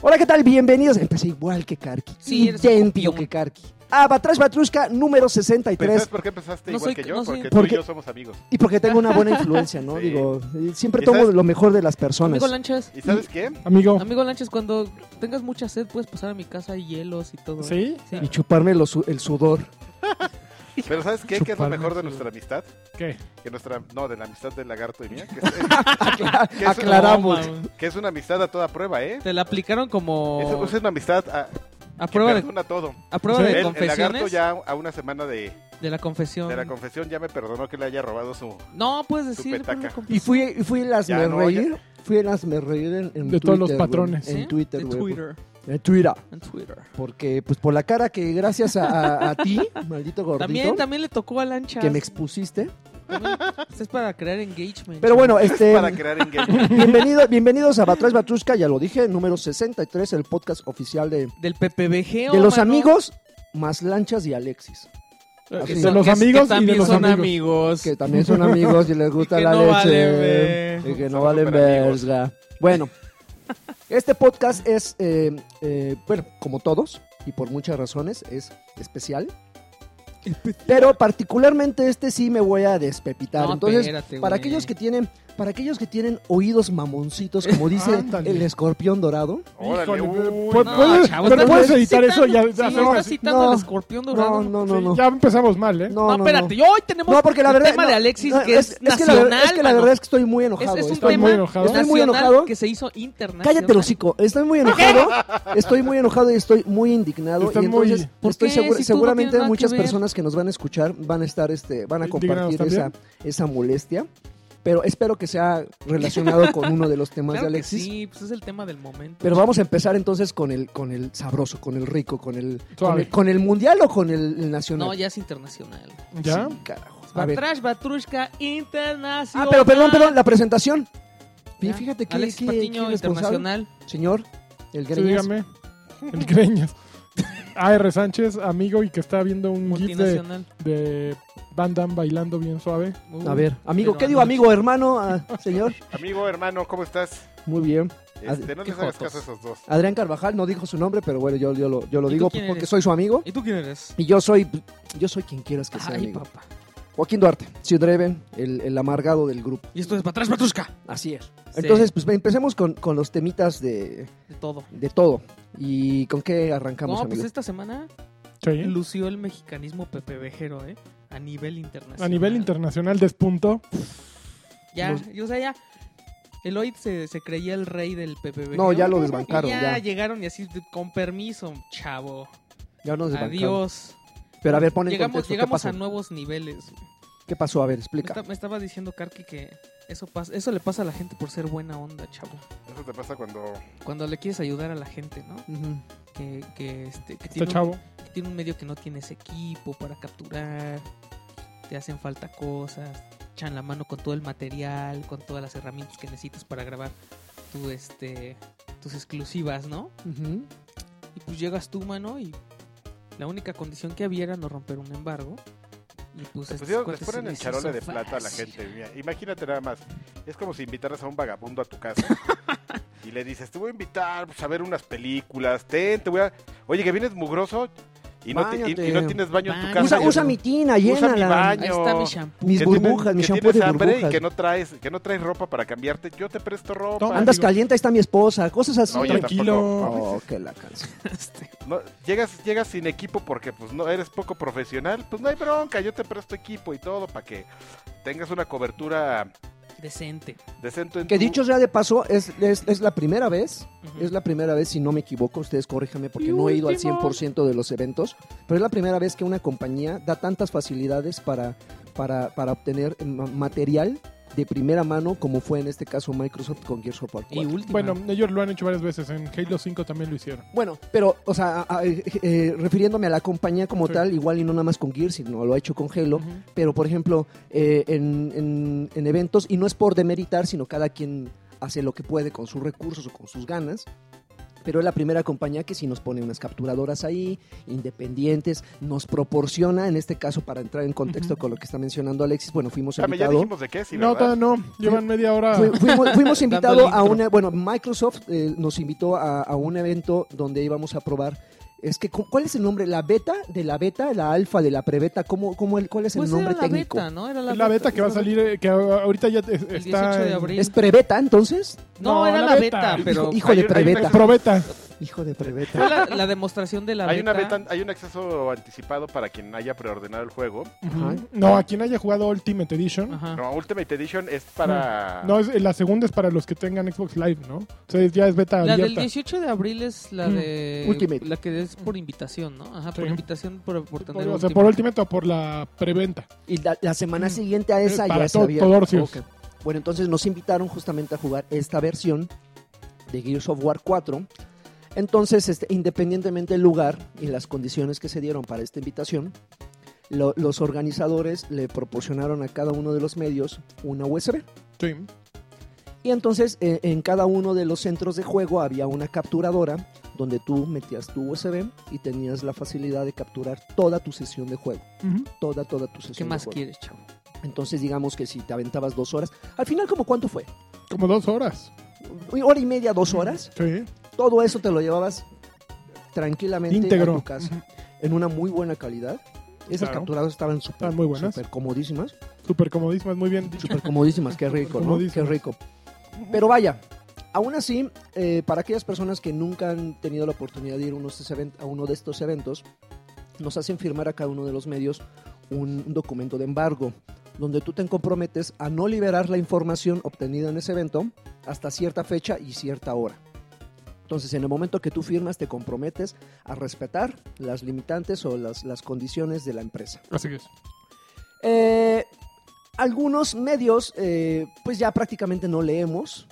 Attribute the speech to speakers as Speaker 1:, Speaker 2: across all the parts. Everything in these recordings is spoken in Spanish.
Speaker 1: Hola, ¿qué tal? Bienvenidos. Empecé igual que Karki.
Speaker 2: Sí, eres un
Speaker 1: idéntico
Speaker 2: copión.
Speaker 1: que Karki. A Batrash Batrushka número
Speaker 3: ¿Sabes
Speaker 1: 63.
Speaker 3: por qué empezaste
Speaker 2: No
Speaker 3: igual
Speaker 2: soy-
Speaker 3: que yo?
Speaker 2: no soy-
Speaker 3: porque tú
Speaker 1: Porque-
Speaker 3: y yo somos amigos.
Speaker 1: Y porque tengo una buena influencia, ¿no?
Speaker 3: Sí.
Speaker 1: Digo, eh, siempre
Speaker 3: ¿Y
Speaker 1: tomo
Speaker 3: sabes-
Speaker 1: lo mejor de las personas.
Speaker 2: Amigo Lanchas,
Speaker 3: ¿Y sabes qué?
Speaker 4: Amigo,
Speaker 2: amigo Lanchas, cuando tengas mucha sed puedes pasar a mi casa y hielos y todo. ¿eh?
Speaker 4: ¿sí?
Speaker 2: Sí.
Speaker 1: Y chuparme los su- el sudor.
Speaker 3: Pero ¿sabes qué? ¿Qué es lo
Speaker 4: Chuparme
Speaker 3: mejor de
Speaker 4: el
Speaker 3: nuestra amistad?
Speaker 4: ¿Qué?
Speaker 3: Que nuestra, no, de la amistad del lagarto y mía. Que, que es,
Speaker 1: Aclaramos.
Speaker 2: No, man.
Speaker 3: que es una amistad a toda prueba, ¿eh?
Speaker 2: Te la aplicaron
Speaker 3: Es,
Speaker 2: como
Speaker 3: pues, es una amistad a, que
Speaker 2: a prueba de,
Speaker 3: perdona todo.
Speaker 2: a prueba
Speaker 4: Sí.
Speaker 2: de
Speaker 3: El, el lagarto
Speaker 2: confesiones.
Speaker 3: ya a una semana de,
Speaker 2: De la confesión.
Speaker 3: de la confesión ya me perdonó que le haya robado su...
Speaker 2: No, puedes
Speaker 3: Tu
Speaker 2: decir.
Speaker 3: petaca.
Speaker 2: pues, la confesión.
Speaker 1: Y fui, y fui el
Speaker 3: Ya, no,
Speaker 1: asmerreír. Fui el asmerreír en, en
Speaker 4: De todos
Speaker 1: Twitter,
Speaker 4: los
Speaker 1: güey.
Speaker 4: patrones.
Speaker 1: En
Speaker 2: ¿Sí?
Speaker 1: Twitter,
Speaker 2: De
Speaker 1: güey. pues.
Speaker 2: ¿eh? Twitter.
Speaker 1: En Twitter.
Speaker 2: En Twitter.
Speaker 1: Porque, pues, por la cara que gracias a, a- a ti, maldito gordito,
Speaker 2: También, también le tocó a Lanchas.
Speaker 1: que me expusiste.
Speaker 2: También- Esto es para crear engagement.
Speaker 1: Pero bueno, este...
Speaker 3: Para crear engagement.
Speaker 1: Bienvenido, bienvenidos a Batrash Batrushka, ya lo dije, número 63, el podcast oficial de,
Speaker 2: Del PPBG.
Speaker 1: de los amigos Ah, más lanchas y Alexis,
Speaker 4: De
Speaker 1: son-
Speaker 4: los amigos y de los
Speaker 2: son
Speaker 4: amigos.
Speaker 2: amigos.
Speaker 1: que también son amigos y les gusta
Speaker 2: Y que
Speaker 1: la
Speaker 2: no
Speaker 1: leche.
Speaker 2: valen ver.
Speaker 1: y que no
Speaker 3: Son
Speaker 1: valen
Speaker 3: superamigos.
Speaker 1: verga. Bueno, este podcast es, eh, eh, bueno, como todos, y por muchas razones, es especial. Pero particularmente este sí me voy a despepitar.
Speaker 2: No,
Speaker 1: Entonces,
Speaker 2: espérate,
Speaker 1: para
Speaker 2: güey.
Speaker 1: aquellos que tienen, para aquellos que tienen oídos mamoncitos, como dice
Speaker 4: Ándale.
Speaker 1: el escorpión dorado,
Speaker 3: Órale,
Speaker 4: Híjole,
Speaker 3: uy,
Speaker 4: ¿pu-
Speaker 3: no.
Speaker 4: puedes-
Speaker 2: chavo,
Speaker 4: pero
Speaker 2: estás
Speaker 4: puedes editar
Speaker 2: citando-
Speaker 4: eso y ya
Speaker 2: Sí,
Speaker 4: hacemos-
Speaker 2: estás citando
Speaker 1: No.
Speaker 2: al escorpión dorado.
Speaker 1: No, no, no,
Speaker 4: Sí,
Speaker 1: no.
Speaker 4: Ya empezamos mal, ¿eh?
Speaker 2: No,
Speaker 1: No, no,
Speaker 2: espérate.
Speaker 1: no.
Speaker 2: y Hoy tenemos
Speaker 1: No, porque la verdad.
Speaker 2: el tema
Speaker 1: no,
Speaker 2: de Alexis
Speaker 1: no,
Speaker 2: que es,
Speaker 1: que la verdad-
Speaker 2: nacional.
Speaker 1: es que la
Speaker 2: mano.
Speaker 1: verdad es que estoy muy enojado.
Speaker 2: Es- es un
Speaker 1: estoy
Speaker 2: tema
Speaker 4: muy enojado.
Speaker 1: Estoy muy
Speaker 2: nacional
Speaker 1: enojado.
Speaker 2: que se hizo internacional.
Speaker 1: Cállate, hocico. Estoy muy enojado. Estoy muy enojado y estoy muy indignado.
Speaker 4: Estás
Speaker 1: y entonces,
Speaker 4: muy-
Speaker 2: ¿Por
Speaker 1: estoy
Speaker 2: qué?
Speaker 1: seguro-
Speaker 2: Si tú no
Speaker 1: seguramente
Speaker 2: tienes nada
Speaker 1: muchas
Speaker 2: que ver.
Speaker 1: personas que nos van a escuchar van a estar, este, van a
Speaker 4: Indignados
Speaker 1: compartir esa,
Speaker 4: también.
Speaker 1: esa molestia. Pero espero que sea relacionado con uno de los temas
Speaker 2: Claro
Speaker 1: de
Speaker 2: que
Speaker 1: Alexis.
Speaker 2: sí, pues es el tema del momento.
Speaker 1: Pero vamos a empezar entonces con el, con el sabroso, con el rico, con el, con
Speaker 4: Suave.
Speaker 1: el, con el mundial o con el, el nacional.
Speaker 2: No, ya es internacional.
Speaker 4: ¿Ya?
Speaker 1: Sí, carajo. A ver.
Speaker 2: Batrash Batrushka Internacional.
Speaker 1: Ah, pero perdón, perdón, la presentación.
Speaker 2: Ya.
Speaker 1: Fíjate que
Speaker 2: Alexis Patiño Internacional.
Speaker 1: Señor, el
Speaker 4: Sí,
Speaker 1: Greñas.
Speaker 4: dígame. El Greñas. AR Sánchez, amigo, y que está viendo un gif de,
Speaker 2: Multinacional.
Speaker 4: de Van Damme bailando bien suave.
Speaker 2: Uh,
Speaker 1: A ver, amigo,
Speaker 2: pero
Speaker 1: ¿qué digo
Speaker 2: amigo.
Speaker 1: amigo, hermano? Ah, señor.
Speaker 3: Amigo, hermano, ¿cómo estás?
Speaker 1: Muy bien.
Speaker 3: Este, no
Speaker 2: qué
Speaker 3: les hagas
Speaker 2: jotos.
Speaker 3: caso a esos dos.
Speaker 1: Adrián Carvajal no dijo su nombre, pero bueno, yo, yo lo, yo lo
Speaker 2: ¿Y tú
Speaker 1: digo
Speaker 2: quién
Speaker 1: porque
Speaker 2: eres?
Speaker 1: soy su amigo.
Speaker 2: ¿Y tú quién eres?
Speaker 1: Y yo soy, yo soy quien quieras que sea.
Speaker 2: Ay,
Speaker 1: amigo.
Speaker 2: papá.
Speaker 1: Joaquín Duarte, Sidreven, el, el amargado del grupo.
Speaker 2: Y esto es Batrash Batrushka.
Speaker 1: Así es.
Speaker 2: Sí.
Speaker 1: Entonces, pues empecemos con, con los temitas de,
Speaker 2: De todo.
Speaker 1: de todo. ¿Y con qué arrancamos,
Speaker 2: No,
Speaker 1: amigo? ¿Eh?
Speaker 2: pues esta semana
Speaker 4: Sí.
Speaker 2: lució el mexicanismo Pepe Vejero, ¿eh? A nivel internacional.
Speaker 4: A nivel internacional este despunto.
Speaker 2: Ya,
Speaker 1: Los-
Speaker 2: y, o sea, ya. Eloy se, se creía el rey del Pepe Vejero.
Speaker 1: No, ya lo
Speaker 2: Y
Speaker 1: desbancaron,
Speaker 2: ya,
Speaker 1: ya.
Speaker 2: llegaron y así, de- con permiso, chavo.
Speaker 1: Ya nos desbancaron.
Speaker 2: Adiós.
Speaker 1: Pero a ver, pon en
Speaker 2: Llegamos,
Speaker 1: contexto, ¿qué
Speaker 2: llegamos
Speaker 1: pasó?
Speaker 2: a nuevos niveles.
Speaker 1: ¿Qué pasó? A ver,
Speaker 2: Me,
Speaker 1: explica.
Speaker 2: esta- me estaba diciendo Karki que eso, pasa, eso le pasa a la gente por ser buena onda, chavo.
Speaker 3: Eso te pasa cuando...
Speaker 2: Cuando le quieres ayudar a la gente, ¿no?
Speaker 1: Ujú.
Speaker 2: Que, que, este, que
Speaker 4: Este
Speaker 2: tiene un-
Speaker 4: chavo.
Speaker 2: que tiene un medio que no tienes equipo para capturar, te hacen falta cosas, echan la mano con todo el material, con todas las herramientas que necesitas para grabar tu, este, tus exclusivas, ¿no?
Speaker 1: Ujú.
Speaker 2: Y pues llegas tú, mano, y la única condición que había era no romper un embargo. Y pues,
Speaker 3: Pues
Speaker 2: estos
Speaker 3: digo, les
Speaker 2: cuates
Speaker 3: ponen
Speaker 2: se
Speaker 3: en
Speaker 2: les
Speaker 3: charole
Speaker 2: hizo
Speaker 3: de plata a la
Speaker 2: fácil.
Speaker 3: gente. mira, imagínate nada más. Es como si invitaras a un vagabundo a tu casa. y le dices, te voy a invitar pues, a ver unas películas. Ten, te voy a... Oye, que vienes mugroso y no, ti- y-
Speaker 1: Bañate.
Speaker 3: y no tienes baño en tu
Speaker 2: Bañate.
Speaker 3: casa.
Speaker 1: Usa,
Speaker 2: Cambio.
Speaker 1: usa mi tina,
Speaker 3: mi
Speaker 1: llénala.
Speaker 3: baño.
Speaker 2: Ahí está mi shampoo.
Speaker 1: Mis
Speaker 3: Que
Speaker 1: burbujas, mi
Speaker 3: que
Speaker 1: shampoo de
Speaker 3: tienes hambre
Speaker 1: burbujas.
Speaker 3: y que no traes, que no traes ropa para cambiarte. Yo te presto ropa.
Speaker 4: Toma.
Speaker 1: Andas
Speaker 4: Amigo.
Speaker 1: caliente, ahí está mi esposa, cosas así.
Speaker 3: No, yo
Speaker 4: Tranquilo.
Speaker 1: Oh, que la canción.
Speaker 2: Este,
Speaker 3: No, llegas, llegas sin equipo porque pues no eres poco profesional. Pues no hay bronca, yo te presto equipo y todo para que tengas una cobertura
Speaker 2: decente.
Speaker 3: decente en
Speaker 1: Que
Speaker 3: tu-
Speaker 1: dicho sea de paso, es, es, es la primera vez,
Speaker 2: Ujú.
Speaker 1: es la primera vez, si no me equivoco, ustedes corríjanme porque no he ido al 100% de los eventos, pero es la primera vez que una compañía da tantas facilidades para, para, para obtener ma- material de primera mano, como fue en este caso Microsoft con Gears of War
Speaker 2: Y
Speaker 1: 4.
Speaker 2: última.
Speaker 4: Bueno, ellos lo han hecho varias veces. En Halo 5 también lo hicieron.
Speaker 1: Bueno, pero, o sea, a- a- eh, eh, refiriéndome a la compañía como
Speaker 4: Sí.
Speaker 1: tal, igual y no nada más con Gears, sino lo ha hecho con Halo,
Speaker 2: Pues
Speaker 4: Ujú.
Speaker 1: pero por ejemplo eh, en, en- en eventos y no es por demeritar sino cada quien hace lo que puede con sus recursos o con sus ganas pero es la primera compañía que sí nos pone unas capturadoras ahí, independientes, nos proporciona, en este caso para entrar en contexto
Speaker 2: Ujú.
Speaker 1: con lo que está mencionando Alexis, bueno, fuimos
Speaker 3: Espérame, Ah, ya
Speaker 1: invitados.
Speaker 3: dijimos de qué, sí,
Speaker 4: no,
Speaker 3: ¿verdad?
Speaker 4: todavía no. Llevan media hora.
Speaker 1: Fu- fuimos, fuimos
Speaker 2: Ah. Dando
Speaker 1: invitados
Speaker 2: el
Speaker 1: a
Speaker 2: intro.
Speaker 1: una, bueno, Microsoft eh, nos invitó a, a un evento donde íbamos a probar. Es que, ¿cu- ¿cuál es el nombre? ¿La beta? ¿De la beta? ¿La alfa? ¿De la prebeta? ¿Cómo, cómo el, ¿Cuál es el
Speaker 2: Pues
Speaker 1: nombre
Speaker 2: era la
Speaker 1: técnico?
Speaker 2: beta, ¿no? Era la,
Speaker 4: Es la beta que va a salir, eh, que a- ahorita ya eh, está.
Speaker 2: 18 de
Speaker 4: en-
Speaker 2: abril.
Speaker 1: ¿Es prebeta entonces?
Speaker 2: No,
Speaker 4: No,
Speaker 2: era
Speaker 4: la
Speaker 2: la,
Speaker 4: beta.
Speaker 2: beta,
Speaker 1: Hijo-
Speaker 2: pero
Speaker 1: hijo,
Speaker 3: hay
Speaker 1: de
Speaker 3: un- hay una
Speaker 1: prebeta.
Speaker 4: Probeta.
Speaker 1: Hijo de prebeta.
Speaker 2: fue la, la demostración de la
Speaker 3: Hay
Speaker 2: beta.
Speaker 3: una beta, hay un acceso anticipado para quien haya preordenado el juego.
Speaker 1: Ajá.
Speaker 4: No, a quien haya jugado Ultimate Edition.
Speaker 1: Ah.
Speaker 2: Ajá.
Speaker 3: No, Ultimate Edition es
Speaker 1: Mm.
Speaker 3: para...
Speaker 4: No, es, la segunda es para los que tengan Xbox Live, ¿no? O sea, es- ya es beta
Speaker 2: La del
Speaker 4: abierta.
Speaker 2: 18 de abril es la
Speaker 4: Mm.
Speaker 2: de...
Speaker 1: Ultimate.
Speaker 2: La que es por invitación, ¿no? Ajá, por
Speaker 4: Sí.
Speaker 2: invitación, por, por tener
Speaker 4: o sea,
Speaker 2: Ultimate.
Speaker 4: por Ultimate o por la preventa.
Speaker 1: Y la, la semana
Speaker 4: Mm.
Speaker 1: siguiente a esa
Speaker 4: para
Speaker 1: ya
Speaker 4: to-
Speaker 1: sabía.
Speaker 4: todorcios.
Speaker 1: Ok. Bueno, entonces nos invitaron justamente a jugar esta versión de Gears of War 4. Entonces, este, independientemente del lugar y las condiciones que se dieron para esta invitación, lo- los organizadores le proporcionaron a cada uno de los medios una USB.
Speaker 4: Sí.
Speaker 1: Y entonces eh, en cada uno de los centros de juego había una capturadora donde tú metías tu USB y tenías la facilidad de capturar toda tu sesión de juego.
Speaker 4: Ujú.
Speaker 1: Toda, toda tu sesión
Speaker 2: ¿Qué
Speaker 1: de
Speaker 2: más
Speaker 1: juego.
Speaker 2: quieres, chavo?
Speaker 1: Entonces digamos que si te aventabas dos horas, al final como cuánto fue?
Speaker 4: Como dos horas.
Speaker 1: Hora y media, dos horas,
Speaker 4: Sí.
Speaker 1: todo eso te lo llevabas tranquilamente a
Speaker 4: Íntegro.
Speaker 1: tu casa, en una muy buena calidad. Esas
Speaker 4: Claro.
Speaker 1: capturadas estaban súper
Speaker 4: Estaban muy buenas.
Speaker 1: súper comodísimas,
Speaker 4: Súper comodísimas, muy bien dicho.
Speaker 1: súper comodísimas, qué rico, ¿no? Qué
Speaker 4: Comodísimas.
Speaker 1: rico. Pero vaya, aún así, eh, para aquellas personas que nunca han tenido la oportunidad de ir a, unos de esos event- a uno de estos eventos, nos hacen firmar a cada uno de los medios un, un documento de embargo, donde tú te comprometes a no liberar la información obtenida en ese evento hasta cierta fecha y cierta hora. Entonces, en el momento que tú firmas, te comprometes a respetar las limitantes o las- las condiciones de la empresa.
Speaker 4: Así que es.
Speaker 1: Eh, algunos medios, eh, pues ya prácticamente no leemos.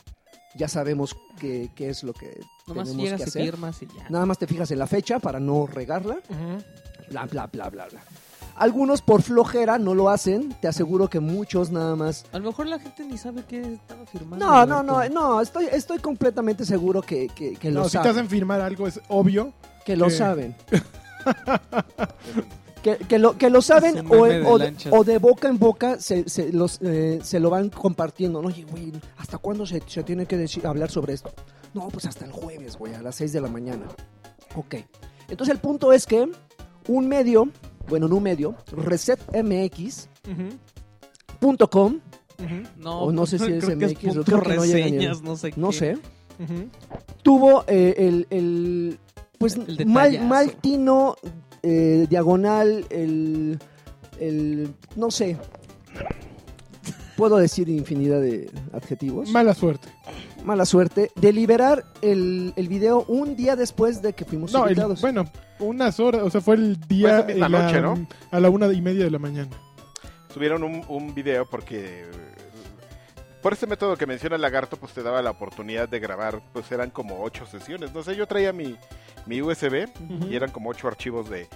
Speaker 1: Ya sabemos qué, qué es lo que
Speaker 2: Nomás
Speaker 1: tenemos que
Speaker 2: llegas y
Speaker 1: hacer.
Speaker 2: firmas y ya.
Speaker 1: Nada más te fijas en la fecha para no regarla. Bla, bla, bla, bla, bla. Algunos por flojera no lo hacen. Te aseguro que muchos nada más.
Speaker 2: A lo mejor la gente ni sabe qué estaba firmando.
Speaker 1: No, no, no,
Speaker 2: Alberto.
Speaker 1: no. Estoy, estoy completamente seguro que, que, que
Speaker 4: No,
Speaker 1: lo
Speaker 4: si te
Speaker 1: saben.
Speaker 4: hacen firmar algo es obvio.
Speaker 1: Que lo
Speaker 4: que-
Speaker 1: saben. Que, que lo, que lo saben
Speaker 2: Es un
Speaker 1: o,
Speaker 2: meme de
Speaker 1: o-
Speaker 2: lanchas.
Speaker 1: o de boca en boca se, se los, eh, se lo van compartiendo. ¿no? Oye, güey, ¿hasta cuándo se, se tiene que decir- hablar sobre esto? No, pues hasta el jueves, güey, a las 6 de la mañana. Ok. Entonces el punto es que un medio, bueno, no un medio, resetmx.com,
Speaker 2: No,
Speaker 1: O no sé si es
Speaker 2: creo que
Speaker 1: MX, creo
Speaker 2: punto
Speaker 1: que no llega ni
Speaker 2: reseñas,
Speaker 1: a-
Speaker 2: no sé
Speaker 1: no
Speaker 2: qué.
Speaker 1: sé, tuvo eh, el, el- pues
Speaker 2: El
Speaker 1: mal,
Speaker 2: detallazo.
Speaker 1: mal tino, eh, diagonal el el no sé puedo decir infinidad de adjetivos
Speaker 4: Pues, Mala suerte.
Speaker 1: mala suerte de liberar el, el video un día después de que fuimos
Speaker 4: No, el-
Speaker 1: invitados
Speaker 4: bueno, unas horas. O sea, fue el día.
Speaker 3: Fue esa misma
Speaker 4: en la-
Speaker 3: noche, ¿no?
Speaker 4: A la una y media de la mañana.
Speaker 3: Subieron un, un video porque... eh, Por este método que menciona Lagarto, pues te daba la oportunidad de grabar, pues eran como ocho sesiones. No sé, yo traía mi, mi USB
Speaker 4: Ujú.
Speaker 3: y eran como ocho archivos de,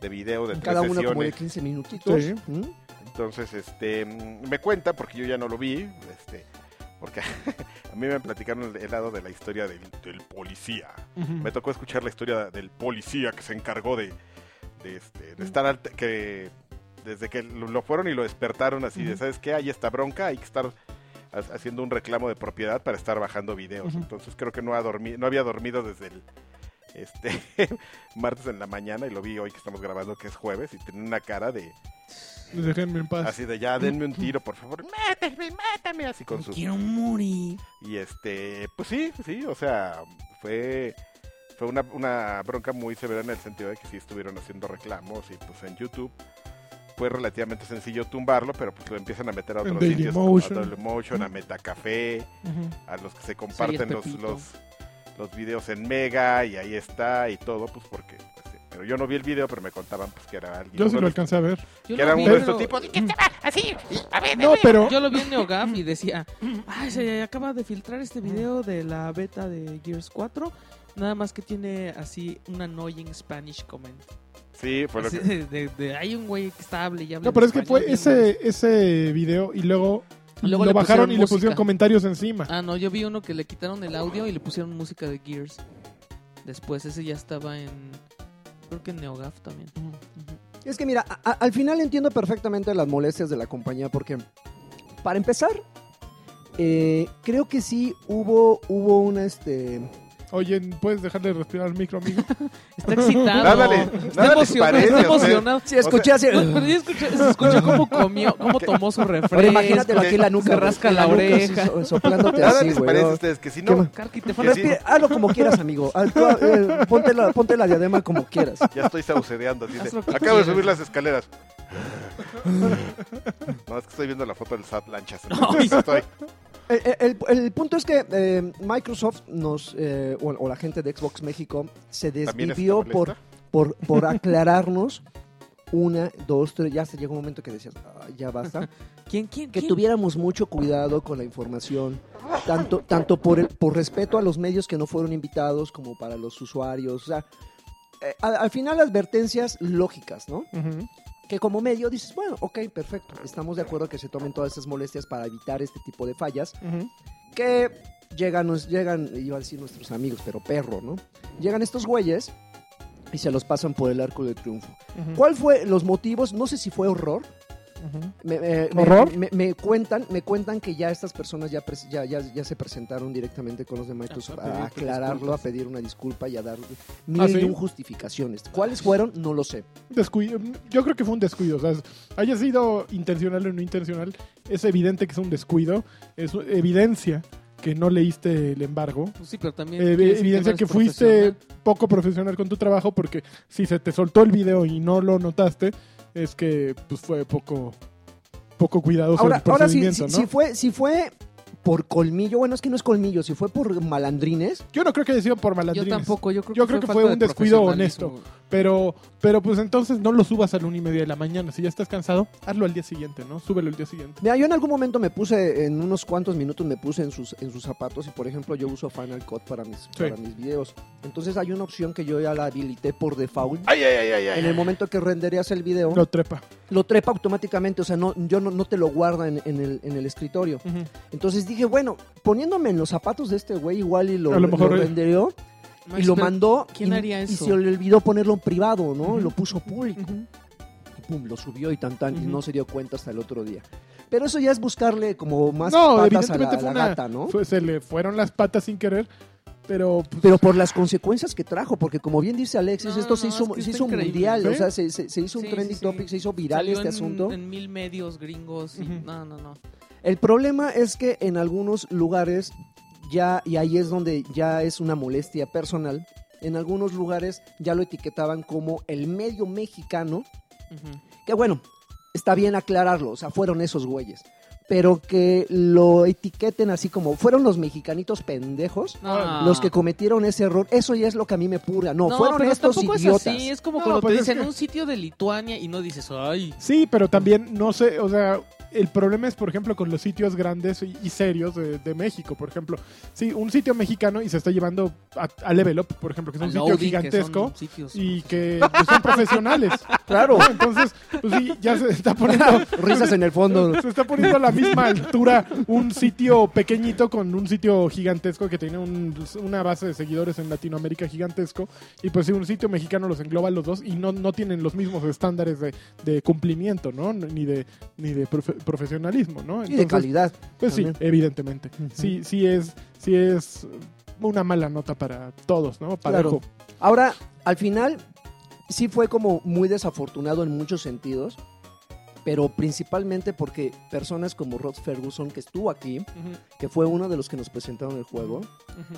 Speaker 3: de video de tres
Speaker 1: cada uno como de
Speaker 3: sesiones.
Speaker 1: 15 minutitos
Speaker 4: Sí.
Speaker 1: ¿Mm?
Speaker 3: Entonces, este, mm, me cuenta, porque yo ya no lo vi, este, porque a mí me platicaron el, el lado de la historia del, del policía. Me tocó escuchar la historia del policía que se encargó de, de, este, de estar al- que desde que lo lo fueron y lo despertaron así de,
Speaker 4: Ujú.
Speaker 3: ¿sabes qué? Hay esta bronca, hay que estar ha- haciendo un reclamo de propiedad para estar bajando videos.
Speaker 4: Ujú.
Speaker 3: Entonces creo que no, ha dormi- no había dormido desde el este martes en la mañana y lo vi hoy que estamos grabando que es jueves y tenía una cara de
Speaker 4: Les Déjenme en paz.
Speaker 3: Así de ya, denme un tiro, por favor. Mátame, mátame. Así con
Speaker 2: Me
Speaker 3: su.
Speaker 2: Quiero morir.
Speaker 3: Y este, pues sí, sí, o sea, fue. Fue una, una bronca muy severa en el sentido de que sí estuvieron haciendo reclamos y pues en YouTube fue relativamente sencillo tumbarlo, pero pues lo empiezan a meter a
Speaker 4: En
Speaker 3: otros
Speaker 4: Dailymotion.
Speaker 3: sitios como a Dailymotion, a Metacafé,
Speaker 4: Ujú.
Speaker 3: a los que se comparten los,
Speaker 2: Pepito.
Speaker 3: los, los videos en Mega y ahí está y todo, pues porque... pues, sí. Pero yo no vi el video, pero me contaban pues que era alguien...
Speaker 4: Yo sí
Speaker 3: uno de
Speaker 4: lo
Speaker 3: los-
Speaker 4: alcancé a ver.
Speaker 2: Yo
Speaker 3: que
Speaker 2: lo
Speaker 3: era
Speaker 2: vi,
Speaker 3: uno de
Speaker 2: pero-
Speaker 3: estos tipos... "¿Y qué
Speaker 4: No, pero.
Speaker 2: Yo lo vi en NeoGAF y decía, ay, se acaba de filtrar este video de la beta de Gears 4, nada más que tiene así un annoying Spanish comment.
Speaker 3: Sí, fue lo
Speaker 2: Así
Speaker 3: que...
Speaker 2: de, de- de, hay un güey que está hable y habla
Speaker 4: No,
Speaker 2: en
Speaker 4: pero es que
Speaker 2: español
Speaker 4: fue
Speaker 2: bien
Speaker 4: ese, ese video y luego,
Speaker 2: Luego
Speaker 4: lo
Speaker 2: le
Speaker 4: bajaron
Speaker 2: pusieron
Speaker 4: y le pusieron
Speaker 2: música. Ah.
Speaker 4: comentarios
Speaker 2: mal.
Speaker 4: encima.
Speaker 2: Ah, no, yo vi uno que le quitaron el audio y le pusieron música de Gears. Después ese ya estaba en. Creo que en NeoGAF también.
Speaker 1: Es que mira, a- a- al final entiendo perfectamente las molestias de la compañía porque, para empezar, eh, creo que sí hubo, hubo una, este...
Speaker 4: Oye, ¿puedes dejarle respirar al micro, amigo?
Speaker 2: Está excitado.
Speaker 3: Nada le-
Speaker 2: está
Speaker 3: nada les
Speaker 2: emocionado.
Speaker 3: parece
Speaker 2: está
Speaker 3: a ustedes.
Speaker 2: emocionado.
Speaker 1: Sí, escuché así...
Speaker 2: No, pero yo escuché, se escuchó cómo comió, cómo tomó su refresco.
Speaker 1: Ahora imagínatelo aquí en la nuca.
Speaker 2: Se
Speaker 1: güey,
Speaker 2: rasca
Speaker 1: en
Speaker 2: la
Speaker 1: nuca,
Speaker 2: oreja.
Speaker 1: así, so- soplándote
Speaker 3: Nada
Speaker 1: así,
Speaker 3: les
Speaker 1: güey.
Speaker 3: parece a
Speaker 1: ¿no?
Speaker 3: ustenes que si
Speaker 1: ¿Qué
Speaker 3: no,
Speaker 1: más?
Speaker 2: Carqui, te
Speaker 3: Que
Speaker 2: falta.
Speaker 3: sí.
Speaker 1: Respira- hazlo como quieras, amigo. Haz- tú, eh, ponte, la, ponte la diadema como quieras.
Speaker 3: ya estoy saucedeando. así de,
Speaker 2: Haz lo que
Speaker 3: acabo de
Speaker 2: quieras.
Speaker 3: subir las escaleras. No, es que estoy viendo la foto del SAT lanchas.
Speaker 2: Ay.
Speaker 3: Estoy-
Speaker 1: El, Eh, el- el punto es que eh, Microsoft nos, eh, o, o la gente de Xbox México se
Speaker 3: ¿También este está
Speaker 1: desvivió por
Speaker 3: molesta?
Speaker 1: por, por aclararnos una, dos, tres, ya se llegó un momento que decías, "Ah, ya basta,
Speaker 2: ¿Quién, quién,
Speaker 1: que
Speaker 2: quién?
Speaker 1: tuviéramos mucho cuidado con la información, tanto, tanto por, el- por respeto a los medios que no fueron invitados como para los usuarios, o sea, eh, al, al final advertencias lógicas, ¿no?
Speaker 4: Ujú.
Speaker 1: Que como medio dices, bueno, ok, perfecto, estamos de acuerdo que se tomen todas esas molestias para evitar este tipo de fallas,
Speaker 4: Ujú.
Speaker 1: que llegan, nos- llegan, iba a decir nuestros amigos, pero perro, ¿no? Llegan estos güeyes y se los pasan por el arco de triunfo.
Speaker 4: Ujú.
Speaker 1: ¿Cuál fue los motivos? No sé si fue horror.
Speaker 4: Ujú.
Speaker 1: Me, eh, me- me-
Speaker 4: ¿Horror?
Speaker 1: me- me cuentan, me cuentan que ya estas personas ya, pres- ya, ya, ya se presentaron directamente con los de
Speaker 3: Ah,
Speaker 1: Microsoft
Speaker 2: Ajá, a
Speaker 1: a
Speaker 2: pedir
Speaker 1: aclararlo,
Speaker 2: disculpas.
Speaker 1: a pedir una disculpa y a dar mil
Speaker 4: ¿Ah, sí?
Speaker 1: y un justificaciones. ¿Cuáles fueron? No lo sé.
Speaker 4: descuido. mm, Yo creo que fue un descuido. O sea, haya sido intencional o no intencional, es evidente que es un descuido. Es evidencia que no leíste el embargo.
Speaker 2: Pues sí, pero también.
Speaker 4: Eh,
Speaker 2: quiere decir
Speaker 4: evidencia
Speaker 2: no
Speaker 4: que
Speaker 2: eres
Speaker 4: fuiste
Speaker 2: profesional.
Speaker 4: poco profesional con tu trabajo porque si se te soltó el video y no lo notaste, es que pues fue poco poco cuidadoso
Speaker 1: ahora,
Speaker 4: el
Speaker 1: ahora si,
Speaker 4: procedimiento,
Speaker 1: si-
Speaker 4: ¿no?
Speaker 1: si fue, si fue por colmillo, bueno, es que no es colmillo, si fue por malandrines,
Speaker 4: Yo no creo que haya sido por
Speaker 2: Yo
Speaker 4: malandrines.
Speaker 2: tampoco, yo creo
Speaker 4: Yo
Speaker 2: que,
Speaker 4: creo que fue
Speaker 2: falta
Speaker 4: un
Speaker 2: de
Speaker 4: descuido
Speaker 2: profesionalismo,
Speaker 4: honesto. Pero, pero pues entonces no lo subas a la una y media de la mañana. Si ya estás cansado, hazlo al día siguiente, ¿no? Súbelo al día siguiente.
Speaker 1: Mira, yo en algún momento me puse, en unos cuantos minutos me puse en sus, en sus zapatos y por ejemplo yo uso Final Cut para mis, para mis videos. Entonces hay una opción que yo ya la habilité por default.
Speaker 3: Ay, ay, ay, ay, ay.
Speaker 1: En el momento que renderías el video,
Speaker 4: Lo
Speaker 1: lo,
Speaker 4: trepa.
Speaker 1: trepa automáticamente, o sea, no, yo no, no te lo guarda en, en el, en el escritorio.
Speaker 4: Ujú.
Speaker 1: Entonces dije, bueno, poniéndome en los zapatos de este güey igual y lo,
Speaker 4: A lo mejor
Speaker 1: lo
Speaker 4: él-
Speaker 1: rendereó
Speaker 2: güey.
Speaker 1: y lo
Speaker 2: Pero-
Speaker 1: mandó
Speaker 2: ¿quién
Speaker 1: y,
Speaker 2: haría
Speaker 1: y
Speaker 2: eso?
Speaker 1: se le olvidó ponerlo en privado, ¿no?
Speaker 4: Ujú.
Speaker 1: Lo puso público
Speaker 4: Ujú.
Speaker 1: y pum, lo subió y tan tan y
Speaker 4: Ujú.
Speaker 1: no se dio cuenta hasta el otro día. Pero eso ya es buscarle como más patas
Speaker 4: No,
Speaker 1: a la,
Speaker 4: evidentemente
Speaker 1: a
Speaker 4: fue
Speaker 1: la
Speaker 4: una-
Speaker 1: gata, ¿no?
Speaker 4: Fue- se le fueron las patas sin querer, pero pues,
Speaker 1: Pero por las consecuencias que trajo, porque como bien dice Alexis,
Speaker 2: No,
Speaker 1: esto se
Speaker 2: no,
Speaker 1: hizo,
Speaker 2: es que
Speaker 1: se
Speaker 2: está
Speaker 1: hizo
Speaker 2: increíble.
Speaker 1: mundial, o
Speaker 4: ¿Sí?
Speaker 1: sea, se, se- se hizo un
Speaker 2: Sí,
Speaker 1: trending
Speaker 2: sí, sí.
Speaker 1: topic, se hizo viral
Speaker 2: Salió
Speaker 1: este
Speaker 2: en-
Speaker 1: asunto.
Speaker 2: En mil medios gringos. y-
Speaker 4: Ujú.
Speaker 2: No, no, no.
Speaker 1: El problema es que en algunos lugares ya, y ahí es donde ya es una molestia personal, en algunos lugares ya lo etiquetaban como el medio mexicano
Speaker 2: Ujú.
Speaker 1: que bueno, está bien aclararlo, o sea, fueron esos güeyes, pero que lo etiqueten así como fueron los mexicanitos pendejos
Speaker 2: No.
Speaker 1: los que cometieron ese error, eso ya es lo que a mí me purga, no, fueron
Speaker 2: pero
Speaker 1: estos
Speaker 2: tampoco
Speaker 1: idiotas.
Speaker 2: Es, así. es como
Speaker 4: No,
Speaker 2: cuando
Speaker 4: pues
Speaker 2: te
Speaker 4: es
Speaker 2: dicen
Speaker 4: que-
Speaker 2: un sitio de Lituania y no dices, ay,
Speaker 4: sí, pero también no sé, o sea, el problema es, por ejemplo, con los sitios grandes y, y serios de, de México, por ejemplo. Sí, un sitio mexicano y se está llevando a, a Level Up, por ejemplo, que es un sitio
Speaker 2: Loading, que son
Speaker 4: gigantesco.
Speaker 2: sitios-
Speaker 4: Y que pues, son profesionales.
Speaker 1: Claro,
Speaker 4: ¿no? Entonces, pues sí, ya se está poniendo
Speaker 1: risas en el fondo.
Speaker 4: Se está poniendo a la misma altura un sitio pequeñito con un sitio gigantesco que tiene un- pues, una base de seguidores en Latinoamérica gigantesco. Y pues sí, un sitio mexicano los engloba los dos y no, no tienen los mismos estándares de, de cumplimiento, ¿no? Ni de, ni de profe- profesionalismo, ¿no?
Speaker 1: Y de
Speaker 4: Entonces,
Speaker 1: calidad.
Speaker 4: Pues sí,
Speaker 1: también.
Speaker 4: evidentemente. Sí, sí es, sí es una mala nota para todos, ¿no? Parejo.
Speaker 1: Ahora, al final, sí fue como muy desafortunado en muchos sentidos, pero principalmente porque personas como Rod Ferguson, que estuvo aquí, que fue uno de los que nos presentaron el juego,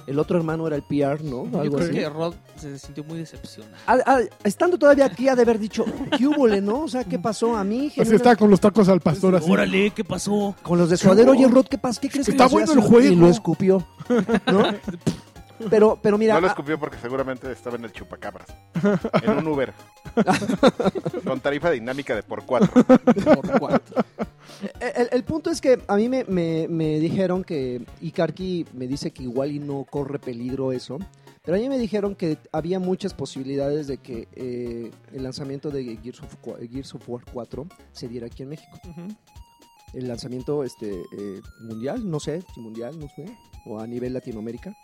Speaker 1: el otro hermano era el PR, ¿no?
Speaker 2: Yo
Speaker 1: Algo
Speaker 2: creo
Speaker 1: así.
Speaker 2: que Rod se sintió muy decepcionado.
Speaker 1: Ah, ah, estando todavía aquí, ha de haber dicho, ¿qué húbole, no? O sea, ¿qué pasó a mí?
Speaker 4: Así está con los tacos al pastor así.
Speaker 2: Órale, ¿qué pasó?
Speaker 1: Con los de suadero, oye, Rod, ¿qué pasa? ¿Qué crees que
Speaker 4: Está
Speaker 1: nos
Speaker 4: bueno
Speaker 1: hace?"
Speaker 4: el juego.
Speaker 1: Y lo escupió, ¿no? Pero, pero mira,
Speaker 3: no lo
Speaker 1: ah,
Speaker 3: escupió porque seguramente estaba en el chupacabras. En un Uber. Con tarifa dinámica de por cuatro.
Speaker 2: Por cuatro.
Speaker 1: el, el punto es que a mí me, me- me dijeron que, y Karki me dice que igual y no corre peligro eso, pero a mí me dijeron que había muchas posibilidades de que eh, el lanzamiento de Gears of, Cua- Gears of War 4 se diera aquí en México. El lanzamiento este, eh, mundial, no sé si mundial, no sé, o a nivel Latinoamérica.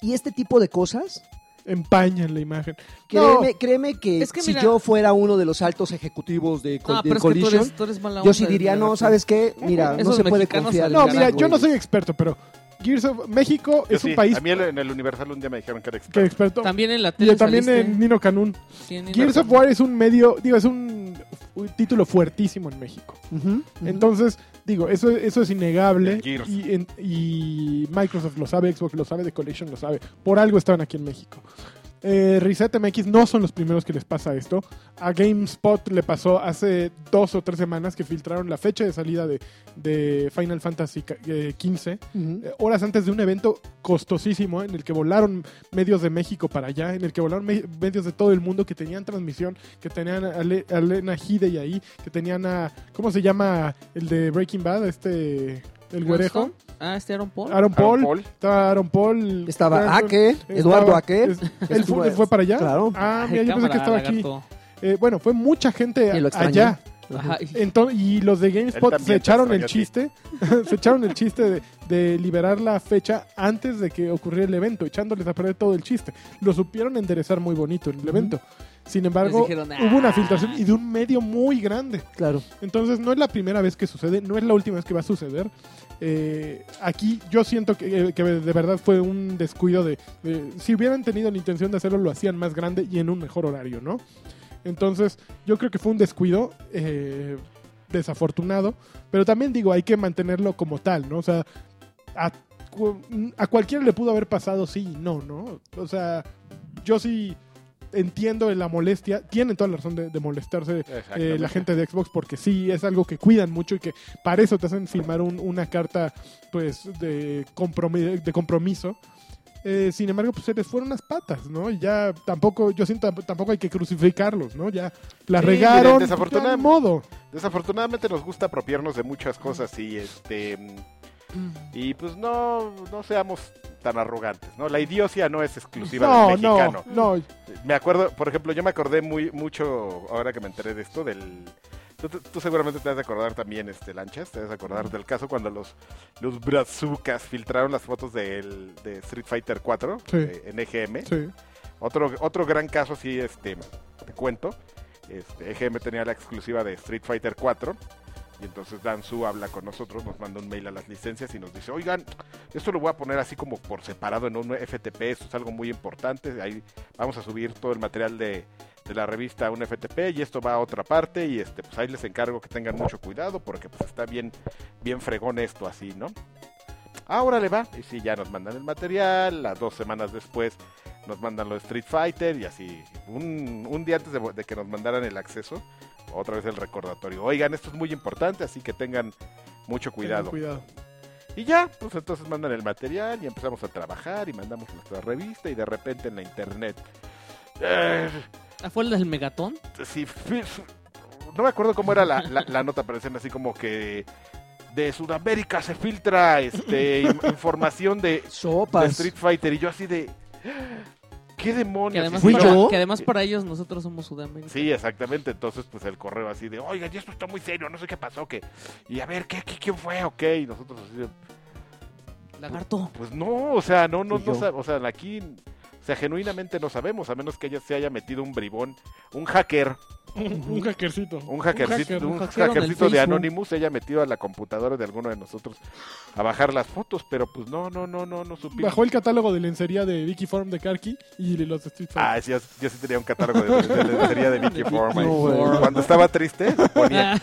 Speaker 1: Y este tipo de cosas
Speaker 4: empañan la imagen. No.
Speaker 1: Créeme, créeme que,
Speaker 2: Es que
Speaker 1: si
Speaker 2: mira-
Speaker 1: yo fuera uno de los altos ejecutivos de, Co-
Speaker 2: Ah,
Speaker 1: de
Speaker 2: pero es que tú
Speaker 1: Collision,
Speaker 2: eres, tú eres mala
Speaker 1: yo
Speaker 2: onda
Speaker 1: sí
Speaker 2: de
Speaker 1: diría, no,
Speaker 2: Liverpool.
Speaker 1: ¿sabes qué? Mira, no
Speaker 2: Esos
Speaker 1: se puede
Speaker 2: mexicanos
Speaker 1: confiar.
Speaker 2: al
Speaker 1: en
Speaker 4: No,
Speaker 1: Garay,
Speaker 4: mira, yo
Speaker 1: güey.
Speaker 4: no soy experto, pero Gears of México
Speaker 3: Yo
Speaker 4: es
Speaker 3: sí,
Speaker 4: un país
Speaker 3: A mí el- en el Universal un día me dijeron que era
Speaker 4: que
Speaker 3: experto.
Speaker 4: experto.
Speaker 2: También en la tele
Speaker 4: Y también
Speaker 2: saliste.
Speaker 4: en Nino Canún.
Speaker 2: Sí, en
Speaker 4: Gears of War es un medio, digo, es un, un título fuertísimo en México.
Speaker 1: Ujú, ujú.
Speaker 4: Entonces, digo, eso, eso es innegable.
Speaker 3: El Gears.
Speaker 4: Y, en- y Microsoft lo sabe, Xbox lo sabe, The Collection lo sabe. Por algo estaban aquí en México. Eh, Reset MX no son los primeros que les pasa esto. A GameSpot le pasó hace dos o tres semanas que filtraron la fecha de salida de, de Final Fantasy eh, XV.
Speaker 1: Ujú.
Speaker 4: eh, horas antes de un evento costosísimo ¿eh? en el que volaron medios de México para allá, en el que volaron me- medios de todo el mundo que tenían transmisión, que tenían a Ale- a Lena Headey ahí, que tenían a ¿cómo se llama el de Breaking Bad? Este el güerejo,
Speaker 2: Ah, este Aaron Paul.
Speaker 4: Aaron Paul,
Speaker 3: Aaron Paul.
Speaker 4: estaba Aaron Paul,
Speaker 1: Estaba
Speaker 4: Aaron-
Speaker 1: Ake,
Speaker 4: estaba-
Speaker 1: Eduardo Ake.
Speaker 4: es- él
Speaker 1: Estuvo-
Speaker 4: fue, él fue para allá.
Speaker 1: Claro.
Speaker 4: Ah,
Speaker 2: Ay,
Speaker 4: mira, yo pensé que
Speaker 2: cámara,
Speaker 4: estaba aquí.
Speaker 2: lagarto.
Speaker 4: Eh, bueno, fue mucha gente
Speaker 1: Y lo extrañé.
Speaker 4: allá.
Speaker 2: Ajá, y-
Speaker 4: Entonces, y los de
Speaker 3: Él
Speaker 4: GameSpot
Speaker 3: también
Speaker 4: se
Speaker 3: te
Speaker 4: echaron el
Speaker 3: extrañó
Speaker 4: chiste, se echaron el chiste de, de liberar la fecha antes de que ocurriera el evento, echándoles a perder todo el chiste. Lo supieron enderezar muy bonito en el evento. Sin embargo,
Speaker 2: Les dijeron,
Speaker 4: hubo una
Speaker 2: "Ah".
Speaker 4: filtración y de un medio muy grande.
Speaker 1: Claro.
Speaker 4: Entonces, no es la primera vez que sucede, no es la última vez que va a suceder. Eh, aquí yo siento que, que de verdad fue un descuido de, de- Si hubieran tenido la intención de hacerlo, lo hacían más grande y en un mejor horario, ¿no? Entonces, yo creo que fue un descuido eh, desafortunado, pero también digo, hay que mantenerlo como tal, ¿no? O sea, a, cu- a cualquiera le pudo haber pasado sí y no, ¿no? O sea, yo sí entiendo la molestia, tienen toda la razón de- de molestarse eh, la gente de Xbox porque sí es algo que cuidan mucho y que para eso te hacen firmar un- una carta pues de, compromi- de compromiso Eh, sin embargo pues se les fueron las patas no y ya tampoco yo siento tampoco hay que crucificarlos no ya la
Speaker 3: Sí,
Speaker 4: regaron
Speaker 3: miren,
Speaker 4: pues,
Speaker 3: desafortuna-
Speaker 4: ya ni modo
Speaker 3: Desafortunadamente nos gusta apropiarnos de muchas cosas y este y pues no no seamos tan arrogantes, ¿no? La idiocia no es exclusiva
Speaker 4: no
Speaker 3: del
Speaker 4: no
Speaker 3: mexicano.
Speaker 4: no
Speaker 3: Me acuerdo, por ejemplo, yo me acordé muy mucho ahora que me enteré de esto del Tú, tú- tú seguramente te has de acordar también, este Lanchas, te has de acordar del caso cuando los, los brazucas filtraron las fotos del, de Street Fighter 4
Speaker 4: Sí.
Speaker 3: en EGM.
Speaker 4: sí
Speaker 3: Otro, otro gran caso, sí, este, te cuento. Este, EGM tenía la exclusiva de Street Fighter 4. Y entonces Dan Su habla con nosotros, nos manda un mail a las licencias y nos dice, oigan, esto lo voy a poner así como por separado en un FTP, esto es algo muy importante, ahí vamos a subir todo el material de, de la revista a un FTP y esto va a otra parte y este pues ahí les encargo que tengan mucho cuidado porque pues está bien, bien fregón esto así, ¿no? Ahora le va, y sí, ya nos mandan el material, las dos semanas después nos mandan los Street Fighter y así. Un, un día antes de, de que nos mandaran el acceso, otra vez el recordatorio. Oigan, esto es muy importante, así que tengan mucho
Speaker 4: tengan
Speaker 3: cuidado.
Speaker 4: cuidado
Speaker 3: Y ya, pues entonces mandan el material y empezamos a trabajar y mandamos nuestra revista y de repente en la internet. eh,
Speaker 2: Ah, ¿Fue el del Megatón?
Speaker 3: sí, fi- fi- no me acuerdo cómo era la, la- la nota, pero decían así como que de Sudamérica se filtra este in- información de, de
Speaker 1: Sopas.
Speaker 3: Street Fighter y yo así de ¿qué demonios?
Speaker 2: Que además,
Speaker 1: ¿Fui
Speaker 2: para,
Speaker 1: yo?
Speaker 2: que además para ellos nosotros somos Sudamérica.
Speaker 3: Sí, exactamente. Entonces, pues el correo así de, oiga, y esto está muy serio, no sé qué pasó, que, y a ver, ¿qué, qué, quién fue? Ok, y nosotros así de,
Speaker 2: Lagarto.
Speaker 3: Pues no, o sea, no, no,
Speaker 1: Fui
Speaker 3: no,
Speaker 1: yo.
Speaker 3: sa- o sea, aquí, o sea, genuinamente no sabemos, a menos que ella se haya metido un bribón, un hacker,
Speaker 4: un hackercito
Speaker 3: un hackercito,
Speaker 4: hacker,
Speaker 3: un
Speaker 2: un hackero en el
Speaker 3: hackercito de
Speaker 2: Facebook.
Speaker 3: Anonymous, se haya metido a la computadora de alguno de nosotros a bajar las fotos, pero pues no, no, no, no, no supimos.
Speaker 4: bajó el catálogo de lencería de Vicky Form de Karki y de los Street Fighter
Speaker 3: Ah, sí, yo, yo sí tenía un catálogo de, de, de lencería de Vicky Forman.
Speaker 1: No, güey.
Speaker 3: Cuando estaba triste, me ponía,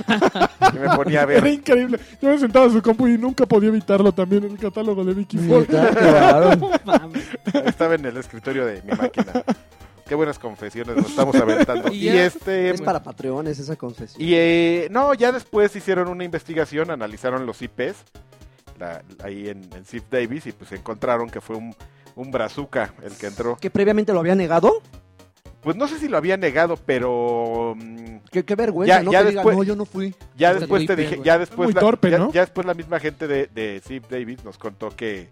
Speaker 3: me ponía a
Speaker 4: Era
Speaker 3: ver.
Speaker 4: increíble. Yo me sentaba a su compu y nunca podía evitarlo también en el catálogo de Vicky Form.
Speaker 1: Neta, claro.
Speaker 2: Mames.
Speaker 3: Estaba en el escritorio de mi máquina. Qué buenas confesiones nos estamos aventando.
Speaker 2: Y
Speaker 3: Y,
Speaker 2: ya,
Speaker 3: este...
Speaker 1: Es para patreones esa confesión.
Speaker 3: Y eh, no, ya después hicieron una investigación, analizaron los IPs la- ahí en, en Sif Davis y pues encontraron que fue un, un brazuca el que entró.
Speaker 1: Que previamente lo había negado.
Speaker 3: Pues no sé si lo había negado, pero mm,
Speaker 1: Qué, qué vergüenza,
Speaker 3: Ya-
Speaker 1: no
Speaker 3: ya
Speaker 1: que
Speaker 3: después-
Speaker 1: diga, no, yo no fui.
Speaker 3: ya
Speaker 2: Está
Speaker 3: después
Speaker 2: muy
Speaker 3: te
Speaker 2: pedo,
Speaker 3: dije,
Speaker 2: güey.
Speaker 3: ya después,
Speaker 4: Muy
Speaker 3: la,
Speaker 4: torpe,
Speaker 3: ya,
Speaker 4: ¿no?
Speaker 3: ya después la misma gente de, de Sif Davis nos contó que,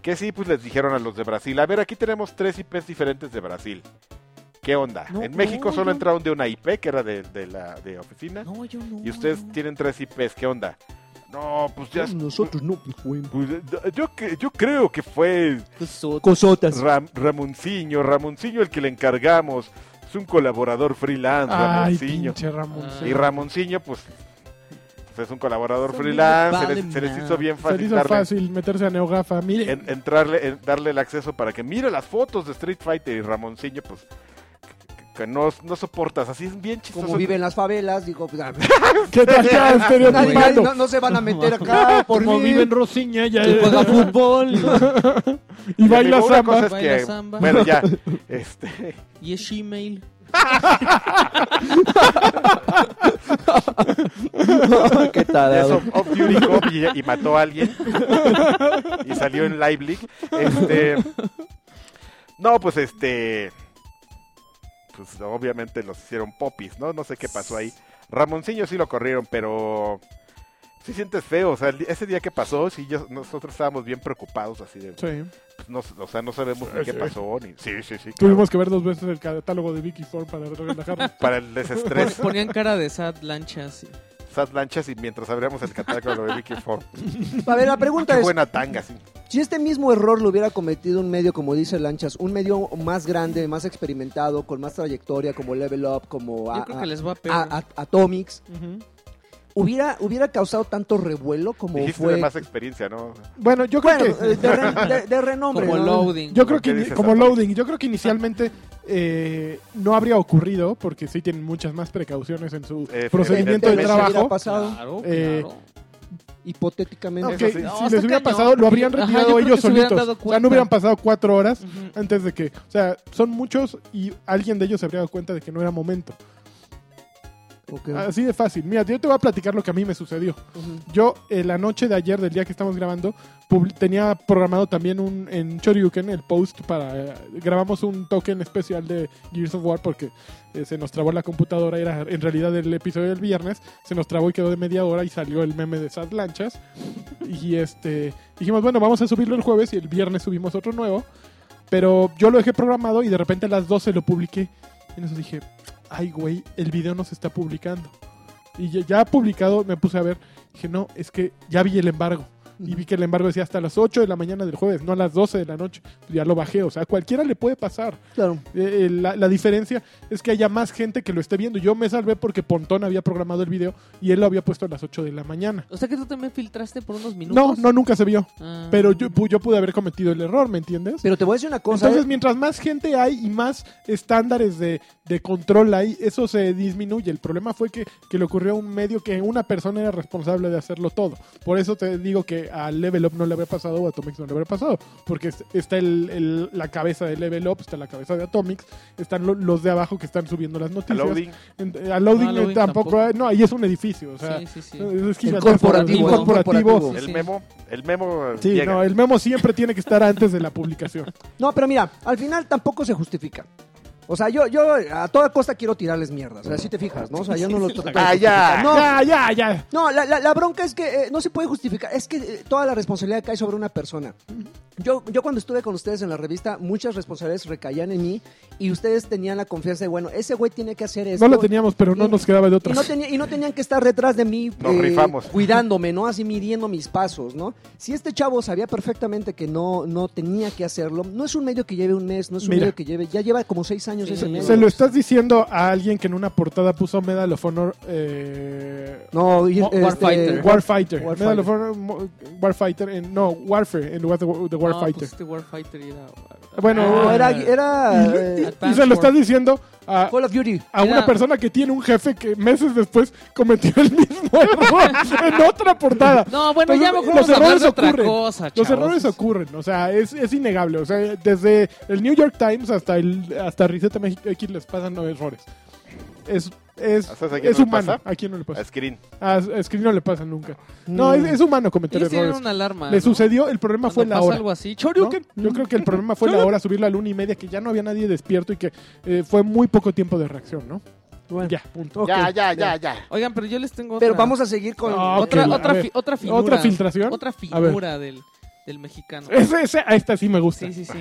Speaker 3: que sí, pues les dijeron a los de Brasil, a ver, aquí tenemos tres IPs diferentes de Brasil. ¿Qué onda?
Speaker 2: No,
Speaker 3: en México
Speaker 2: no,
Speaker 3: solo
Speaker 2: no.
Speaker 3: entraron de una IP que era de, de la de oficina.
Speaker 2: No, yo no.
Speaker 3: Y ustedes
Speaker 2: no.
Speaker 3: tienen tres IPs, ¿qué onda? No, pues ya.
Speaker 1: Nosotros no, pues, güey.
Speaker 3: pues, eh, yo, que- yo creo que fue
Speaker 1: Cosotas.
Speaker 3: Ram- Ramonciño, Ramonciño el que le encargamos. Es un colaborador freelance,
Speaker 4: Ay,
Speaker 3: Ramonciño.
Speaker 4: pinche Ramón.
Speaker 2: Ah.
Speaker 4: sí.
Speaker 3: Y Ramonciño, pues, pues, es un colaborador
Speaker 2: Son
Speaker 3: freelance. Se
Speaker 2: bien
Speaker 3: les, se les
Speaker 2: valen,
Speaker 3: hizo bien
Speaker 4: Se
Speaker 3: fácil,
Speaker 4: le hizo
Speaker 3: darle,
Speaker 4: fácil meterse a Neogafa. Mire,
Speaker 3: en- entrarle, en- darle el acceso para que mire las fotos de Street Fighter y Ramonciño, pues, que, que no, no soportas. Así es bien chistoso.
Speaker 1: Como vive en las favelas, digo, pues, ah,
Speaker 4: ¿qué tal
Speaker 1: nadie-
Speaker 4: acá
Speaker 1: nadie-
Speaker 4: estereotipando?
Speaker 1: no, no se van a meter acá por
Speaker 4: Como
Speaker 1: mí.
Speaker 4: viven Rosiña ya-
Speaker 2: Tú juega fútbol
Speaker 4: y baila
Speaker 3: Digo, una cosa
Speaker 4: samba.
Speaker 3: es
Speaker 2: Baila
Speaker 3: que-
Speaker 2: samba.
Speaker 3: Bueno, ya. Este,
Speaker 2: y es Gmail.
Speaker 1: ¿Qué
Speaker 3: ya es
Speaker 1: tal?
Speaker 3: off- off duty cop y, y mató a alguien. y salió en Live League. Este. No, pues este. Pues obviamente los hicieron popis, ¿no? No sé qué pasó ahí. Ramoncillo sí lo corrieron, pero. Sí sientes feo, o sea, el di- ese día que pasó, sí, yo- nosotros estábamos bien preocupados, así de,
Speaker 4: Sí.
Speaker 3: pues, no, o sea, no sabemos ni
Speaker 4: Sí,
Speaker 3: qué
Speaker 4: sí.
Speaker 3: pasó, ni, sí, sí, sí, claro.
Speaker 4: Tuvimos que ver dos veces el catálogo de Vicky Ford para relajarnos.
Speaker 3: para el desestrés,
Speaker 2: Ponían cara de sad lanchas. y-
Speaker 3: esas lanchas y mientras abríamos el catálogo de Vicky Ford,
Speaker 1: A ver, la pregunta
Speaker 3: qué
Speaker 1: es,
Speaker 3: buena tanga, sí.
Speaker 1: si este mismo error lo hubiera cometido un medio, como dice Lanchas, un medio más grande, más experimentado, con más trayectoria, como Level Up, como a-
Speaker 2: Yo creo que les va peor.
Speaker 4: Ah,
Speaker 1: a- a- a- Atomics,
Speaker 4: Ujú.
Speaker 1: ¿hubiera, hubiera causado tanto revuelo como
Speaker 3: Dijiste
Speaker 1: fue...
Speaker 3: de más experiencia, ¿no?
Speaker 4: Bueno, yo creo
Speaker 1: Bueno,
Speaker 4: que.
Speaker 1: eh, de, re- de- de renombre,
Speaker 2: como
Speaker 1: ¿no?
Speaker 2: loading.
Speaker 4: Yo creo
Speaker 3: ¿Por qué
Speaker 4: que ini-
Speaker 3: dices
Speaker 4: como
Speaker 3: Antonio?
Speaker 4: loading, yo creo que inicialmente eh, no habría ocurrido porque sí tienen muchas más precauciones en su
Speaker 3: Eh,
Speaker 4: procedimiento de
Speaker 1: Pero si hubiera
Speaker 4: trabajo.
Speaker 1: pasado,
Speaker 2: Claro,
Speaker 4: Eh,
Speaker 2: claro.
Speaker 1: hipotéticamente.
Speaker 4: Ok,
Speaker 3: Eso sí.
Speaker 4: si
Speaker 2: No,
Speaker 4: les
Speaker 2: está
Speaker 4: hubiera
Speaker 2: cañón,
Speaker 4: pasado, lo
Speaker 2: porque-
Speaker 4: habrían
Speaker 2: Ajá, yo
Speaker 4: retirado
Speaker 2: creo
Speaker 4: ellos
Speaker 2: que se hubieran
Speaker 4: solitos.
Speaker 2: dado
Speaker 4: o sea, no
Speaker 2: cuenta.
Speaker 4: hubieran pasado cuatro horas
Speaker 2: Ujú.
Speaker 4: antes de que, o sea, son muchos y alguien de ellos se habría dado cuenta de que no era momento.
Speaker 1: Ok.
Speaker 4: Así de fácil. Mira, yo te voy a platicar lo que a mí me sucedió.
Speaker 1: Ujú.
Speaker 4: Yo, eh, la noche de ayer, del día que estamos grabando, publi- tenía programado también un, en Shoryuken el post para. eh, grabamos un token especial de Gears of War porque eh, se nos trabó la computadora. Era en realidad el episodio del viernes. Se nos trabó y quedó de media hora y salió el meme de esas lanchas. Y este. Dijimos, bueno, vamos a subirlo el jueves y el viernes subimos otro nuevo. Pero yo lo dejé programado y de repente a las 12 lo publiqué. Y en eso dije, ay, güey, el video no se está publicando. Y ya, ya publicado, me puse a ver. Dije, no, es que ya vi el embargo. Y vi que el embargo decía hasta las 8 de la mañana del jueves, no a las 12 de la noche. Pues Ya lo bajé, o sea, a cualquiera le puede pasar.
Speaker 1: Claro.
Speaker 4: Eh, eh, la, la diferencia es que haya más gente que lo esté viendo. Yo me salvé porque Pontón había programado el video y él lo había puesto a las 8 de la mañana.
Speaker 2: O sea que tú también filtraste por unos
Speaker 4: No,
Speaker 2: minutos.
Speaker 4: no, nunca se vio.
Speaker 2: Ah.
Speaker 4: Pero yo, pu- yo pude haber cometido el error, ¿me entiendes?
Speaker 1: Pero te voy a decir una cosa.
Speaker 4: Entonces,
Speaker 1: ¿eh?
Speaker 4: mientras más gente hay y más estándares de, de control hay, eso se disminuye. El problema fue que, que le ocurrió a un medio que una persona era responsable de hacerlo todo. Por eso te digo que a Level Up no le habría pasado o a Atomics no le habría pasado. Porque es- está el- el- la cabeza de Level Up, está la cabeza de Atomics, están lo- los de abajo que están subiendo las noticias.
Speaker 3: Loading.
Speaker 4: En- a Loading,
Speaker 2: No, a
Speaker 4: eh,
Speaker 2: Loading
Speaker 4: tampoco.
Speaker 2: tampoco.
Speaker 4: No, ahí es un edificio. O sea, eh,
Speaker 2: Sí, sí, sí.
Speaker 4: es- es gigantesco,
Speaker 1: corporativo,
Speaker 4: el
Speaker 2: ¿no?
Speaker 4: corporativo.
Speaker 2: Sí,
Speaker 3: El
Speaker 2: sí.
Speaker 3: memo, el memo
Speaker 4: Sí,
Speaker 3: llega.
Speaker 4: no, el memo siempre tiene que estar antes de la publicación.
Speaker 1: No, pero mira, al final tampoco se justifica. O sea, yo, yo a toda costa quiero tirarles mierda. O sea, si te fijas, ¿no? O sea, yo no lo trato de
Speaker 3: Ah, ya.
Speaker 1: justificar. No,
Speaker 4: Ya, ya, ya.
Speaker 1: no la, la- la bronca es que eh, no se puede justificar. Es que eh, toda la responsabilidad cae sobre una persona. Yo, yo cuando estuve con ustedes en la revista, muchas responsabilidades recaían en mí y ustedes tenían la confianza de, bueno, ese güey tiene que hacer esto.
Speaker 4: No lo teníamos, pero no
Speaker 1: Y-
Speaker 4: nos quedaba de otra.
Speaker 1: Y no, tenía- y no tenían que estar detrás de mí eh,
Speaker 3: Nos rifamos.
Speaker 1: cuidándome, ¿no? Así midiendo mis pasos, ¿no? Si este chavo sabía perfectamente que no, no tenía que hacerlo, no es un medio que lleve un mes, no es un
Speaker 4: Mira.
Speaker 1: medio que lleve, ya lleva como seis años
Speaker 2: Sí,
Speaker 1: ese
Speaker 2: se
Speaker 1: medio.
Speaker 4: Se lo estás diciendo a alguien que en una portada puso Medal of Honor eh,
Speaker 1: No, y-
Speaker 2: Wa-
Speaker 1: este,
Speaker 2: Warfighter.
Speaker 4: Warfighter.
Speaker 1: Warfighter.
Speaker 4: Medal of Honor mo- Warfighter en, no, Warfare en lugar de, de
Speaker 2: No,
Speaker 4: Warfighter.
Speaker 2: pues este Warfighter era-
Speaker 4: Bueno,
Speaker 1: No,
Speaker 2: Ah,
Speaker 1: pues, era,
Speaker 4: y,
Speaker 1: era eh,
Speaker 4: y se
Speaker 2: Advanced
Speaker 4: lo estás
Speaker 2: War.
Speaker 4: diciendo a,
Speaker 1: Call of Duty.
Speaker 4: a una
Speaker 2: Era-
Speaker 4: persona que tiene un jefe que meses después cometió el mismo error en otra portada.
Speaker 2: No, bueno,
Speaker 4: Entonces,
Speaker 2: ya mejor
Speaker 4: los
Speaker 2: vamos a hablar
Speaker 4: errores
Speaker 2: de otra
Speaker 4: ocurren.
Speaker 2: cosa,
Speaker 4: Los
Speaker 2: Ah, chavos.
Speaker 4: errores ocurren, o sea, es, es innegable. O sea, desde el New York Times hasta el hasta Riseta México X les pasan no errores. Es, es,
Speaker 3: ¿Sabes a quién
Speaker 4: es
Speaker 3: no le
Speaker 4: humano.
Speaker 3: pasa?
Speaker 4: ¿A quién no le
Speaker 3: A
Speaker 4: pasa?
Speaker 3: Screen.
Speaker 4: A, a Screen no le pasa nunca. No, es, es humano cometer
Speaker 2: Mm. Ellos tienen
Speaker 4: errores.
Speaker 2: una alarma.
Speaker 4: Le
Speaker 2: ¿no?
Speaker 4: sucedió, el problema
Speaker 2: Cuando
Speaker 4: fue la
Speaker 2: pasa
Speaker 4: hora.
Speaker 2: algo así.
Speaker 4: ¿no?
Speaker 2: Choryuken.
Speaker 4: Yo creo que el problema fue la hora, subirlo a la una y media, que ya no había nadie despierto y que eh, fue muy poco tiempo de reacción, ¿no?
Speaker 1: Bueno,
Speaker 4: Ya, punto.
Speaker 1: ok.
Speaker 3: Ya, ya, ya, ya.
Speaker 2: Oigan, pero yo les tengo otra.
Speaker 1: Pero vamos a seguir con...
Speaker 4: Ah, ok.
Speaker 2: otra,
Speaker 4: a
Speaker 2: otra,
Speaker 4: ver.
Speaker 2: fi- otra figura.
Speaker 4: ¿Otra filtración?
Speaker 2: Otra
Speaker 4: A ver.
Speaker 2: figura del, del mexicano.
Speaker 4: Ese, ese- a esta sí me gusta.
Speaker 2: Sí, sí, sí.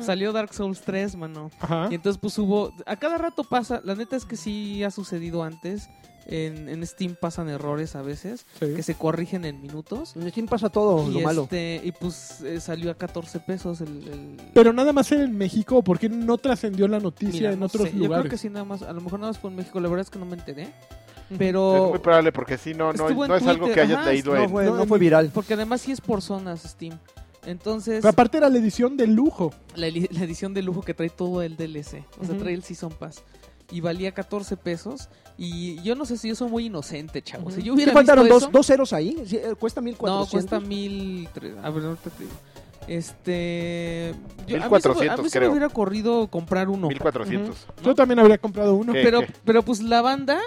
Speaker 2: Salió Dark Souls 3, mano.
Speaker 4: Ajá.
Speaker 2: Y entonces pues hubo... A cada rato pasa. La neta es que sí ha sucedido antes. En, en Steam pasan errores a veces que se corrigen en minutos.
Speaker 1: En Steam pasa todo
Speaker 2: y,
Speaker 1: lo malo.
Speaker 2: este, y pues eh, salió a 14 pesos el... el-
Speaker 4: Pero nada más era en México, ¿por qué no trascendió la noticia
Speaker 2: Mira,
Speaker 4: en
Speaker 2: no
Speaker 4: otros
Speaker 2: sé, Yo creo que
Speaker 4: lugares?
Speaker 2: sí, nada más. A lo mejor nada más fue en México. La verdad es que no me enteré.
Speaker 4: Ujú.
Speaker 3: Es
Speaker 2: Pero...
Speaker 3: muy probable porque si no, no,
Speaker 2: Oh. Estuvo en
Speaker 3: no es algo que
Speaker 2: Twitter,
Speaker 3: hayas
Speaker 2: ajá,
Speaker 3: leído
Speaker 2: no
Speaker 3: en...
Speaker 1: Fue-
Speaker 2: no,
Speaker 1: no fue viral.
Speaker 2: Porque además sí es por zonas Steam. Entonces,
Speaker 4: Pero aparte era la edición de lujo.
Speaker 2: la, eli- la edición de lujo que trae todo el DLC. O sea,
Speaker 4: Ujú.
Speaker 2: trae el Season Pass. Y valía 14 pesos. Y yo no sé si yo soy muy inocente, chavo.
Speaker 4: Ujú.
Speaker 2: Si yo
Speaker 1: ¿Qué
Speaker 2: hubiera
Speaker 1: faltaron
Speaker 2: visto
Speaker 1: dos,
Speaker 2: eso-
Speaker 1: dos ceros ahí? Sí, eh, cuesta 1400.
Speaker 2: No, cuesta mil... tre- A ver, ahorita te digo. Este... yo- a mí se me- a
Speaker 3: 1400
Speaker 2: mí se me
Speaker 3: creo.
Speaker 2: hubiera corrido comprar uno.
Speaker 3: 1400.
Speaker 4: Yo también habría comprado uno.
Speaker 3: ¿Qué?
Speaker 2: pero, pero pues la banda...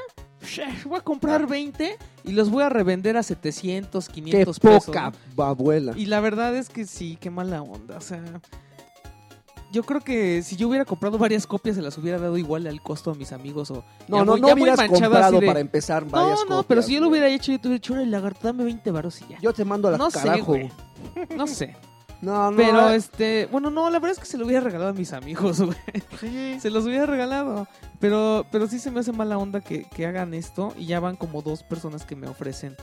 Speaker 2: Voy a comprar 20 y los voy a revender a 700,
Speaker 1: Qué
Speaker 2: 500 pesos.
Speaker 1: poca babuela.
Speaker 2: Y la verdad es que sí, qué mala onda. O sea, yo creo que si yo hubiera comprado varias copias, se las hubiera dado igual al costo a mis amigos. O
Speaker 1: No,
Speaker 2: ya
Speaker 1: no,
Speaker 2: muy-
Speaker 1: no
Speaker 2: ya muy
Speaker 1: hubieras
Speaker 2: manchado
Speaker 1: comprado
Speaker 2: así de-
Speaker 1: para empezar
Speaker 2: No,
Speaker 1: varias
Speaker 2: no,
Speaker 1: copias,
Speaker 2: pero si yo lo
Speaker 1: güey.
Speaker 2: hubiera hecho, yo te hubiera dicho, "Órale, lagarto, dame 20 varos y ya.
Speaker 1: Yo te mando a la
Speaker 2: No sé,
Speaker 1: carajo.
Speaker 2: güey. No sé.
Speaker 1: no, no.
Speaker 2: pero
Speaker 1: eh,
Speaker 2: este, bueno, no, la verdad es que se lo hubiera regalado a mis amigos, güey.
Speaker 3: Sí.
Speaker 2: Se los hubiera regalado. Pero, pero sí se me hace mala onda que, que hagan esto y ya van como dos personas que me ofrecen.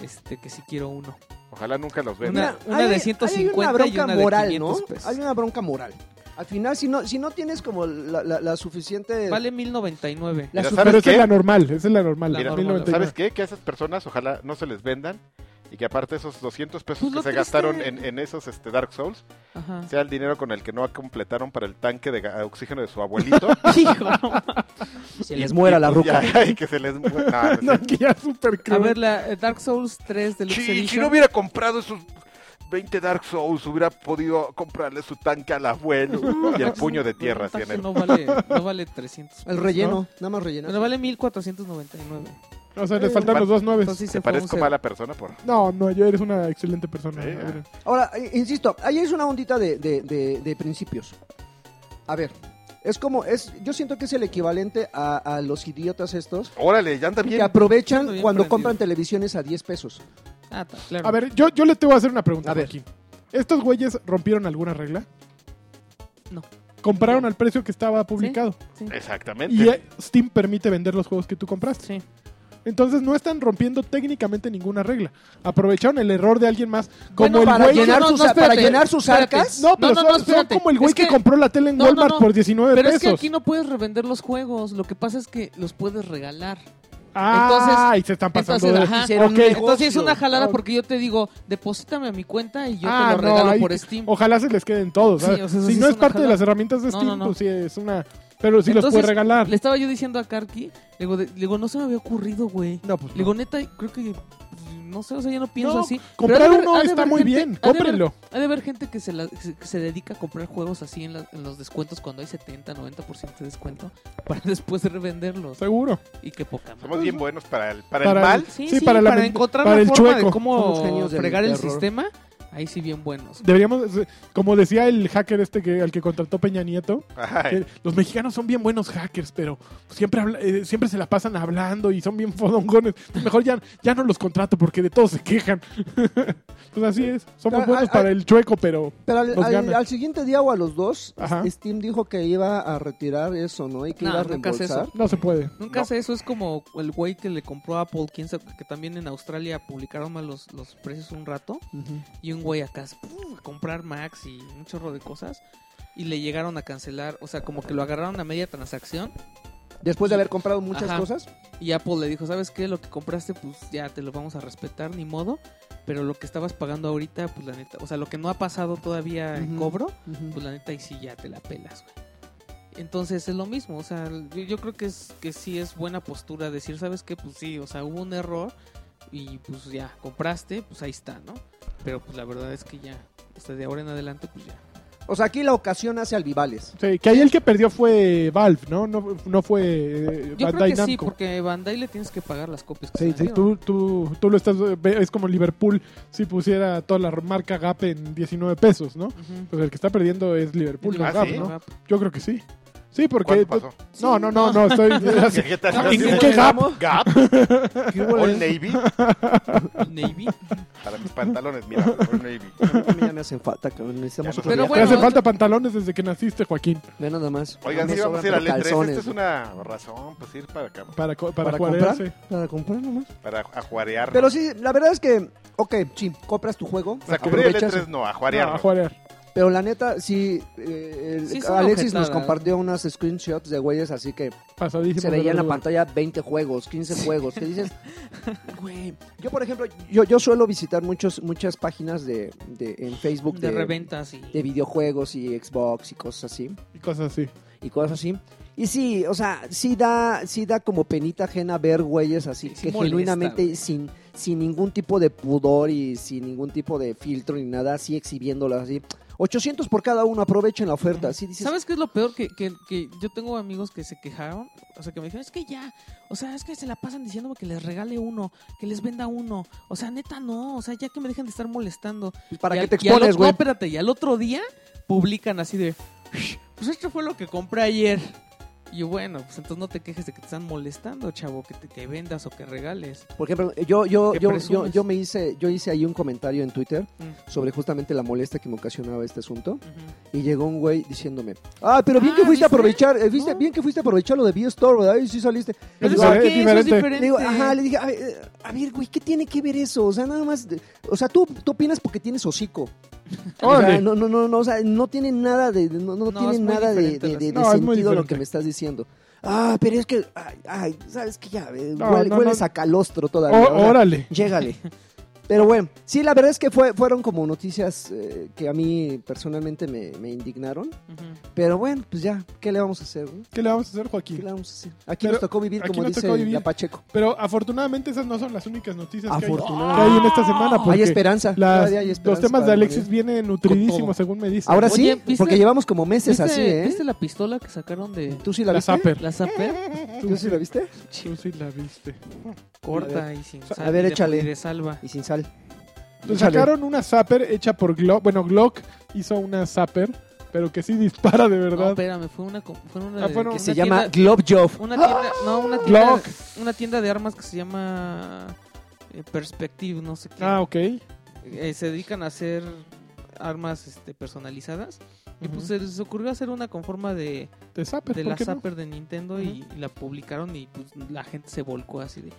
Speaker 2: Este, que si quiero uno.
Speaker 3: Ojalá nunca los
Speaker 2: una-
Speaker 3: vean.
Speaker 2: una
Speaker 1: hay-
Speaker 2: de
Speaker 1: hay
Speaker 2: 150 y
Speaker 1: bronca
Speaker 2: una de
Speaker 1: moral,
Speaker 2: 500
Speaker 1: ¿no?
Speaker 2: pesos.
Speaker 1: Hay una bronca moral. Al final, si no, si no tienes como la, la- la suficiente...
Speaker 2: Vale 1099.
Speaker 1: la
Speaker 3: Mira,
Speaker 1: su-
Speaker 3: ¿sabes
Speaker 4: Pero esa es
Speaker 3: qué?
Speaker 4: la normal, esa es la normal.
Speaker 2: La
Speaker 4: la
Speaker 2: normal.
Speaker 4: 1099.
Speaker 3: ¿Sabes qué? Que a esas personas ojalá no se les vendan y que aparte esos 200 pesos
Speaker 2: Pues
Speaker 3: que
Speaker 2: lo
Speaker 3: se
Speaker 2: triste-
Speaker 3: gastaron en, en esos este, Dark Souls
Speaker 2: Ajá.
Speaker 3: sea el dinero con el que no completaron para el tanque de ga- oxígeno de su abuelito.
Speaker 2: Hijo, no ma-
Speaker 1: Se les muera la ruca.
Speaker 3: Ya, y que se les mu- no, no
Speaker 4: No,
Speaker 3: sé.
Speaker 4: que ya es súper
Speaker 2: A
Speaker 4: cruel.
Speaker 2: ver, la eh, Dark Souls 3 Deluxe
Speaker 3: Si, si
Speaker 2: Edition.
Speaker 3: no hubiera comprado esos 20 Dark Souls, hubiera podido comprarle su tanque al abuelo y el puño de tierra.
Speaker 2: Resulta
Speaker 3: así en
Speaker 2: que
Speaker 3: el-
Speaker 2: no vale, no vale 300.
Speaker 1: El relleno, nada más relleno.
Speaker 2: Pero vale 1499.
Speaker 4: O sea, les faltan los dos
Speaker 1: Pues,
Speaker 4: nueves.
Speaker 2: eh, Entonces sí se
Speaker 3: Te
Speaker 2: fue un
Speaker 3: parezco
Speaker 2: cero.
Speaker 3: mala persona por...
Speaker 4: No, no, yo eres una excelente persona.
Speaker 3: Sí,
Speaker 4: Adrián.
Speaker 1: Ahora, eh, insisto, ahí es una ondita de, de- de- de principios. A ver, es como, es, yo siento que es el equivalente a, a los idiotas estos
Speaker 3: Órale, ya anda
Speaker 1: que
Speaker 3: bien.
Speaker 1: aprovechan
Speaker 2: Ando bien
Speaker 1: cuando
Speaker 2: prendido.
Speaker 1: compran televisiones a 10 pesos.
Speaker 2: Ah, ta, claro.
Speaker 4: A ver, yo, yo le te voy a hacer una pregunta,
Speaker 1: A ver.
Speaker 4: Joaquín. ¿Estos güeyes rompieron alguna regla?
Speaker 2: No.
Speaker 4: Compraron
Speaker 2: No.
Speaker 4: al precio que estaba publicado.
Speaker 2: Sí.
Speaker 3: Exactamente.
Speaker 4: Y eh, Steam permite vender los juegos que tú compraste.
Speaker 2: Sí.
Speaker 4: Entonces no están rompiendo técnicamente ninguna regla. Aprovecharon el error de alguien más. Como
Speaker 1: Bueno,
Speaker 4: el
Speaker 1: para
Speaker 4: güey.
Speaker 1: llenar sus- para
Speaker 2: espérate,
Speaker 1: llenar sus
Speaker 2: espérate.
Speaker 1: arcas.
Speaker 4: No, pero son, son
Speaker 2: espérate.
Speaker 4: como el güey
Speaker 2: Es
Speaker 4: que, compró la tele en
Speaker 2: No, no,
Speaker 4: Walmart
Speaker 2: no.
Speaker 4: por 19
Speaker 2: Pero es
Speaker 4: pesos.
Speaker 2: que aquí no puedes revender los juegos. Lo que pasa es que los puedes regalar.
Speaker 4: Ah, y se están pasando.
Speaker 2: Entonces,
Speaker 4: de-
Speaker 2: ajá.
Speaker 1: Hicieron un
Speaker 4: ok.
Speaker 1: negocio.
Speaker 2: Entonces es una jalada
Speaker 4: Ok.
Speaker 2: porque yo te digo, deposítame a mi cuenta y yo
Speaker 4: Ah,
Speaker 2: te lo
Speaker 4: no,
Speaker 2: regalo
Speaker 4: ahí-
Speaker 2: por Steam.
Speaker 4: Ojalá se les queden todos.
Speaker 2: Sí,
Speaker 4: ¿sabes?
Speaker 2: o sea, eso
Speaker 4: si
Speaker 2: sí
Speaker 4: no
Speaker 2: es
Speaker 4: es
Speaker 2: una
Speaker 4: parte de
Speaker 2: jalada.
Speaker 4: las herramientas de
Speaker 2: No,
Speaker 4: Steam,
Speaker 2: no, no.
Speaker 4: pues sí es una. Pero sí los
Speaker 2: Entonces,
Speaker 4: puede regalar.
Speaker 2: Le estaba yo diciendo a Karki, le digo, de- le digo, no se me había ocurrido, güey.
Speaker 4: No, pues
Speaker 2: Le digo, neta, creo que. No sé, o sea, yo no pienso
Speaker 4: No,
Speaker 2: así.
Speaker 4: comprar
Speaker 2: Pero ha de haber-
Speaker 4: uno
Speaker 2: ha de
Speaker 4: está
Speaker 2: haber
Speaker 4: muy
Speaker 2: gente-
Speaker 4: bien,
Speaker 2: ha de haber-
Speaker 4: cómprenlo.
Speaker 2: Ha de haber gente que se, la- que se- que se dedica a comprar juegos así en, la- en los descuentos cuando hay 70, 90% de descuento para después revenderlos.
Speaker 4: Seguro.
Speaker 2: Y qué poca madre.
Speaker 3: Somos bien buenos para el, para
Speaker 4: Para
Speaker 3: el
Speaker 4: el-
Speaker 3: mal.
Speaker 2: Sí,
Speaker 4: Sí,
Speaker 2: sí,
Speaker 4: para
Speaker 2: para,
Speaker 4: la men-
Speaker 2: encontrar
Speaker 4: para
Speaker 2: la
Speaker 4: el
Speaker 2: forma
Speaker 4: chueco.
Speaker 2: de
Speaker 1: Somos
Speaker 2: cómo
Speaker 1: genios del
Speaker 2: fregar el
Speaker 1: terror.
Speaker 2: sistema, ahí sí bien buenos.
Speaker 4: Deberíamos, como decía el hacker este que al que contrató Peña Nieto,
Speaker 3: Ay,
Speaker 4: que los mexicanos son bien buenos hackers, pero siempre habla- eh, siempre se la pasan hablando y son bien fodongones. Mejor ya, ya no los contrato porque de todos se quejan. pues así es, somos
Speaker 1: Ah, ah,
Speaker 4: buenos
Speaker 1: ah.
Speaker 4: para el chueco, pero
Speaker 1: Pero al,
Speaker 4: Los
Speaker 2: Pues
Speaker 1: al-
Speaker 4: ganan.
Speaker 1: al siguiente día o a los dos,
Speaker 4: Ajá.
Speaker 1: Steam dijo que iba a retirar eso, ¿no? Y que
Speaker 2: No,
Speaker 1: iba a
Speaker 2: nunca hace
Speaker 1: reembolsar.
Speaker 4: no se puede.
Speaker 2: Nunca
Speaker 3: No.
Speaker 2: sé, eso es como el güey que le compró a Apple, quién sabe, que también en Australia publicaron mal los, los precios un rato.
Speaker 1: Ujú.
Speaker 2: Y un güey acá ¡pum! a comprar Max y un chorro de cosas. Y le llegaron a cancelar, o sea, como que lo agarraron a media transacción.
Speaker 1: Después de haber comprado muchas
Speaker 2: Ajá.
Speaker 1: cosas.
Speaker 2: Y Apple le dijo, ¿sabes qué? Lo que compraste, pues ya te lo vamos a respetar, ni modo. Pero lo que estabas pagando ahorita, pues la neta, o sea, lo que no ha pasado todavía en
Speaker 1: Ujú.
Speaker 2: cobro,
Speaker 1: Ujú.
Speaker 2: pues la neta y sí ya te la pelas, güey. Entonces es lo mismo, o sea, yo, yo creo que es que sí es buena postura decir, ¿sabes qué? Pues sí, o sea, hubo un error y pues ya compraste, pues ahí está, ¿no? Pero pues la verdad es que ya hasta de ahora en adelante pues ya.
Speaker 1: O sea, aquí la ocasión hace al Vivales.
Speaker 4: Sí, que ahí el que perdió fue Valve, ¿no? No, no fue eh,
Speaker 2: Yo creo
Speaker 4: Bandai
Speaker 2: que sí,
Speaker 4: Namco.
Speaker 2: porque Bandai le tienes que pagar las copias. que
Speaker 4: Sí,
Speaker 2: se
Speaker 4: sí,
Speaker 2: vendieron.
Speaker 4: tú, tú, tú lo estás. ve- Es como Liverpool si pusiera toda la marca Gap en 19 pesos, ¿no?
Speaker 2: Ujú.
Speaker 4: Pues el que está perdiendo es Liverpool, no
Speaker 3: Ah,
Speaker 4: Gap,
Speaker 3: ¿sí?
Speaker 4: ¿no? Yo creo que sí. Sí, porque...
Speaker 3: ¿Cuánto pasó?
Speaker 4: No, no, no, no, estoy...
Speaker 3: ¿Qué, qué
Speaker 2: Ah,
Speaker 3: tal?
Speaker 4: ¿En
Speaker 3: ¿Qué-
Speaker 4: qué gap?
Speaker 3: Gap,
Speaker 1: ¿Qué hubo?
Speaker 3: All Navy,
Speaker 2: Navy.
Speaker 3: para mis pantalones, mira, All Navy.
Speaker 1: A mí ya me hacen falta, cabrón. Necesitamos
Speaker 3: Ya nos
Speaker 1: otro
Speaker 2: Pero
Speaker 1: viaje.
Speaker 4: Te
Speaker 2: bueno,
Speaker 4: hace falta pantalones desde que naciste, Joaquín.
Speaker 1: Ve nada más.
Speaker 3: Oigan,
Speaker 1: No
Speaker 3: sí,
Speaker 1: me
Speaker 3: vamos a ir
Speaker 1: sobran,
Speaker 3: al
Speaker 1: pero
Speaker 3: E3,
Speaker 1: calzones.
Speaker 3: esta es una razón, pues ir para acá,
Speaker 4: Para, co- para,
Speaker 1: para
Speaker 4: jugarearse.
Speaker 1: comprar, para comprar nomás.
Speaker 3: para ajuarear.
Speaker 1: Pero sí, la verdad es que, ok, sí, compras tu juego,
Speaker 3: o sea, cubrir el E
Speaker 1: aprovechas,
Speaker 3: E3 no,
Speaker 4: No, a
Speaker 3: ajuarear.
Speaker 4: jugarear.
Speaker 1: pero la neta, sí, eh, el-
Speaker 2: Sí, es una
Speaker 1: Alexis nos
Speaker 2: ojetada.
Speaker 1: compartió unas screenshots de güeyes, así que
Speaker 4: Pasadísimo.
Speaker 1: se
Speaker 4: de
Speaker 1: veía en la
Speaker 4: verdad.
Speaker 1: pantalla 20 juegos, 15 juegos, que dices, güey, yo por ejemplo, yo, yo suelo visitar muchos, muchas páginas de, de- en Facebook
Speaker 2: De reventas y.
Speaker 1: de videojuegos y Xbox y cosas así.
Speaker 4: Y cosas así.
Speaker 1: y cosas así. Y sí, o sea, sí da, sí da como penita ajena ver güeyes así
Speaker 2: Sí, sí
Speaker 1: que
Speaker 2: molesta,
Speaker 1: genuinamente
Speaker 2: güey.
Speaker 1: sin, sin ningún tipo de pudor y sin ningún tipo de filtro ni nada, así exhibiéndolas así. 800 por cada uno, aprovechen la oferta. Así dices,
Speaker 2: ¿Sabes qué es lo peor? Que, que, que yo tengo amigos que se quejaron, o sea, que me dijeron, es que ya, o sea, es que se la pasan diciéndome que les regale uno, que les venda uno, o sea, neta no, o sea, ya que me dejen de estar molestando.
Speaker 1: "Pues, ¿para
Speaker 2: Y
Speaker 1: qué
Speaker 2: al-
Speaker 1: te
Speaker 2: y al
Speaker 1: expones,
Speaker 2: otro- No,
Speaker 1: güey?
Speaker 2: espérate, y al otro día publican así de, "Shh, pues esto fue lo que compré ayer. Y yo, bueno, pues entonces no te quejes de que te están molestando, chavo, que, te, que vendas o que regales.
Speaker 1: Por ejemplo, yo, yo,
Speaker 2: ¿Qué
Speaker 1: yo, yo,
Speaker 2: presumes?
Speaker 1: yo me hice, yo hice ahí un comentario en Twitter
Speaker 2: Mm,
Speaker 1: sobre justamente la molestia que me ocasionaba este asunto.
Speaker 2: ujú.
Speaker 1: Y llegó un güey diciéndome, ah, pero bien
Speaker 2: Ah,
Speaker 1: que fuiste a
Speaker 2: ¿viste?
Speaker 1: aprovechar, eh, ¿viste?
Speaker 2: No.
Speaker 1: bien que fuiste a aprovechar lo de B-Store, ¿verdad? Y sí saliste.
Speaker 2: Pero
Speaker 4: Es
Speaker 2: eso,
Speaker 4: diferente,
Speaker 2: ¿qué? Eso es
Speaker 4: diferente.
Speaker 1: Le
Speaker 2: diferente.
Speaker 1: digo, ajá, le dije, a ver, eh, a ver, güey, ¿qué tiene que ver eso? O sea, nada más, de- o sea, tú, tú opinas porque tienes hocico. O sea,
Speaker 4: Órale.
Speaker 1: no, no, no, no, o sea, no tiene nada de, no, no
Speaker 2: No,
Speaker 1: tiene
Speaker 2: es muy
Speaker 1: nada de,
Speaker 2: diferente
Speaker 1: de- de-
Speaker 2: las-
Speaker 1: de
Speaker 4: No, es muy
Speaker 1: sentido lo
Speaker 4: diferente.
Speaker 1: que me estás diciendo. Ah, pero es que, ay, ay, sabes que ya, eh,
Speaker 4: No,
Speaker 1: huele-
Speaker 4: no,
Speaker 1: hueles
Speaker 4: no.
Speaker 1: a calostro todavía.
Speaker 4: Ó-
Speaker 1: o sea,
Speaker 4: órale.
Speaker 1: Llégale. Pero bueno, sí, la verdad es que fue, fueron como noticias eh, que a mí personalmente me, me indignaron.
Speaker 2: Ujú.
Speaker 1: Pero bueno, pues ya, ¿qué le vamos a hacer? güey?
Speaker 4: ¿Qué le vamos a hacer,
Speaker 1: ¿Qué
Speaker 4: Joaquín?
Speaker 1: le vamos a hacer? Aquí
Speaker 4: Pero
Speaker 1: nos tocó vivir,
Speaker 4: aquí
Speaker 1: como
Speaker 4: nos
Speaker 1: dice
Speaker 4: tocó vivir.
Speaker 1: la Pacheco.
Speaker 4: Pero afortunadamente esas no son las únicas noticias que hay,
Speaker 1: Afortunadamente.
Speaker 4: que hay en esta semana.
Speaker 1: Hay
Speaker 4: Porque
Speaker 1: esperanza.
Speaker 4: las-
Speaker 1: todavía hay
Speaker 4: los
Speaker 1: esperanza
Speaker 4: temas
Speaker 1: para
Speaker 4: de
Speaker 1: la
Speaker 4: Alexis
Speaker 1: humanidad.
Speaker 4: vienen
Speaker 1: Con todo.
Speaker 4: nutridísimos, según me dicen.
Speaker 1: Ahora
Speaker 2: Oye,
Speaker 1: sí,
Speaker 2: ¿viste?
Speaker 1: porque llevamos como meses
Speaker 2: ¿Viste,
Speaker 1: así, ¿eh?
Speaker 2: viste la pistola que sacaron de
Speaker 1: ¿Tú sí la
Speaker 4: la
Speaker 1: viste?
Speaker 4: Zapper.
Speaker 2: la Zapper?
Speaker 1: ¿Tú sí la viste?
Speaker 4: Tú sí la viste.
Speaker 2: Corta y sin sal.
Speaker 1: a ver,
Speaker 2: y de-
Speaker 1: échale.
Speaker 2: y de salva.
Speaker 1: Y sin sal.
Speaker 4: Pues sacaron una Zapper hecha por Glock. Bueno, Glock hizo una Zapper, pero que sí dispara de
Speaker 2: No,
Speaker 4: verdad.
Speaker 2: espérame, fue una, co- fue una
Speaker 4: Ah,
Speaker 2: de-
Speaker 4: fueron-
Speaker 2: que
Speaker 1: Que se
Speaker 2: una
Speaker 1: llama
Speaker 2: tienda-
Speaker 1: Globjob.
Speaker 2: una tienda, no, una tienda,
Speaker 4: Glock.
Speaker 2: una tienda de armas que se llama eh, Perspective, no sé qué.
Speaker 4: Ah, ok.
Speaker 2: Eh, se dedican a hacer armas este, personalizadas. Y pues
Speaker 4: Ujú.
Speaker 2: se les ocurrió hacer una con forma de,
Speaker 4: De Zapper,
Speaker 2: de
Speaker 4: ¿por
Speaker 2: la
Speaker 4: qué no?
Speaker 2: Zapper de Nintendo y, y la publicaron y pues, la gente se volcó así de...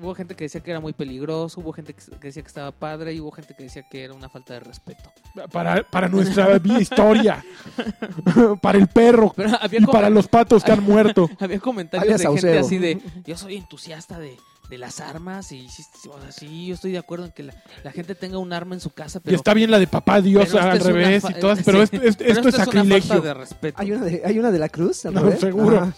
Speaker 2: Hubo gente que decía que era muy peligroso, hubo gente que que decía que estaba padre y hubo gente que decía que era una falta de respeto.
Speaker 4: Para, para nuestra vi- historia. para el perro.
Speaker 2: Pero había
Speaker 4: Y
Speaker 2: como-
Speaker 4: para los patos que han muerto.
Speaker 2: Había comentarios
Speaker 1: Alias
Speaker 2: de gente
Speaker 1: Saucedo.
Speaker 2: así de yo soy entusiasta de, de las armas y sí, sí, o sea, sí, yo estoy de acuerdo en que la, la gente tenga un arma en su casa,
Speaker 4: Y
Speaker 2: pero,
Speaker 4: está bien la de papá Dios
Speaker 2: pero
Speaker 4: al
Speaker 2: esto es una
Speaker 4: revés
Speaker 2: fa- eh,
Speaker 4: y todas, pero
Speaker 2: sí,
Speaker 4: esto, esto-
Speaker 2: pero
Speaker 4: esto es
Speaker 2: una
Speaker 4: sacrilegio.
Speaker 2: falta de respeto.
Speaker 1: Hay una de, hay una de la cruz, Ah, al
Speaker 4: No,
Speaker 1: revés.
Speaker 4: seguro.
Speaker 1: Ajá.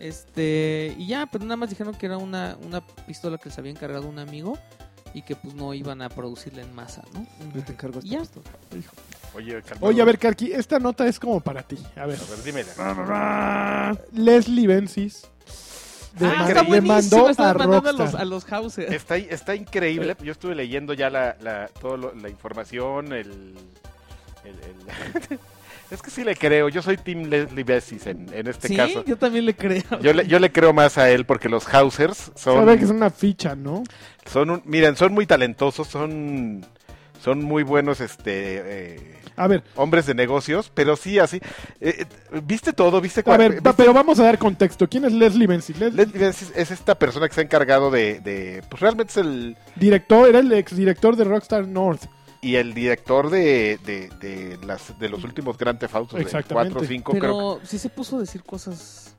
Speaker 2: Este, y ya, pero nada más dijeron que era una, una pistola que les había encargado un amigo y que pues no iban a producirla en masa, ¿no?
Speaker 1: Yo te encargo esta
Speaker 2: Ya. Ah,
Speaker 1: pistola.
Speaker 3: Oye, Calderón,
Speaker 4: Oye, a ver, Karki, esta nota es como para ti. A ver.
Speaker 3: a ver, dímela.
Speaker 4: Leslie Bensis
Speaker 2: ah,
Speaker 4: demandó
Speaker 2: está buenísimo,
Speaker 4: a
Speaker 2: estás mandando a los,
Speaker 4: Rockstar.
Speaker 2: a los houses.
Speaker 3: Está, in- está increíble. Yo estuve leyendo ya la, la, todo lo- la información, el... el- el- es que sí le creo. Yo soy Tim Leslie Bessis en, en este
Speaker 2: sí,
Speaker 3: caso.
Speaker 2: yo también le creo.
Speaker 3: Yo le, yo le creo más a él porque los Hausers son...
Speaker 4: Sabe que es una ficha, ¿no?
Speaker 3: son un- miren, son muy talentosos, son, son muy buenos este eh,
Speaker 4: A ver,
Speaker 3: hombres de negocios, pero sí así. eh, eh, ¿Viste todo? ¿Viste
Speaker 4: a
Speaker 3: cuál-
Speaker 4: ver,
Speaker 3: viste-
Speaker 4: va- pero vamos a dar contexto. ¿Quién es Leslie Bensis? Les-
Speaker 3: Leslie Benzies es esta persona que se ha encargado de, de- Pues realmente es el.
Speaker 4: director, era el exdirector de Rockstar North.
Speaker 3: Y el director de, de, de las, de los últimos Grand Theft Autos, del
Speaker 4: Exactamente.
Speaker 3: 4 o 5, creo.
Speaker 2: Pero sí se puso a decir cosas
Speaker 3: que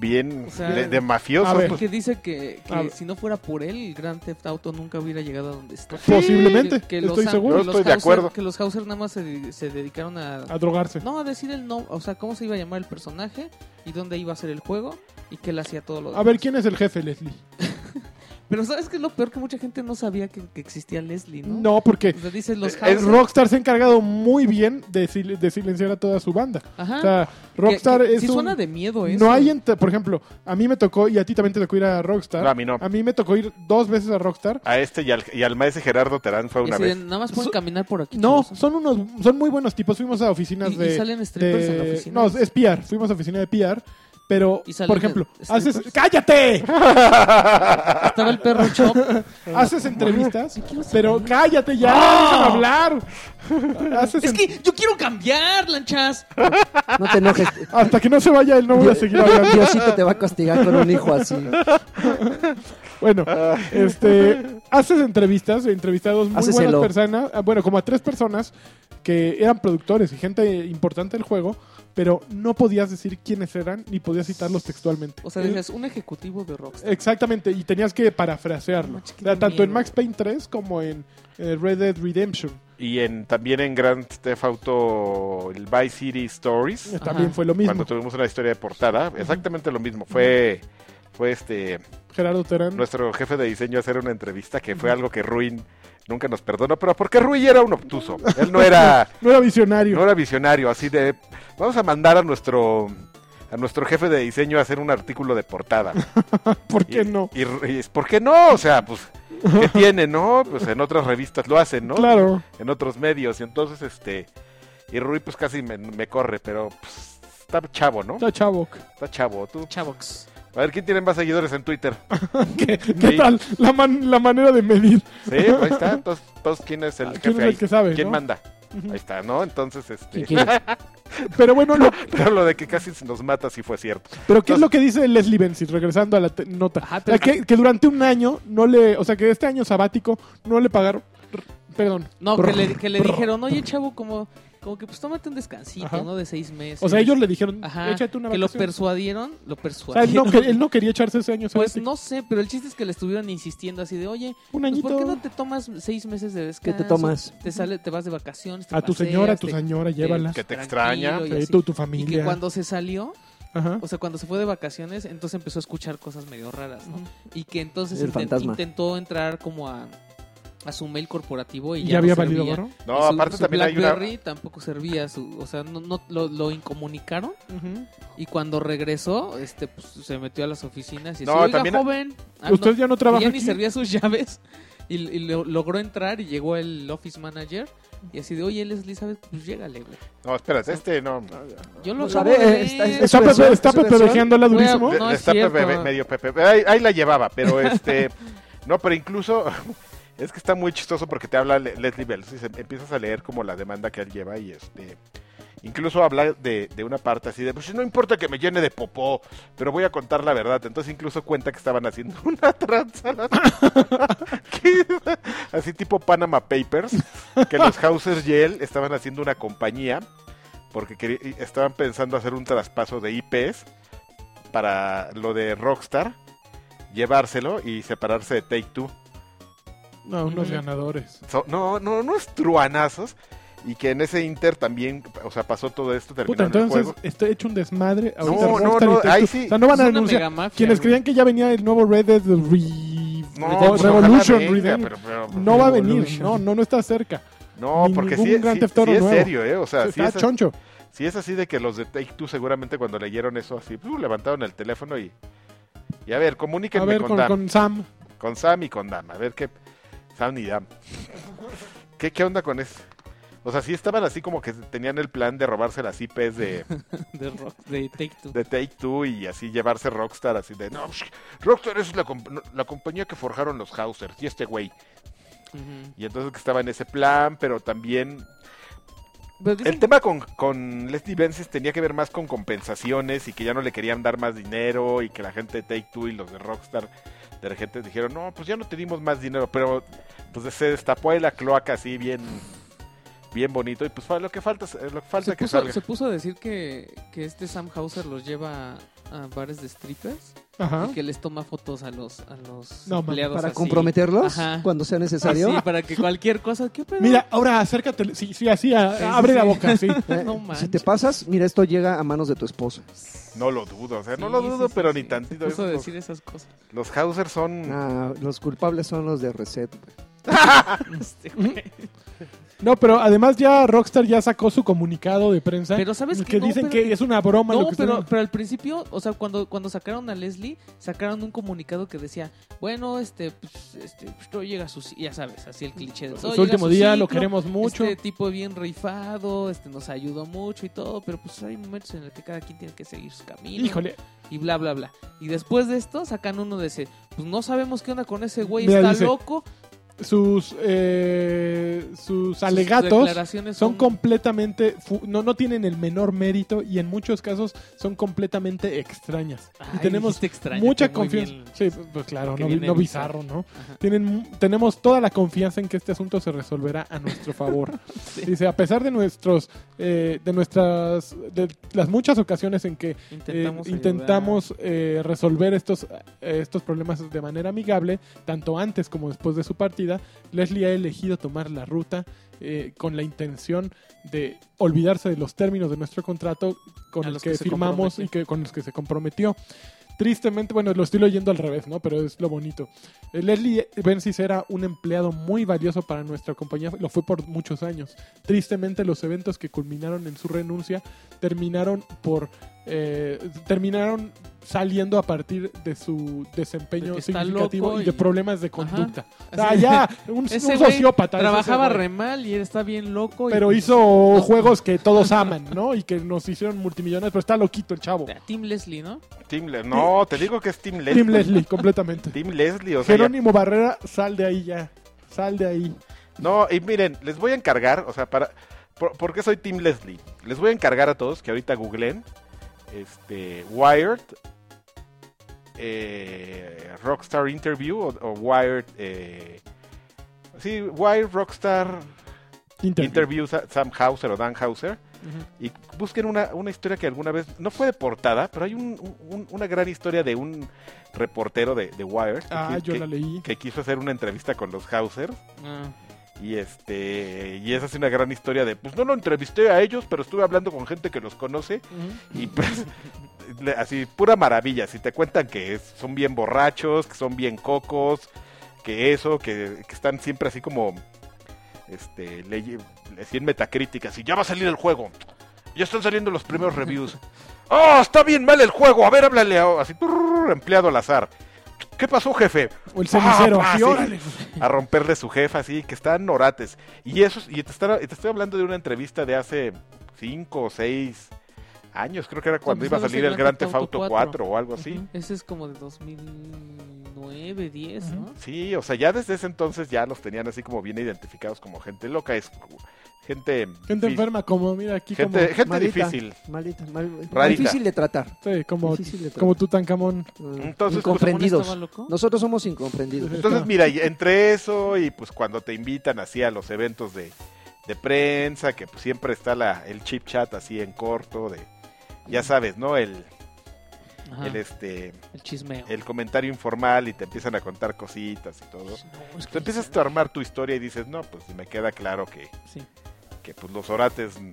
Speaker 3: Bien,
Speaker 2: o sea,
Speaker 3: de, de mafiosos.
Speaker 4: a ver.
Speaker 3: pues,
Speaker 2: que dice que, que
Speaker 4: A ver.
Speaker 2: si no fuera por él, el Grand Theft Auto nunca hubiera llegado a donde está.
Speaker 3: Sí,
Speaker 4: Posiblemente,
Speaker 2: Que- que
Speaker 4: estoy
Speaker 2: los-
Speaker 4: seguro.
Speaker 3: Yo
Speaker 2: que los
Speaker 3: estoy de
Speaker 2: Hauser-
Speaker 3: acuerdo.
Speaker 2: Que los Hauser nada más se, de- se dedicaron a,
Speaker 4: A drogarse.
Speaker 2: No, a decir el nombre, o sea, cómo se iba a llamar el personaje y dónde iba a ser el juego y que él hacía todo lo
Speaker 4: A ver, ¿quién es el jefe, Leslie?
Speaker 2: Pero ¿sabes qué es lo peor? Que mucha gente no sabía que, que existía Leslie, ¿no?
Speaker 4: No, porque
Speaker 2: O sea, dices los
Speaker 4: el
Speaker 2: Hauser.
Speaker 4: Rockstar se ha encargado muy bien de, sil- de silenciar a toda su banda.
Speaker 2: Ajá.
Speaker 4: O sea, Rockstar
Speaker 2: Ah, Que- que-
Speaker 4: es
Speaker 2: sí
Speaker 4: un-
Speaker 2: suena de miedo eso.
Speaker 4: No hay, ent- por ejemplo, a mí me tocó, y a ti también te tocó ir a Rockstar.
Speaker 3: No, a mí no.
Speaker 4: me tocó ir dos veces a Rockstar.
Speaker 3: A este y al, y al maese Gerardo Terán fue
Speaker 2: Y
Speaker 3: una
Speaker 2: así de,
Speaker 3: vez.
Speaker 2: Nada más pueden
Speaker 4: So-
Speaker 2: caminar por aquí.
Speaker 4: No,
Speaker 2: chavos.
Speaker 4: son unos, son muy buenos tipos. Fuimos a oficinas
Speaker 2: Y- y
Speaker 4: de...
Speaker 2: salen strippers
Speaker 4: de-
Speaker 2: en la oficina.
Speaker 4: No, es PR. Fuimos a oficina de PR. Pero,
Speaker 2: Y salen
Speaker 4: por ejemplo,
Speaker 2: de-
Speaker 4: haces...
Speaker 2: strippers.
Speaker 4: ¡Cállate!
Speaker 2: Estaba el perro Chop.
Speaker 4: haces entrevistas,
Speaker 2: Yo quiero saber.
Speaker 4: pero cállate ya, déjame hablar. Haces
Speaker 2: ¡Ah! Es
Speaker 4: en-
Speaker 2: que yo quiero cambiar, lanchas.
Speaker 1: No te enojes.
Speaker 4: Hasta que no se vaya él no voy a
Speaker 1: Dios-
Speaker 4: seguir hablando.
Speaker 1: Diosito te va a castigar con un hijo así.
Speaker 4: Bueno, este, haces entrevistas, entrevistados muy
Speaker 1: Haces
Speaker 4: buenas
Speaker 1: elo.
Speaker 4: personas, ah, bueno, como a tres personas que eran productores y gente importante del juego, pero no podías decir quiénes eran ni podías citarlos textualmente.
Speaker 2: O sea,
Speaker 4: El-
Speaker 2: decías, un ejecutivo de Rockstar.
Speaker 4: Exactamente, y tenías que parafrasearlo.
Speaker 2: No, chiquito,
Speaker 4: O sea, tanto en
Speaker 2: mierda.
Speaker 4: Max Payne 3 como en eh, Red Dead Redemption.
Speaker 3: Y en, también en Grand Theft Auto, el Vice City Stories,
Speaker 2: Ajá.
Speaker 4: También fue lo mismo.
Speaker 3: cuando tuvimos una historia de portada, exactamente lo mismo. Fue, fue este
Speaker 4: Gerardo Terán.
Speaker 3: nuestro jefe de diseño a hacer una entrevista que fue algo que Ruin nunca nos perdonó, pero porque Ruin era un obtuso. Él no era,
Speaker 4: No era visionario.
Speaker 3: no era visionario, así de vamos a mandar a nuestro a nuestro jefe de diseño a hacer un artículo de portada.
Speaker 4: ¿Por
Speaker 3: Y-
Speaker 4: qué no?
Speaker 3: Y, y es, ¿Por qué no? O sea, pues, ¿qué tiene, no? Pues en otras revistas lo hacen, ¿no?
Speaker 4: Claro.
Speaker 3: en otros medios. Y entonces, este. Y Rui, pues casi me, me corre, pero pues, está chavo, ¿no?
Speaker 4: Está chavo.
Speaker 3: Está chavo. Tú.
Speaker 2: Chavox.
Speaker 3: A ver, ¿quién tiene más seguidores en Twitter?
Speaker 4: ¿Qué, qué
Speaker 3: Sí.
Speaker 4: tal? La, man- la manera de medir.
Speaker 3: Sí, pues, ahí está. Entonces, entonces, ¿quién es el
Speaker 4: Ah, ¿Quién
Speaker 3: jefe
Speaker 4: es
Speaker 3: ahí?
Speaker 4: el que sabe?
Speaker 3: ¿Quién
Speaker 4: no?
Speaker 3: manda? Ahí está, ¿no? Entonces, este.
Speaker 1: ¿Quién
Speaker 4: Eh,
Speaker 1: quiere?
Speaker 4: Pero bueno, lo-
Speaker 3: Pero lo de que casi se nos mata sí fue cierto.
Speaker 4: pero ¿qué es lo que dice Leslie Benzis? Regresando a la te- nota.
Speaker 2: Ajá,
Speaker 4: O sea, que, que durante un año no le. O sea, que este año sabático no le pagaron. r- Perdón.
Speaker 2: No, que le, que le dijeron, oye, chavo, como, como que pues tómate un descansito,
Speaker 4: Ajá.
Speaker 2: ¿no? De seis meses.
Speaker 4: O sea, ellos le dijeron,
Speaker 2: Ajá,
Speaker 4: échate una
Speaker 2: que lo
Speaker 4: vacación.
Speaker 2: persuadieron, lo
Speaker 4: O sea, él no,
Speaker 2: persuadieron.
Speaker 4: que- él no quería echarse ese año
Speaker 2: pues
Speaker 4: sabático.
Speaker 2: no sé, pero el chiste es que le estuvieron insistiendo así de, oye,
Speaker 4: un
Speaker 2: pues,
Speaker 4: añito.
Speaker 2: ¿por qué no te tomas seis meses de
Speaker 1: ¿Qué
Speaker 2: descanso?
Speaker 1: te tomas?
Speaker 2: Te, sale, te vas de vacaciones. Te
Speaker 4: a tu
Speaker 2: paseas,
Speaker 4: señora, a tu
Speaker 2: te-
Speaker 4: señora, llévala.
Speaker 3: Que te
Speaker 2: tranquilo
Speaker 3: extraña.
Speaker 2: y
Speaker 4: Sí,
Speaker 2: así.
Speaker 4: tú, tu
Speaker 2: Y
Speaker 4: familia.
Speaker 2: que cuando pues, se salió,
Speaker 4: Ajá.
Speaker 2: o sea, cuando se fue de vacaciones, entonces empezó a escuchar cosas medio raras, ¿no? Y que entonces
Speaker 1: El
Speaker 2: inten-
Speaker 1: fantasma.
Speaker 2: intentó entrar como a, a su mail corporativo y
Speaker 4: ¿Y
Speaker 2: ya,
Speaker 4: ya
Speaker 2: no
Speaker 4: había valido
Speaker 2: servía.
Speaker 4: gorro?
Speaker 3: No,
Speaker 2: Y su-
Speaker 3: aparte
Speaker 2: su
Speaker 3: también hay una.
Speaker 2: BlackBerry tampoco servía, su, o sea, no, no- lo, lo incomunicaron
Speaker 4: Ujú.
Speaker 2: y cuando regresó, este, pues, se metió a las oficinas y
Speaker 3: No,
Speaker 2: así, oiga,
Speaker 3: también-
Speaker 2: joven, ah,
Speaker 4: Usted
Speaker 2: no,
Speaker 4: ya no trabaja.
Speaker 2: ya ni
Speaker 4: aquí.
Speaker 2: servía sus llaves y, y lo- logró entrar y llegó el office manager y así de, oye, Leslie, ¿sabes? Pues llégale, güey.
Speaker 3: No, espérate, este no.
Speaker 2: Yo lo
Speaker 1: Pues,
Speaker 2: acabo
Speaker 1: a ver,
Speaker 2: de ver.
Speaker 1: está- es-
Speaker 4: Está, pepe,
Speaker 1: Versión,
Speaker 4: está
Speaker 1: su versión.
Speaker 4: peperejeándola
Speaker 2: Voy a-
Speaker 4: durísimo.
Speaker 2: No,
Speaker 3: Le-
Speaker 2: es
Speaker 3: está
Speaker 2: cierto.
Speaker 3: pepe- medio pepe. Ahí, ahí la llevaba, pero este. No, pero incluso. Es que está muy chistoso porque te habla Le- Leslie Bell. si se- empiezas a leer como la demanda que él lleva y este. Incluso habla de, de una parte así de, pues no importa que me llene de popó, pero voy a contar la verdad. Entonces incluso cuenta que estaban haciendo una tranza. ¿Qué? así tipo Panama Papers, que los Hauser Yale estaban haciendo una compañía porque queri- y estaban pensando hacer un traspaso de IPs para lo de Rockstar, llevárselo y separarse de Take Two.
Speaker 4: No, unos
Speaker 2: Ujú.
Speaker 4: ganadores.
Speaker 3: So- no, no, no es truanazos. Y que en ese Inter también, o sea, pasó todo esto,
Speaker 4: Puta,
Speaker 3: terminaron el
Speaker 4: entonces
Speaker 3: juego.
Speaker 4: está hecho un desmadre.
Speaker 3: No,
Speaker 4: Ahorita
Speaker 3: no,
Speaker 4: Rockstar y
Speaker 3: no,
Speaker 4: Take-Two.
Speaker 3: ahí sí.
Speaker 4: O sea, no van a
Speaker 2: Es una
Speaker 4: denunciar.
Speaker 2: megamafia,
Speaker 4: Quienes
Speaker 2: güey.
Speaker 4: creían que ya venía el nuevo Red Dead Re-
Speaker 3: No, pues, ojalá
Speaker 4: Revolution
Speaker 3: venga,
Speaker 4: Redemption.
Speaker 3: pero- pero- pues,
Speaker 4: No va a venir,
Speaker 1: Revolution.
Speaker 4: no, no, no está cerca.
Speaker 3: No,
Speaker 4: Ni
Speaker 3: porque
Speaker 4: ningún
Speaker 3: sí,
Speaker 4: Grand
Speaker 3: sí-
Speaker 4: Theft Auto
Speaker 3: sí es
Speaker 4: nuevo.
Speaker 3: serio, ¿eh? O sea, sí
Speaker 4: está
Speaker 3: es, a-
Speaker 4: choncho.
Speaker 3: sí es así de que los de Take Two seguramente cuando leyeron eso así, ¡pum!, levantaron el teléfono y... Y a ver,
Speaker 4: A
Speaker 3: comuníquenme
Speaker 4: ver,
Speaker 3: con,
Speaker 4: con,
Speaker 3: Dam, con,
Speaker 4: con Sam.
Speaker 3: Sam y con Dam, a ver qué... Sam y Dam. ¿Qué, qué onda con eso? O sea, sí estaban así como que tenían el plan de robarse las IPs de,
Speaker 2: de rock de Take Two.
Speaker 3: de Take Two y así llevarse Rockstar, así de... No, psh, Rockstar es la, comp- no, la compañía que forjaron los Hausers y este güey.
Speaker 2: Ujú.
Speaker 3: Y entonces que estaba en ese plan, pero también
Speaker 2: Pero Pues dicen
Speaker 3: El tema con, con Leslie Benzies tenía que ver más con compensaciones y que ya no le querían dar más dinero y que la gente de Take Two y los de Rockstar de repente dijeron, no, pues ya no te dimos más dinero, pero pues se destapó ahí la cloaca así bien, bien bonito y pues fa- lo que falta, es- eh, lo que falta
Speaker 2: se,
Speaker 3: que
Speaker 2: puso,
Speaker 3: salga.
Speaker 2: se puso a decir que, que este Sam Hauser los lleva a bares de strippers
Speaker 4: Ajá.
Speaker 3: Ah.
Speaker 2: y que les toma fotos a los, a los
Speaker 4: No, man,
Speaker 2: empleados.
Speaker 1: Para
Speaker 2: así.
Speaker 1: comprometerlos
Speaker 2: Ajá. Ah,
Speaker 1: cuando sea necesario.
Speaker 2: Así, para que cualquier cosa. ¿Qué pedo?
Speaker 4: Mira, ahora acércate. Sí, sí, así, a-
Speaker 2: Sí, sí,
Speaker 4: abre la
Speaker 2: sí.
Speaker 4: boca, sí.
Speaker 1: Eh,
Speaker 2: No
Speaker 1: si
Speaker 2: manches.
Speaker 1: te pasas, mira, esto llega a manos de tu esposa.
Speaker 3: No lo dudo, o sea, no
Speaker 2: Sí,
Speaker 3: lo
Speaker 2: sí,
Speaker 3: dudo,
Speaker 2: sí,
Speaker 3: pero
Speaker 2: sí.
Speaker 3: ni tantito.
Speaker 2: Se puso a
Speaker 3: Esos-
Speaker 2: decir esas cosas.
Speaker 3: Los Hausers son.
Speaker 1: Ah, los culpables son los de Reset. güey.
Speaker 2: Este, güey.
Speaker 4: No, pero además ya Rockstar ya sacó su comunicado de prensa.
Speaker 2: Pero ¿sabes
Speaker 4: que
Speaker 2: qué? No,
Speaker 4: dicen
Speaker 2: pero-
Speaker 4: que es una broma
Speaker 2: No,
Speaker 4: lo que
Speaker 2: pero,
Speaker 4: están-
Speaker 2: pero al principio, o sea, cuando, cuando sacaron a Leslie, sacaron un comunicado que decía, bueno, este, pues, este, pues, todo llega a su, ci- ya sabes, así el cliché. de todo
Speaker 4: Su
Speaker 2: llega a
Speaker 4: último día lo
Speaker 2: ciclo,
Speaker 4: queremos mucho.
Speaker 2: Este tipo bien rifado, este, nos ayudó mucho y todo, pero pues hay momentos en el que cada quien tiene que seguir su camino.
Speaker 4: Híjole,
Speaker 2: Y bla, bla, bla. Y después de esto sacan uno de ese, pues no sabemos qué onda con ese güey,
Speaker 4: Mira,
Speaker 2: está
Speaker 4: dice,
Speaker 2: loco.
Speaker 4: sus, eh, sus
Speaker 2: Sus
Speaker 4: alegatos
Speaker 2: declaraciones
Speaker 4: son completamente, fu- no, no tienen el menor mérito y en muchos casos son completamente extrañas.
Speaker 2: Ay,
Speaker 4: y tenemos
Speaker 2: dijiste extraña,
Speaker 4: mucha
Speaker 2: que muy
Speaker 4: confianza.
Speaker 2: bien.
Speaker 4: Sí, pues claro,
Speaker 2: que
Speaker 4: no,
Speaker 2: viene
Speaker 4: no
Speaker 2: bizarro.
Speaker 4: bizarro, ¿no?
Speaker 2: Ajá.
Speaker 4: Tienen, mu- tenemos toda la confianza en que este asunto se resolverá a nuestro favor. Dice, a pesar de nuestros, eh, de nuestras, de las muchas ocasiones en que eh,
Speaker 2: Intentamos, ayudar.
Speaker 4: intentamos eh, resolver estos, eh, estos problemas de manera amigable, tanto antes como después de su partida, Leslie ha elegido tomar la ruta eh, con la intención de olvidarse de los términos de nuestro contrato
Speaker 2: A
Speaker 4: con el
Speaker 2: los
Speaker 4: que,
Speaker 2: que se
Speaker 4: firmamos
Speaker 2: comprometió.
Speaker 4: y que, con los que se comprometió. Tristemente, bueno, lo estoy leyendo al revés, ¿no? Pero es lo bonito. Eh, Leslie Bensis era un empleado muy valioso para nuestra compañía, lo fue por muchos años. Tristemente, los eventos que culminaron en su renuncia terminaron por eh, terminaron saliendo a partir de su desempeño
Speaker 2: De que está
Speaker 4: significativo
Speaker 2: loco
Speaker 4: y de
Speaker 2: y-
Speaker 4: problemas de conducta. O sea,
Speaker 2: Así-
Speaker 4: ya un, un
Speaker 2: Ese güey
Speaker 4: sociópata. ese
Speaker 2: Trabajaba
Speaker 4: güey.
Speaker 2: re mal y él está bien loco. y
Speaker 4: Pero
Speaker 2: pues,
Speaker 4: hizo juegos que todos aman, ¿no? Y que nos hicieron multimillonarios, pero está loquito el chavo.
Speaker 2: a Tim Leslie, ¿no?
Speaker 3: Team Le- No, te digo que es Team Leslie.
Speaker 4: Tim Leslie, completamente.
Speaker 3: Team Leslie, o sea. ya-
Speaker 4: Jerónimo Barrera, sal de ahí ya. Sal de ahí.
Speaker 3: No, y miren, les voy a encargar, o sea, para. Por, ¿por qué soy Team Leslie? Les voy a encargar a todos que ahorita googlen. Este. Wired. eh, Rockstar Interview o, o Wired. eh, sí, Wired Rockstar
Speaker 4: Interview.
Speaker 3: Interview Sa- Sam Hauser o Dan Hauser. Y busquen una, una historia que alguna vez, no fue de portada, pero hay un- un- una gran historia de un reportero de, de Wired que,
Speaker 4: Ah,
Speaker 3: qui-
Speaker 4: yo
Speaker 3: que-
Speaker 4: la leí.
Speaker 3: que quiso hacer una entrevista con los Hauser.
Speaker 2: Ah,
Speaker 3: Y este y esa es una gran historia de, pues no lo entrevisté a ellos, pero estuve hablando con gente que los conoce. Y pues, le- así, pura maravilla. Si te cuentan que es- son bien borrachos, que son bien cocos, que eso, que, que están siempre así como, este, leye- así en metacríticas. Y ya va a salir el juego. Ya están saliendo los primeros reviews. ¡Oh, está bien mal el juego! A ver, háblale a... Así, turr, empleado al azar. ¿Qué pasó, jefe?
Speaker 4: O el cenicero.
Speaker 3: Ah,
Speaker 4: así,
Speaker 3: sí.
Speaker 4: órale.
Speaker 3: a romperle su jefa, así, que están orates. Y eso, y te, está- te estoy hablando de una entrevista de hace cinco o seis años, creo que era cuando
Speaker 2: pues,
Speaker 3: iba a
Speaker 2: no sé,
Speaker 3: salir el Gran Theft Auto 4,
Speaker 2: cuatro.
Speaker 3: o algo así.
Speaker 4: Ujú.
Speaker 2: ese es como de 2009, 10, ¿no?
Speaker 3: Sí, o sea, ya desde ese entonces ya los tenían así como bien identificados como gente loca, es gente...
Speaker 4: Gente
Speaker 3: fis-
Speaker 4: enferma, como mira aquí,
Speaker 3: Gente, gente
Speaker 1: Malita,
Speaker 3: difícil.
Speaker 1: Malita, mal-
Speaker 3: Rarita.
Speaker 1: difícil de tratar.
Speaker 4: como, sí, como,
Speaker 1: difícil de tratar.
Speaker 4: como Tutankamón.
Speaker 1: Mm,
Speaker 3: Entonces, pues,
Speaker 1: incomprendidos.
Speaker 2: ¿Estaba loco?
Speaker 1: Nosotros somos incomprendidos.
Speaker 4: Este,
Speaker 3: Entonces, mira, y entre eso y pues cuando te invitan así a los eventos de, de prensa, que pues, siempre está la, el chip chat así en corto, de ya sabes, ¿no? El,
Speaker 2: Ajá,
Speaker 3: el este...
Speaker 2: el chismeo.
Speaker 3: el comentario informal y te empiezan a contar cositas y todo.
Speaker 2: Pues, no, es que
Speaker 3: Tú empiezas
Speaker 2: sí,
Speaker 3: tú a armar tu historia y dices, no, pues me queda claro que,
Speaker 2: sí.
Speaker 3: que pues los orates... mm,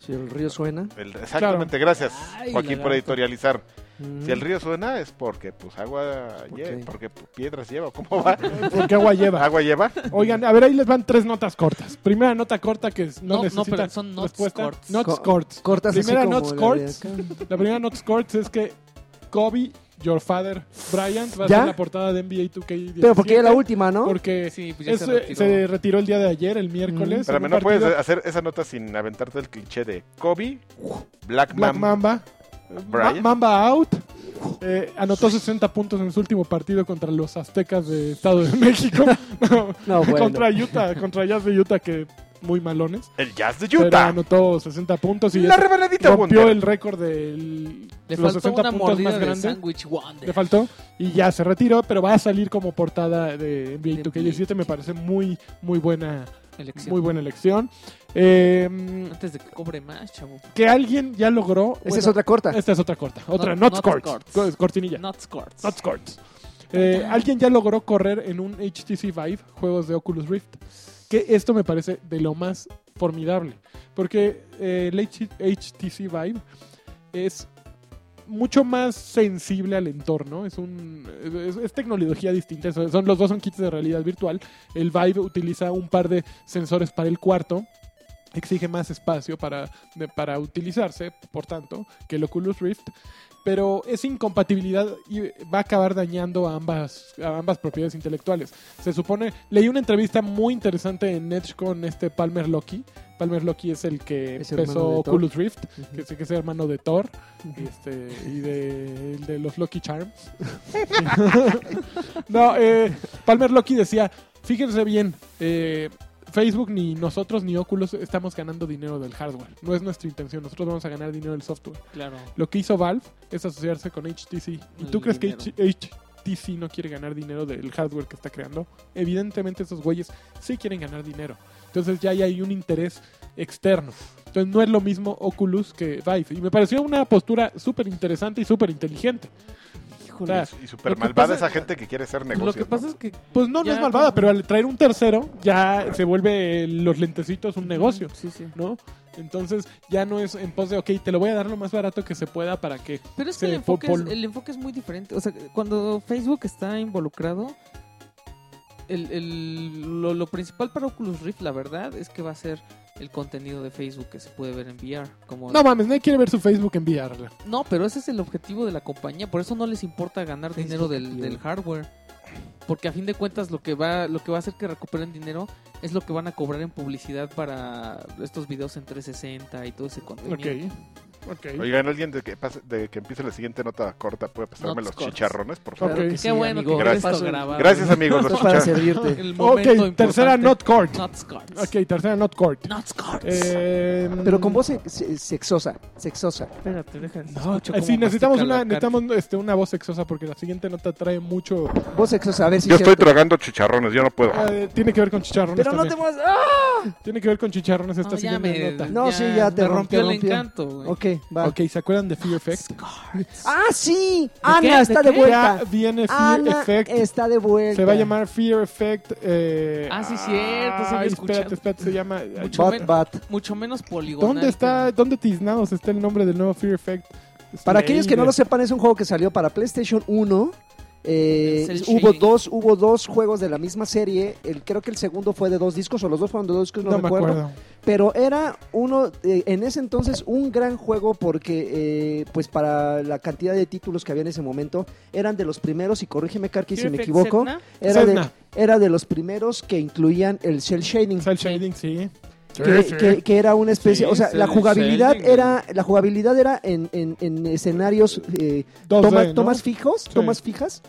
Speaker 1: Si el río suena.
Speaker 3: el- exactamente, gracias
Speaker 2: Ay,
Speaker 3: Joaquín por
Speaker 2: lagarto.
Speaker 3: editorializar.
Speaker 1: mm,
Speaker 3: Si el río suena es porque pues agua
Speaker 1: ¿Por
Speaker 3: lleva,
Speaker 1: qué?
Speaker 3: porque pues, piedras lleva, ¿cómo va?
Speaker 4: Porque agua lleva.
Speaker 3: ¿Agua lleva?
Speaker 4: Oigan, a ver, ahí les van tres notas cortas. Primera nota corta que es- no,
Speaker 2: No, no,
Speaker 4: necesita
Speaker 2: pero son notes
Speaker 4: respuesta.
Speaker 2: cortas.
Speaker 4: Notes
Speaker 1: Co-
Speaker 4: cortas.
Speaker 1: Cortas así
Speaker 4: Primera
Speaker 1: como
Speaker 4: notes
Speaker 1: la
Speaker 4: cortas.
Speaker 1: de acá.
Speaker 4: La primera notes cortas es que Kobe, your father, Bryant, va a
Speaker 1: ¿Ya?
Speaker 4: ser la portada de NBA 2K17.
Speaker 1: Pero porque es la última, ¿no?
Speaker 4: Porque
Speaker 2: Sí, pues ya
Speaker 4: es- eh,
Speaker 2: se
Speaker 4: se,
Speaker 2: retiró.
Speaker 4: retiró. el día de ayer, el miércoles. en
Speaker 3: Espérame,
Speaker 4: un
Speaker 3: no puedes
Speaker 4: partido.
Speaker 3: hacer esa nota sin aventarte el cliché de Kobe, Black,
Speaker 4: Black
Speaker 3: eh, Mam-
Speaker 4: Mamba.
Speaker 3: Bryant.
Speaker 4: Ma- Mamba out. Eh, anotó 60 puntos en su último partido contra los aztecas de Estado de México.
Speaker 1: No, bueno.
Speaker 4: contra Utah, contra Jazz de Utah, que muy malones.
Speaker 3: el Jazz de
Speaker 4: Pero
Speaker 3: Utah.
Speaker 4: anotó 60 puntos y
Speaker 3: La
Speaker 4: es-
Speaker 3: rebanadita
Speaker 4: rompió
Speaker 3: Wonder.
Speaker 4: el récord de
Speaker 2: Le
Speaker 4: los
Speaker 2: faltó
Speaker 4: 60
Speaker 2: una
Speaker 4: puntos
Speaker 2: mordida
Speaker 4: más
Speaker 2: de
Speaker 4: grande.
Speaker 2: Sandwich Wonder.
Speaker 4: Le faltó y ya se retiró, pero va a salir como portada de NBA
Speaker 2: De
Speaker 4: 2K17. Me parece muy, muy buena,
Speaker 2: Elección.
Speaker 4: muy buena elección. Eh,
Speaker 2: Antes de que cobre más, chavo.
Speaker 4: que alguien ya logró.
Speaker 1: Esa es
Speaker 4: bueno,
Speaker 1: otra corta.
Speaker 4: Esta es otra corta. Otra,
Speaker 2: Not-
Speaker 4: Not,
Speaker 2: Not
Speaker 4: Scorch.
Speaker 2: Scorch.
Speaker 4: Co- Cortinilla.
Speaker 2: Not scores.
Speaker 4: Not Scorch. Eh, alguien ya logró correr en un HTC Vive, juegos de Oculus Rift. Que esto me parece de lo más formidable. Porque eh, el H- HTC Vive es mucho más sensible al entorno. Es un es, es tecnología distinta. Son, son- los dos son kits de realidad virtual. El Vive utiliza un par de sensores para el cuarto. Exige más espacio para, de- para utilizarse, por tanto, que el Oculus Rift. Pero esa incompatibilidad y- va a acabar dañando a ambas, a ambas propiedades intelectuales. Se supone. Leí una entrevista muy interesante en Edge con este Palmer Loki. Palmer Loki es el que
Speaker 1: Es hermano
Speaker 4: empezó
Speaker 1: de Thor.
Speaker 4: Oculus Rift
Speaker 1: Ujú.
Speaker 4: que sé que es hermano de Thor y, este, y de, el de los Lucky Charms. no, eh, Palmer Lucky decía, fíjense bien, eh, Facebook ni nosotros ni Oculus estamos ganando dinero del hardware. No es nuestra intención, nosotros vamos a ganar dinero del software.
Speaker 2: Claro.
Speaker 4: Lo que hizo Valve es asociarse con HTC. ¿Y
Speaker 2: El
Speaker 4: tú crees
Speaker 2: dinero.
Speaker 4: que H- HTC no quiere ganar dinero del hardware que está creando? Evidentemente esos güeyes sí quieren ganar dinero. Entonces ya ahí hay un interés externo. Entonces no es lo mismo Oculus que Vive. Y me pareció una postura súper interesante y súper inteligente.
Speaker 2: Híjole.
Speaker 4: Ah,
Speaker 3: Y
Speaker 4: Lo
Speaker 3: súper
Speaker 4: que
Speaker 3: malvada
Speaker 4: pasa-
Speaker 3: esa gente que quiere hacer
Speaker 2: Lo
Speaker 3: negocios.
Speaker 2: que pasa
Speaker 3: ¿no?
Speaker 2: es que.
Speaker 4: Pues no, no
Speaker 2: Ya,
Speaker 4: es malvada,
Speaker 2: como-
Speaker 4: pero al traer un tercero ya se vuelve eh, los lentecitos un negocio.
Speaker 2: Sí, sí.
Speaker 4: ¿No? Entonces ya no es en pos de, ok, te lo voy a dar lo más barato que se pueda para que...
Speaker 2: Pero es que
Speaker 4: Sí,
Speaker 2: el enfoque
Speaker 4: fue
Speaker 2: es,
Speaker 4: pol-
Speaker 2: el enfoque es muy diferente. O sea, cuando Facebook está involucrado, el, el- lo, lo principal para Oculus Rift, la verdad, es que va a ser el contenido de Facebook que se puede ver en VR. Como
Speaker 4: No mames, nadie quiere ver su Facebook en VR.
Speaker 2: No, pero ese es el objetivo de la compañía. Por eso no les importa ganar
Speaker 1: Facebook
Speaker 2: dinero del,
Speaker 1: tiene.
Speaker 2: del hardware. Porque a fin de cuentas lo que va lo que va a hacer que recuperen dinero es lo que van a cobrar en publicidad para estos videos en 360 y todo ese contenido.
Speaker 4: Ok. Ok.
Speaker 3: Oigan, alguien de que, pase- de que empiece la siguiente nota corta puede pasarme
Speaker 2: Notas
Speaker 3: los
Speaker 2: cortas.
Speaker 3: chicharrones, por favor.
Speaker 1: Claro que
Speaker 4: Ok.
Speaker 2: Qué
Speaker 1: sí,
Speaker 2: bueno
Speaker 1: amigo.
Speaker 2: que
Speaker 3: Gracias.
Speaker 2: gracias.
Speaker 1: Paso-
Speaker 3: Gracias, amigos. Los
Speaker 1: Esto es para
Speaker 3: escuchar-
Speaker 1: servirte.
Speaker 2: El
Speaker 4: Ok,
Speaker 2: momento importante.
Speaker 4: tercera not court.
Speaker 2: Not Scorts.
Speaker 4: Ok, tercera not court.
Speaker 2: Not Scorts.
Speaker 4: Eh,
Speaker 1: Pero con voz se- se- sexosa, sexosa.
Speaker 2: Espérate, deja.
Speaker 4: No,
Speaker 2: escucho
Speaker 4: eh,
Speaker 2: cómo
Speaker 4: sí,
Speaker 2: mastica la
Speaker 4: necesitamos una,
Speaker 2: carne.
Speaker 4: necesitamos este, una voz sexosa porque la siguiente nota trae mucho.
Speaker 1: Voz sexosa, a ver si
Speaker 3: Yo
Speaker 1: es
Speaker 3: estoy
Speaker 1: cierto.
Speaker 3: tragando chicharrones, yo no puedo.
Speaker 4: eh, tiene que ver con chicharrones.
Speaker 1: Pero no te
Speaker 4: también.
Speaker 1: muevas. ¡Ah!
Speaker 4: Tiene que ver con chicharrones esta
Speaker 2: No, ya
Speaker 4: siguiente
Speaker 2: me,
Speaker 4: nota.
Speaker 1: No, sí, ya te
Speaker 2: me
Speaker 1: romp-
Speaker 2: rompió
Speaker 1: te
Speaker 2: el
Speaker 1: rompió.
Speaker 2: encanto, güey.
Speaker 1: Ok, va.
Speaker 4: Ok, ¿se acuerdan de Fear Effect?
Speaker 2: Scorts.
Speaker 1: ¡Ah, sí!
Speaker 2: qué?
Speaker 1: ¡Ana
Speaker 2: ¿De
Speaker 1: está Ah, de,
Speaker 2: qué?
Speaker 1: vuelta!
Speaker 4: Ya viene Fear
Speaker 1: ¡Ana
Speaker 4: Effect.
Speaker 1: está de vuelta!
Speaker 4: Se va a llamar Fear Effect. Eh,
Speaker 2: Ah, sí, cierto, se había
Speaker 4: ay, espérate,
Speaker 2: escuchado.
Speaker 4: espérate, se llama.
Speaker 2: Mucho
Speaker 1: Bat,
Speaker 2: menos.
Speaker 1: bat.
Speaker 2: Mucho menos poligonal.
Speaker 4: ¿Dónde está, dónde tiznados está el nombre del nuevo Fear Effect? Este,
Speaker 1: Para aquellos que no
Speaker 4: Slayer.
Speaker 1: lo sepan, es un juego que salió para PlayStation 1. Eh,
Speaker 2: El cel
Speaker 1: hubo
Speaker 2: shading.
Speaker 1: dos hubo dos juegos de la misma serie el, creo que el segundo fue de dos discos o los dos fueron de dos discos no,
Speaker 4: No me
Speaker 1: recuerdo
Speaker 4: acuerdo.
Speaker 1: pero era uno eh, en ese entonces un gran juego porque eh, pues para la cantidad de títulos que había en ese momento eran de los primeros y corrígeme Karki si me equivoco era de,
Speaker 4: Sedna.
Speaker 1: era de los primeros que incluían el cel shading
Speaker 4: Cell shading, sí.
Speaker 1: que, que- que era una especie,
Speaker 5: Sí,
Speaker 1: o sea,
Speaker 5: cel
Speaker 1: la jugabilidad
Speaker 5: shading.
Speaker 1: era la jugabilidad era en, en- en escenarios eh,
Speaker 4: Dos
Speaker 1: toma-
Speaker 4: D, ¿no?
Speaker 1: tomas fijos, tomas fijas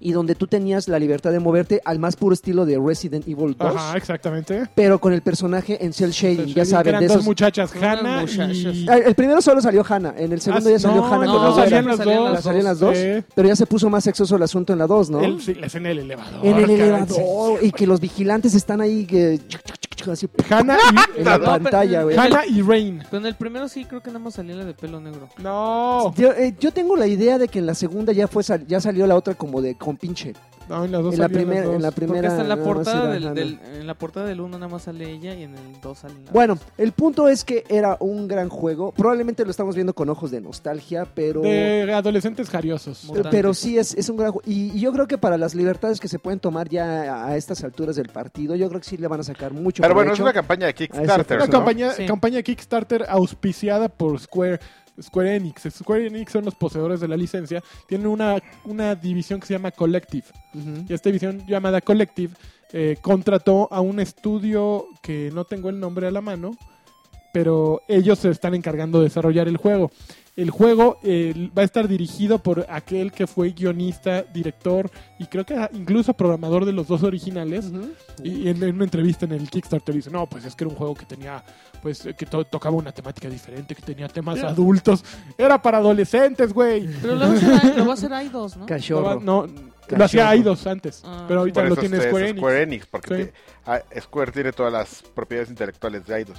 Speaker 1: y donde tú tenías la libertad de moverte al más puro estilo de Resident Evil 2,
Speaker 4: Ajá, exactamente.
Speaker 1: pero con el personaje en cel shading, ya saben,
Speaker 4: eran
Speaker 1: de
Speaker 4: dos
Speaker 1: esos
Speaker 4: muchachas,
Speaker 2: Eran
Speaker 4: Hannah
Speaker 2: muchachas.
Speaker 4: y...
Speaker 1: Ah, el primero solo salió Hannah, en el segundo
Speaker 4: Ah,
Speaker 1: ya salió
Speaker 4: no,
Speaker 1: Hannah
Speaker 4: no,
Speaker 1: con
Speaker 2: no,
Speaker 1: la
Speaker 4: salían
Speaker 1: güera,
Speaker 4: las
Speaker 2: Salían
Speaker 4: dos.
Speaker 2: las
Speaker 1: salían las dos.
Speaker 4: Eh,
Speaker 1: pero ya se puso más sexoso el asunto en la 2, ¿no?
Speaker 4: él sí, es en el elevador.
Speaker 1: en el
Speaker 4: caray,
Speaker 1: elevador y que los vigilantes están ahí eh, que- así
Speaker 4: sí. Hannah y,
Speaker 1: en la
Speaker 2: No, pero-
Speaker 1: pantalla, güey.
Speaker 4: Hannah y Rain.
Speaker 2: Pero en el primero sí creo que nada más salía la de pelo negro.
Speaker 4: No.
Speaker 1: Yo, eh, yo tengo la idea de que en la segunda ya fue sal- ya salió la otra como de con pinche.
Speaker 4: No, en las dos
Speaker 1: En la,
Speaker 4: salían
Speaker 1: primer-
Speaker 4: las dos.
Speaker 1: en la
Speaker 2: Porque
Speaker 1: primera.
Speaker 2: hasta en la
Speaker 1: nada más
Speaker 2: portada
Speaker 1: era
Speaker 2: del,
Speaker 1: Hannah.
Speaker 2: del- en la portada del 1 nada más sale ella y en el 2 sale la
Speaker 1: Bueno, el punto es que era un gran juego. Probablemente lo estamos viendo con ojos de nostalgia, pero. eh,
Speaker 4: De adolescentes jariosos.
Speaker 2: Mutantes.
Speaker 1: Pero sí es, es un gran juego. Y, y yo creo que para las libertades que se pueden tomar ya a, a estas alturas del partido, yo creo que sí le van a sacar mucho.
Speaker 3: Pero bueno, es una
Speaker 1: provecho.
Speaker 3: campaña de
Speaker 1: Ah,
Speaker 3: Kickstarter.
Speaker 1: ese
Speaker 4: Una
Speaker 1: fue.
Speaker 3: ¿no?
Speaker 4: campaña,
Speaker 2: Sí.
Speaker 4: campaña Kickstarter auspiciada por Square, Square Enix. Square Enix son los poseedores de la licencia. Tienen una, una división que se llama Collective.
Speaker 1: Ujú.
Speaker 4: Y esta división llamada Collective eh, contrató a un estudio que no tengo el nombre a la mano, pero ellos se están encargando de desarrollar el juego. El juego eh, va a estar dirigido por aquel que fue guionista, director y creo que incluso programador de los dos originales. Y, y en, en una entrevista en el Kickstarter dice, no, pues es que era un juego que tenía, pues eh, que to- tocaba una temática diferente, que tenía temas adultos, era para adolescentes, güey.
Speaker 2: Pero lo va a hacer, lo va a hacer I2, ¿no?
Speaker 1: Cachorro.
Speaker 4: No, Lo hacía
Speaker 1: Cachorro.
Speaker 4: Eidos antes,
Speaker 2: Ah.
Speaker 4: pero ahorita
Speaker 3: Por
Speaker 4: lo
Speaker 3: eso
Speaker 4: tiene
Speaker 3: este, es
Speaker 4: Square Enix.
Speaker 3: porque
Speaker 4: Sí.
Speaker 3: te- ah, Square tiene todas las propiedades intelectuales de Eidos.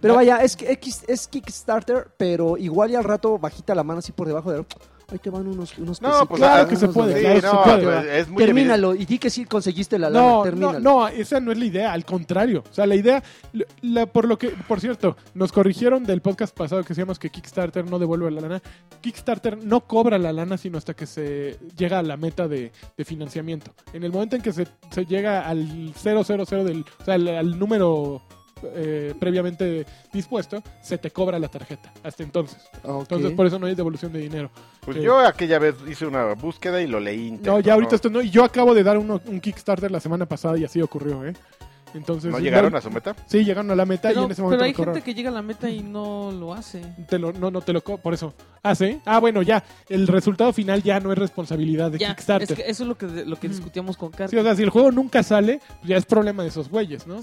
Speaker 1: Pero vaya, es, que- es, es Kickstarter, pero igual y al rato bajita la mano así por debajo de... Ahí te van unos... unos
Speaker 3: No,
Speaker 1: pesitos,
Speaker 3: pues
Speaker 4: claro
Speaker 3: ah,
Speaker 4: que se
Speaker 1: unos
Speaker 4: puede,
Speaker 3: sí,
Speaker 1: dolaritos,
Speaker 4: claro
Speaker 3: no,
Speaker 4: que se puede.
Speaker 1: va.
Speaker 3: pues, es muy
Speaker 1: Termínalo y di que sí conseguiste la lana,
Speaker 4: No, no,
Speaker 1: termínalo.
Speaker 4: no, esa no es la idea, al contrario. O sea, la idea, la- la- por lo que, por cierto, nos corrigieron del podcast pasado que decíamos que Kickstarter no devuelve la lana. Kickstarter no cobra la lana sino hasta que se llega a la meta de, de financiamiento. En el momento en que se, se llega al 000 del, o sea, al, al número eh, previamente dispuesto, se te cobra la tarjeta. Hasta entonces.
Speaker 1: Ok.
Speaker 4: Entonces, por eso no hay devolución de dinero.
Speaker 3: Pues
Speaker 4: Sí.
Speaker 3: yo aquella vez hice una búsqueda y lo leí.
Speaker 4: No,
Speaker 3: íntegro,
Speaker 4: ya ahorita esto no. Y yo acabo de dar uno- un Kickstarter la semana pasada y así ocurrió, ¿eh? Entonces,
Speaker 3: ¿No
Speaker 4: sí,
Speaker 3: llegaron
Speaker 4: no-
Speaker 3: a su meta?
Speaker 4: Sí, llegaron a la meta y
Speaker 2: Pero,
Speaker 4: en ese
Speaker 2: pero
Speaker 4: momento
Speaker 2: hay
Speaker 4: me cobraron.
Speaker 2: gente que llega a la meta y no lo hace.
Speaker 4: Te lo- no, no te lo co- por eso. Ah, sí. Ah, bueno, ya. El resultado final ya no es responsabilidad de
Speaker 2: Ya,
Speaker 4: Kickstarter.
Speaker 2: es que eso es lo que, lo que
Speaker 4: Mm.
Speaker 2: discutíamos con Carlos.
Speaker 4: Sí, o sea, si el juego nunca sale, pues ya es problema de esos güeyes, ¿no?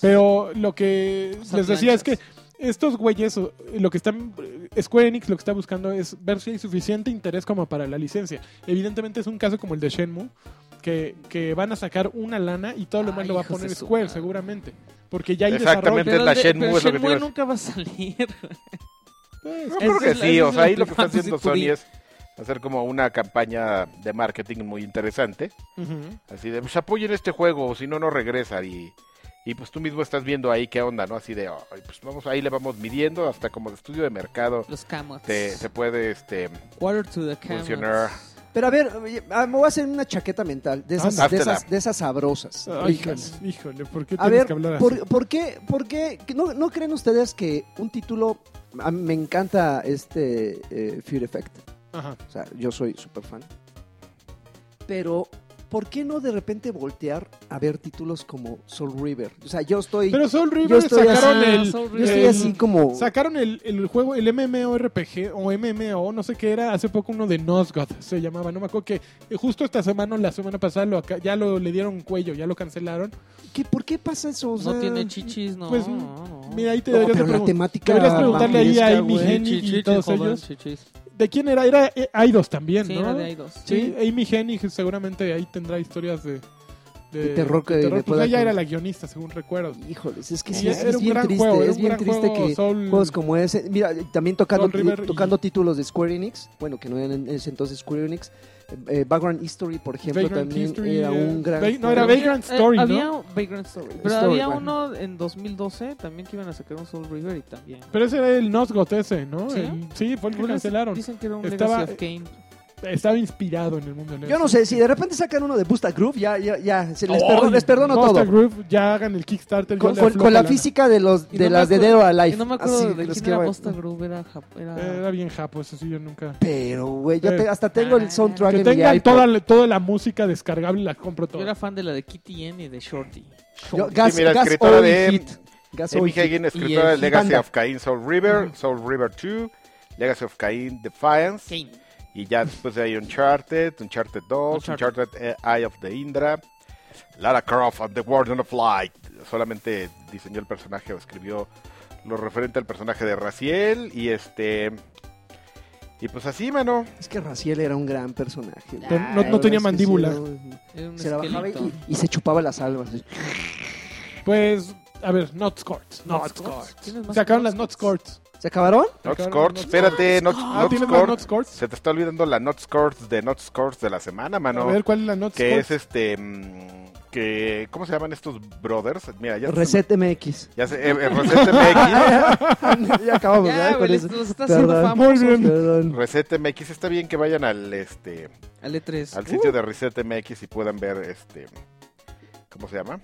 Speaker 4: Pero lo que
Speaker 2: O sea,
Speaker 4: les decía es que
Speaker 2: planchas.
Speaker 4: estos güeyes, o- lo que están. Square Enix lo que está buscando es ver si hay suficiente interés como para la licencia. Evidentemente es un caso como el de Shenmue, que, que van a sacar una lana y todo lo
Speaker 2: Ay,
Speaker 4: demás lo va a
Speaker 2: Ah, hijos de
Speaker 4: poner
Speaker 2: su
Speaker 4: Square,
Speaker 2: madre.
Speaker 4: seguramente. Porque ya hay
Speaker 3: Exactamente.
Speaker 4: desarrollo.
Speaker 2: Pero,
Speaker 3: la
Speaker 2: el de-
Speaker 3: Shenmue
Speaker 2: pero
Speaker 3: es lo que te iba a
Speaker 2: Shenmue
Speaker 3: decir.
Speaker 2: nunca va a salir.
Speaker 3: Yo
Speaker 4: Pues,
Speaker 2: Esa
Speaker 3: creo que
Speaker 2: es la-
Speaker 3: sí,
Speaker 2: esa
Speaker 3: o
Speaker 2: es
Speaker 3: sea,
Speaker 2: la
Speaker 3: ahí lo que está
Speaker 2: hipótesis
Speaker 3: haciendo
Speaker 2: purí.
Speaker 3: Sony es hacer como una campaña de marketing muy interesante.
Speaker 4: ujú.
Speaker 3: Así de, pues apoyen este juego, o si no, no regresa. Y, y pues tú mismo estás viendo ahí qué onda, ¿no? Así de, ay, pues vamos, ahí le vamos midiendo hasta como de estudio de mercado.
Speaker 2: Los camots.
Speaker 3: Te, se puede, este,
Speaker 2: Water to the camots.
Speaker 3: Funcionar.
Speaker 1: Pero a ver, oye, ah, me voy a hacer una chaqueta mental de esas, de
Speaker 3: Ándale.
Speaker 1: esas, de esas sabrosas.
Speaker 4: Ay,
Speaker 1: ricas.
Speaker 4: híjole, híjole, ¿por qué
Speaker 1: A
Speaker 4: tienes
Speaker 1: ver,
Speaker 4: que hablar así?
Speaker 1: ¿por, por qué, por qué que no, no creen ustedes que un título... a mí me encanta este eh, Fear Effect.
Speaker 4: Ajá.
Speaker 1: O sea, yo soy súper fan. Pero, ¿por qué no de repente voltear a ver títulos como Soul River? O sea, yo estoy...
Speaker 4: Pero Soul
Speaker 1: yo
Speaker 4: River
Speaker 1: estoy
Speaker 4: sacaron
Speaker 2: así-
Speaker 4: el,
Speaker 2: Soul
Speaker 1: yo estoy
Speaker 4: el-
Speaker 1: así como...
Speaker 4: sacaron el, el juego, el MMORPG o MMO, no sé qué era, hace poco uno de Nosgoth se llamaba, no me acuerdo que eh, justo esta semana o la semana pasada lo aca- ya lo le dieron cuello, ya lo cancelaron.
Speaker 1: ¿Qué- ¿Por qué pasa eso? O sea,
Speaker 2: No tiene chichis, no.
Speaker 4: pues,
Speaker 2: no, no.
Speaker 4: Mira, ahí te
Speaker 1: Oh. no,
Speaker 4: deberías,
Speaker 1: pero
Speaker 4: de
Speaker 1: la
Speaker 4: pregun-
Speaker 1: temática...
Speaker 4: deberías Pues preguntarle ahí a
Speaker 1: vampíresca,
Speaker 4: Amy
Speaker 1: güey.
Speaker 2: Güey,
Speaker 4: Hennig y
Speaker 2: chichis,
Speaker 4: todos
Speaker 2: joven,
Speaker 4: ellos.
Speaker 2: chichis.
Speaker 4: ¿De quién era? Era eh, Eidos también,
Speaker 2: Sí,
Speaker 4: ¿no?
Speaker 2: era de Aidos.
Speaker 4: Sí, Amy Hennig seguramente ahí tendrá historias de
Speaker 1: De terror que le
Speaker 4: Pues
Speaker 1: pueda-
Speaker 4: ella era la guionista, según recuerdo.
Speaker 1: Híjoles, es que
Speaker 4: Y
Speaker 1: sí, es,
Speaker 4: era un
Speaker 1: bien
Speaker 4: gran
Speaker 1: triste,
Speaker 4: juego, era
Speaker 1: es
Speaker 4: un
Speaker 1: bien
Speaker 4: gran
Speaker 1: triste
Speaker 4: juego,
Speaker 1: que
Speaker 4: Soul-
Speaker 1: juegos como ese, mira, también tocando,
Speaker 4: Soul River y-
Speaker 1: tocando títulos de Square Enix, bueno, que no eran en ese entonces Square Enix, eh, Background History, por ejemplo,
Speaker 4: Vagrant
Speaker 1: también
Speaker 4: History,
Speaker 1: era
Speaker 4: eh,
Speaker 1: un gran...
Speaker 4: Vagrant- no,
Speaker 1: juego.
Speaker 4: era Vagrant
Speaker 2: Eh,
Speaker 4: Story, ¿no?
Speaker 2: había Vagrant Story. Pero
Speaker 1: Story,
Speaker 2: había
Speaker 1: bueno.
Speaker 2: uno en 2012 también que iban a sacar un Soul River y también.
Speaker 4: Pero ese era el Nosgoth ese, ¿no?
Speaker 2: ¿Sí?
Speaker 4: El- ¿Sí? fue el que
Speaker 2: Algunas
Speaker 4: cancelaron.
Speaker 2: Dicen que era un
Speaker 4: Estaba-
Speaker 2: Legacy of Kane.
Speaker 4: Estaba inspirado en el mundo.
Speaker 1: Yo no sé, si de repente sacan uno de Busta Groove, ya, ya, ya, se les, perdono, les perdono todo.
Speaker 4: Monster Group, ya hagan el Kickstarter. yo
Speaker 1: Con,
Speaker 4: le
Speaker 1: con-
Speaker 4: aflojo
Speaker 1: con la
Speaker 4: lana.
Speaker 1: física de los
Speaker 2: Y
Speaker 1: de
Speaker 2: no me
Speaker 1: las de
Speaker 2: acuerdo-
Speaker 1: Dead or Alive.
Speaker 2: Y no me acuerdo
Speaker 1: así,
Speaker 2: de
Speaker 1: ah, los
Speaker 2: quién
Speaker 1: que
Speaker 2: era
Speaker 1: va-
Speaker 2: Bosta Groove, era... jap- era...
Speaker 4: Eh, Era bien japo, eso sí, yo nunca...
Speaker 1: Pero, güey, yo
Speaker 4: Eh.
Speaker 1: te- hasta tengo el soundtrack
Speaker 4: Que
Speaker 1: en mi
Speaker 4: tengan
Speaker 1: iPod.
Speaker 4: toda la, toda la música descargable y la compro
Speaker 2: Yo
Speaker 4: toda.
Speaker 2: era fan de la de Kitty N y de Shorty.
Speaker 1: Yo-
Speaker 2: Shorty.
Speaker 1: Gas,
Speaker 3: mira,
Speaker 1: gas
Speaker 3: escritora
Speaker 1: Oil
Speaker 3: de-
Speaker 1: Hit. Gas Oil
Speaker 3: Amy
Speaker 1: Hit.
Speaker 3: Hagen, escritora de
Speaker 2: el-
Speaker 3: Legacy
Speaker 1: Panda.
Speaker 3: of Cain, Soul River, Soul River 2, Legacy of Cain, Defiance,
Speaker 2: Kane.
Speaker 3: y ya después de ahí Uncharted, Uncharted 2,
Speaker 2: Uncharted.
Speaker 3: Uncharted, eh, Eye of the Indra, Lara Croft and the Guardian of Light. Solamente diseñó el personaje o escribió lo referente al personaje de Raciel y este... Y pues así, mano.
Speaker 1: Es que Raciel era un gran personaje. güey.
Speaker 4: Pero no- no
Speaker 1: La verdad
Speaker 4: tenía
Speaker 1: es que sí,
Speaker 4: mandíbula.
Speaker 1: era un-
Speaker 2: Era un
Speaker 1: se la bajaba y,
Speaker 2: esqueleto.
Speaker 1: y se chupaba las almas.
Speaker 4: Pues, a ver, Not Scorts.
Speaker 2: Not
Speaker 4: Not
Speaker 2: Scored. ¿Tienes
Speaker 4: Scorts.
Speaker 2: más
Speaker 4: Sacaron
Speaker 2: Not
Speaker 4: las Not
Speaker 2: Scored?
Speaker 4: Scorts.
Speaker 1: ¿Se acabaron?
Speaker 3: Not
Speaker 4: Sacaron
Speaker 3: Scores,
Speaker 4: Not
Speaker 3: espérate, Not,
Speaker 4: Ah,
Speaker 3: Not
Speaker 4: ¿tienes las
Speaker 3: Scores.
Speaker 4: Not Scorts?
Speaker 3: Se te está olvidando la Not Scores de Not Scores de la semana,
Speaker 4: A
Speaker 3: mano.
Speaker 4: ver, ¿cuál es la Not
Speaker 3: que
Speaker 4: Scorts?
Speaker 3: es este mm, que ¿cómo se llaman estos brothers? Mira, ya se-
Speaker 1: Reset MX.
Speaker 3: ya se, eh, eh, Reset MX.
Speaker 1: ya acabamos,
Speaker 2: Ya,
Speaker 1: ¿verdad? Con
Speaker 2: güey,
Speaker 1: eso.
Speaker 2: los está haciendo
Speaker 1: Perdón.
Speaker 4: Ah, Muy
Speaker 2: famosos.
Speaker 4: bien.
Speaker 1: Perdón.
Speaker 3: Reset MX está bien que vayan al este
Speaker 2: Al E3.
Speaker 3: al
Speaker 2: Uh,
Speaker 3: sitio de Reset MX y puedan ver este ¿cómo se llama?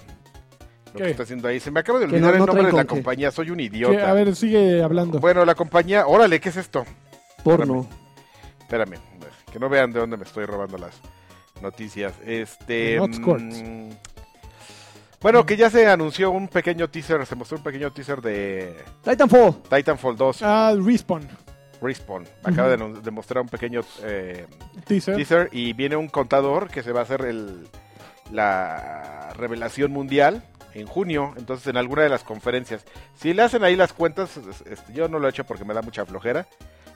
Speaker 3: Lo
Speaker 4: ¿Qué?
Speaker 3: que está haciendo ahí. Se me acaba de
Speaker 1: Que
Speaker 3: olvidar
Speaker 1: no-
Speaker 3: el
Speaker 1: no
Speaker 3: nombre de
Speaker 1: traen
Speaker 3: la
Speaker 1: con qué.
Speaker 3: compañía, soy un
Speaker 4: Que,
Speaker 3: idiota.
Speaker 4: a ver, sigue hablando.
Speaker 3: Bueno, la compañía, órale, ¿qué es esto?
Speaker 1: Porno.
Speaker 3: Espérame, que no vean de dónde me estoy robando las noticias. Este.
Speaker 4: Not Scorts.
Speaker 3: mm, Bueno, que ya se anunció un pequeño teaser, se mostró un pequeño teaser de
Speaker 1: Titanfall.
Speaker 3: Titanfall 2
Speaker 4: Ah, Respawn.
Speaker 3: Respawn. Acaba de, anun- de mostrar un pequeño eh,
Speaker 4: Teaser.
Speaker 3: teaser y viene un contador que se va a hacer el, la revelación mundial en junio, entonces en alguna de las conferencias. Si le hacen ahí las cuentas, es- este, yo no lo he hecho porque me da mucha flojera,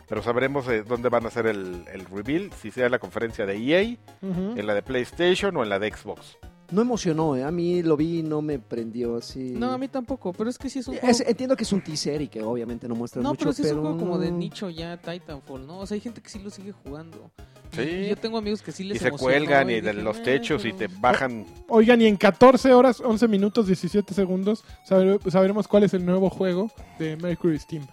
Speaker 3: Pero sabremos eh, dónde van a hacer el, el reveal, si sea en la conferencia de EA,
Speaker 4: Ujú.
Speaker 3: en la de PlayStation o en la de Xbox.
Speaker 1: No emocionó, ¿eh? A mí lo vi y no me prendió así.
Speaker 2: No, a mí tampoco, pero es que sí es un juego.
Speaker 1: Es- entiendo que es un teaser y que obviamente no muestra
Speaker 2: no,
Speaker 1: mucho,
Speaker 2: pero sí es un juego como de
Speaker 1: no.
Speaker 2: nicho ya, Titanfall, ¿no? O sea, hay gente que sí lo sigue jugando.
Speaker 3: Sí.
Speaker 2: Y yo tengo amigos que sí les
Speaker 3: Y se
Speaker 2: emocionó
Speaker 3: cuelgan y de
Speaker 2: dije,
Speaker 3: los
Speaker 2: "Eh,
Speaker 3: techos y
Speaker 2: pero-
Speaker 3: te bajan.
Speaker 4: Oigan, y en 14 horas, 11 minutos, 17 segundos, sabe- sabremos cuál es el nuevo juego de Mercury Steam.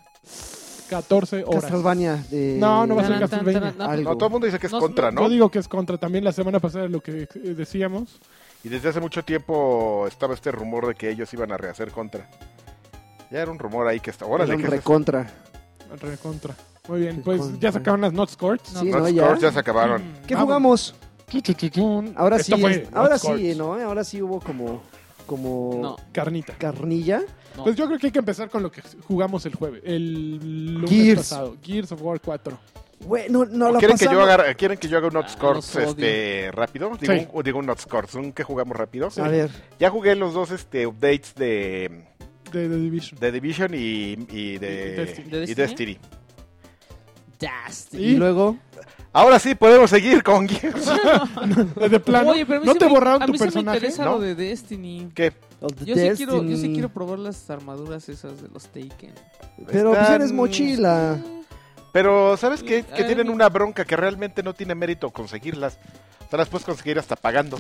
Speaker 4: 14 horas.
Speaker 1: Castlevania de...
Speaker 4: No, no va a ser
Speaker 2: Taran, taran,
Speaker 4: Castlevania.
Speaker 2: taran, no,
Speaker 1: Algo.
Speaker 3: No, todo el mundo dice que es
Speaker 2: No,
Speaker 3: contra,
Speaker 4: Yo
Speaker 3: ¿no?
Speaker 4: digo que es contra. También la semana pasada lo que eh, decíamos.
Speaker 3: Y desde hace mucho tiempo estaba este rumor de que ellos iban a rehacer contra. Ya era un rumor ahí que está.
Speaker 1: Era
Speaker 3: Órale,
Speaker 1: un
Speaker 3: que es
Speaker 1: recontra.
Speaker 4: Re Contra. Muy bien,
Speaker 1: Re
Speaker 4: pues
Speaker 1: contra.
Speaker 4: ya sacaron las Not Scores.
Speaker 2: No,
Speaker 1: Sí,
Speaker 3: Los
Speaker 1: ¿no? Ya.
Speaker 3: scores ya se acabaron.
Speaker 2: Mm.
Speaker 1: ¿Qué
Speaker 4: Vamos.
Speaker 1: jugamos?
Speaker 4: Chu, chu, chu, chun.
Speaker 1: Ahora
Speaker 4: Esto
Speaker 1: sí,
Speaker 4: fue
Speaker 1: es-
Speaker 4: Not
Speaker 1: ahora
Speaker 4: Scores.
Speaker 1: sí, ¿no? Ahora sí hubo como... como
Speaker 2: No.
Speaker 4: Carnita.
Speaker 1: Carnilla.
Speaker 2: No.
Speaker 4: Pues yo creo que hay que empezar con lo que jugamos el jueves, el lunes
Speaker 1: Gears.
Speaker 4: pasado, Gears of War 4.
Speaker 1: Güey, no, no, la
Speaker 3: ¿Quieren que, yo
Speaker 1: pasamos.
Speaker 3: haga, ¿Quieren que yo haga un not
Speaker 2: Ah, los
Speaker 3: scores
Speaker 2: odio.
Speaker 3: este, rápido? Digo,
Speaker 4: Sí.
Speaker 3: un, digo un not scores, un que jugamos rápido.
Speaker 1: A ver,
Speaker 3: Ya jugué los dos este, updates de,
Speaker 4: De The Division.
Speaker 3: de Division y, y
Speaker 4: Y
Speaker 3: de,
Speaker 4: Destiny.
Speaker 2: ¿De
Speaker 3: y
Speaker 2: Destiny?
Speaker 3: Destiny.
Speaker 2: Dastard.
Speaker 1: y,
Speaker 4: ¿Y?
Speaker 1: luego...
Speaker 3: Ahora sí podemos seguir con Gears.
Speaker 4: De, de plano.
Speaker 2: Oye, pero a mí
Speaker 4: ¿No
Speaker 2: sí
Speaker 4: te
Speaker 2: me-
Speaker 4: borraron
Speaker 2: a
Speaker 4: tu
Speaker 2: mí sí me
Speaker 4: personaje?
Speaker 2: interesa
Speaker 3: ¿No?
Speaker 2: lo de Destiny.
Speaker 3: ¿Qué?
Speaker 1: of the
Speaker 2: Yo sí, quiero, yo sí
Speaker 1: Destiny.
Speaker 2: quiero probar las armaduras esas de los Taken.
Speaker 1: Pero pues
Speaker 3: Están-
Speaker 1: eres
Speaker 4: Ah.
Speaker 1: mochila.
Speaker 3: Pero, ¿sabes qué?
Speaker 2: Mm,
Speaker 3: Que
Speaker 2: a
Speaker 3: tienen
Speaker 2: mí-
Speaker 3: una bronca que realmente no tiene mérito conseguirlas. O sea, las puedes conseguir hasta pagando.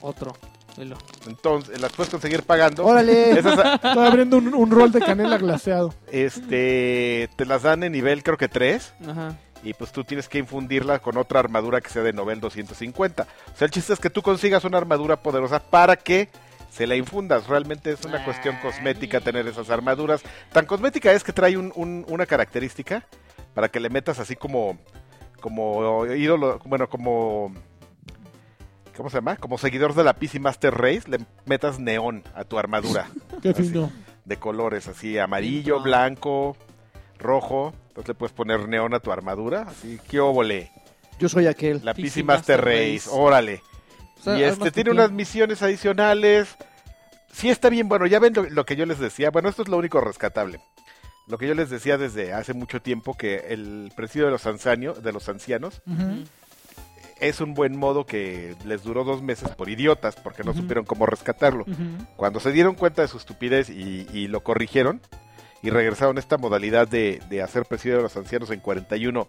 Speaker 2: Otro. Velo.
Speaker 3: Entonces, las puedes conseguir pagando.
Speaker 1: ¡Órale!
Speaker 3: Esas, a-
Speaker 4: Estoy abriendo un, un rol de canela glaseado.
Speaker 3: este, te las dan en nivel creo que 3
Speaker 2: Ajá.
Speaker 3: y pues tú tienes que infundirla con otra armadura que sea de nivel 250. O sea, el chiste es que tú consigas una armadura poderosa para que se la infundas. Realmente es una cuestión cosmética tener esas armaduras. Tan cosmética es que trae un- un- una característica para que le metas así como como ídolo, bueno, como ¿cómo se llama? Como seguidor de la PC Master Race, le metas neón a tu armadura
Speaker 4: Qué
Speaker 3: Así.
Speaker 4: fino.
Speaker 3: de colores, así amarillo,
Speaker 2: Pinto.
Speaker 3: blanco, rojo. Entonces le puedes poner neón a tu armadura, así que óvole.
Speaker 1: Yo soy aquel.
Speaker 3: La
Speaker 2: PC
Speaker 3: PC Master
Speaker 2: Master
Speaker 3: Race,
Speaker 2: Race.
Speaker 3: órale.
Speaker 2: O sea,
Speaker 3: y este
Speaker 2: armas
Speaker 3: tiene
Speaker 2: que-
Speaker 3: unas misiones adicionales. Sí está bien, bueno, ya ven lo, lo que yo les decía. Bueno, esto es lo único rescatable. Lo que yo les decía desde hace mucho tiempo que el presidio de los ancianos, de los ancianos
Speaker 4: Ujú.
Speaker 3: es un buen modo que les duró dos meses por idiotas porque no
Speaker 4: Ujú.
Speaker 3: supieron cómo rescatarlo.
Speaker 4: Ujú.
Speaker 3: Cuando se dieron cuenta de su estupidez y, y lo corrigieron y regresaron a esta modalidad de, de hacer presidio de los ancianos en 41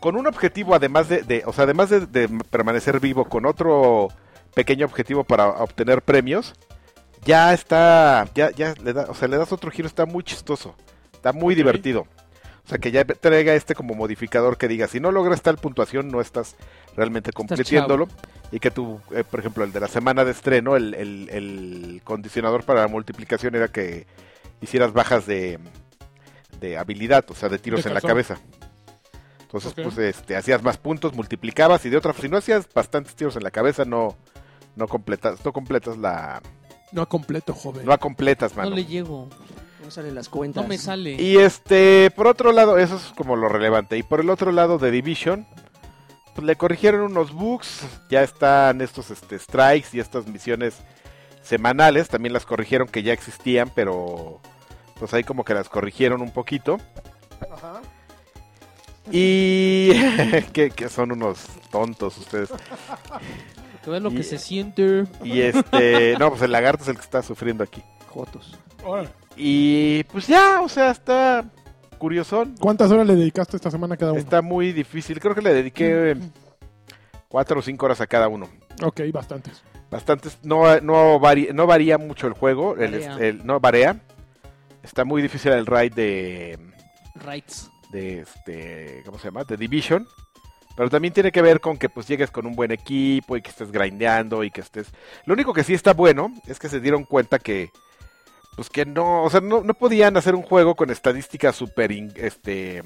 Speaker 3: con un objetivo además de, de- o sea, además de, de permanecer vivo con otro pequeño objetivo para obtener premios ya está ya ya le da, o sea, le das otro giro está muy chistoso está muy
Speaker 4: Ok.
Speaker 3: divertido o sea que ya traiga este como modificador que diga si no logras tal puntuación no estás realmente completiéndolo y que tú, eh, por ejemplo, el de la semana de estreno, el, el- el condicionador para la multiplicación era que hicieras bajas de, de habilidad, o sea, de tiros
Speaker 4: De
Speaker 3: en la
Speaker 4: calzón.
Speaker 3: cabeza. Entonces,
Speaker 4: Ok.
Speaker 3: pues, este, hacías más puntos, multiplicabas y de otra, si no hacías bastantes tiros en la cabeza, no, no completas, no completas la,
Speaker 4: No completo, joven.
Speaker 3: no completas,
Speaker 2: No
Speaker 3: mano.
Speaker 2: le llego.
Speaker 1: No salen las cuentas.
Speaker 2: No me sale.
Speaker 3: Y este, por otro lado, eso es como lo relevante. Y por el otro lado de Division, pues le corrigieron unos bugs. Ya están estos este, strikes y estas misiones semanales. También las corrigieron que ya existían, pero pues ahí como que las corrigieron un poquito. Y que, que son unos tontos ustedes.
Speaker 2: Que veas lo
Speaker 3: y-
Speaker 2: que se siente.
Speaker 3: Y este, no, pues el lagarto es el que está sufriendo aquí.
Speaker 1: Jotos.
Speaker 4: Órale.
Speaker 3: Y pues ya, o sea, está curiosón.
Speaker 4: ¿Cuántas horas le dedicaste esta semana a cada uno?
Speaker 3: Está muy difícil. Creo que le dediqué eh, cuatro o cinco horas a cada uno.
Speaker 4: Ok, bastantes.
Speaker 3: Bastantes. No, no, varía, no varía mucho el juego. El,
Speaker 2: Varía.
Speaker 3: el- no varía. Está muy difícil el raid de,
Speaker 2: Rights.
Speaker 3: de este, ¿cómo se llama? De Division. Pero también tiene que ver con que pues llegues con un buen equipo y que estés grindeando y que estés. Lo único que sí está bueno es que se dieron cuenta que pues que no, o sea, no, no podían hacer un juego con estadísticas súper in- este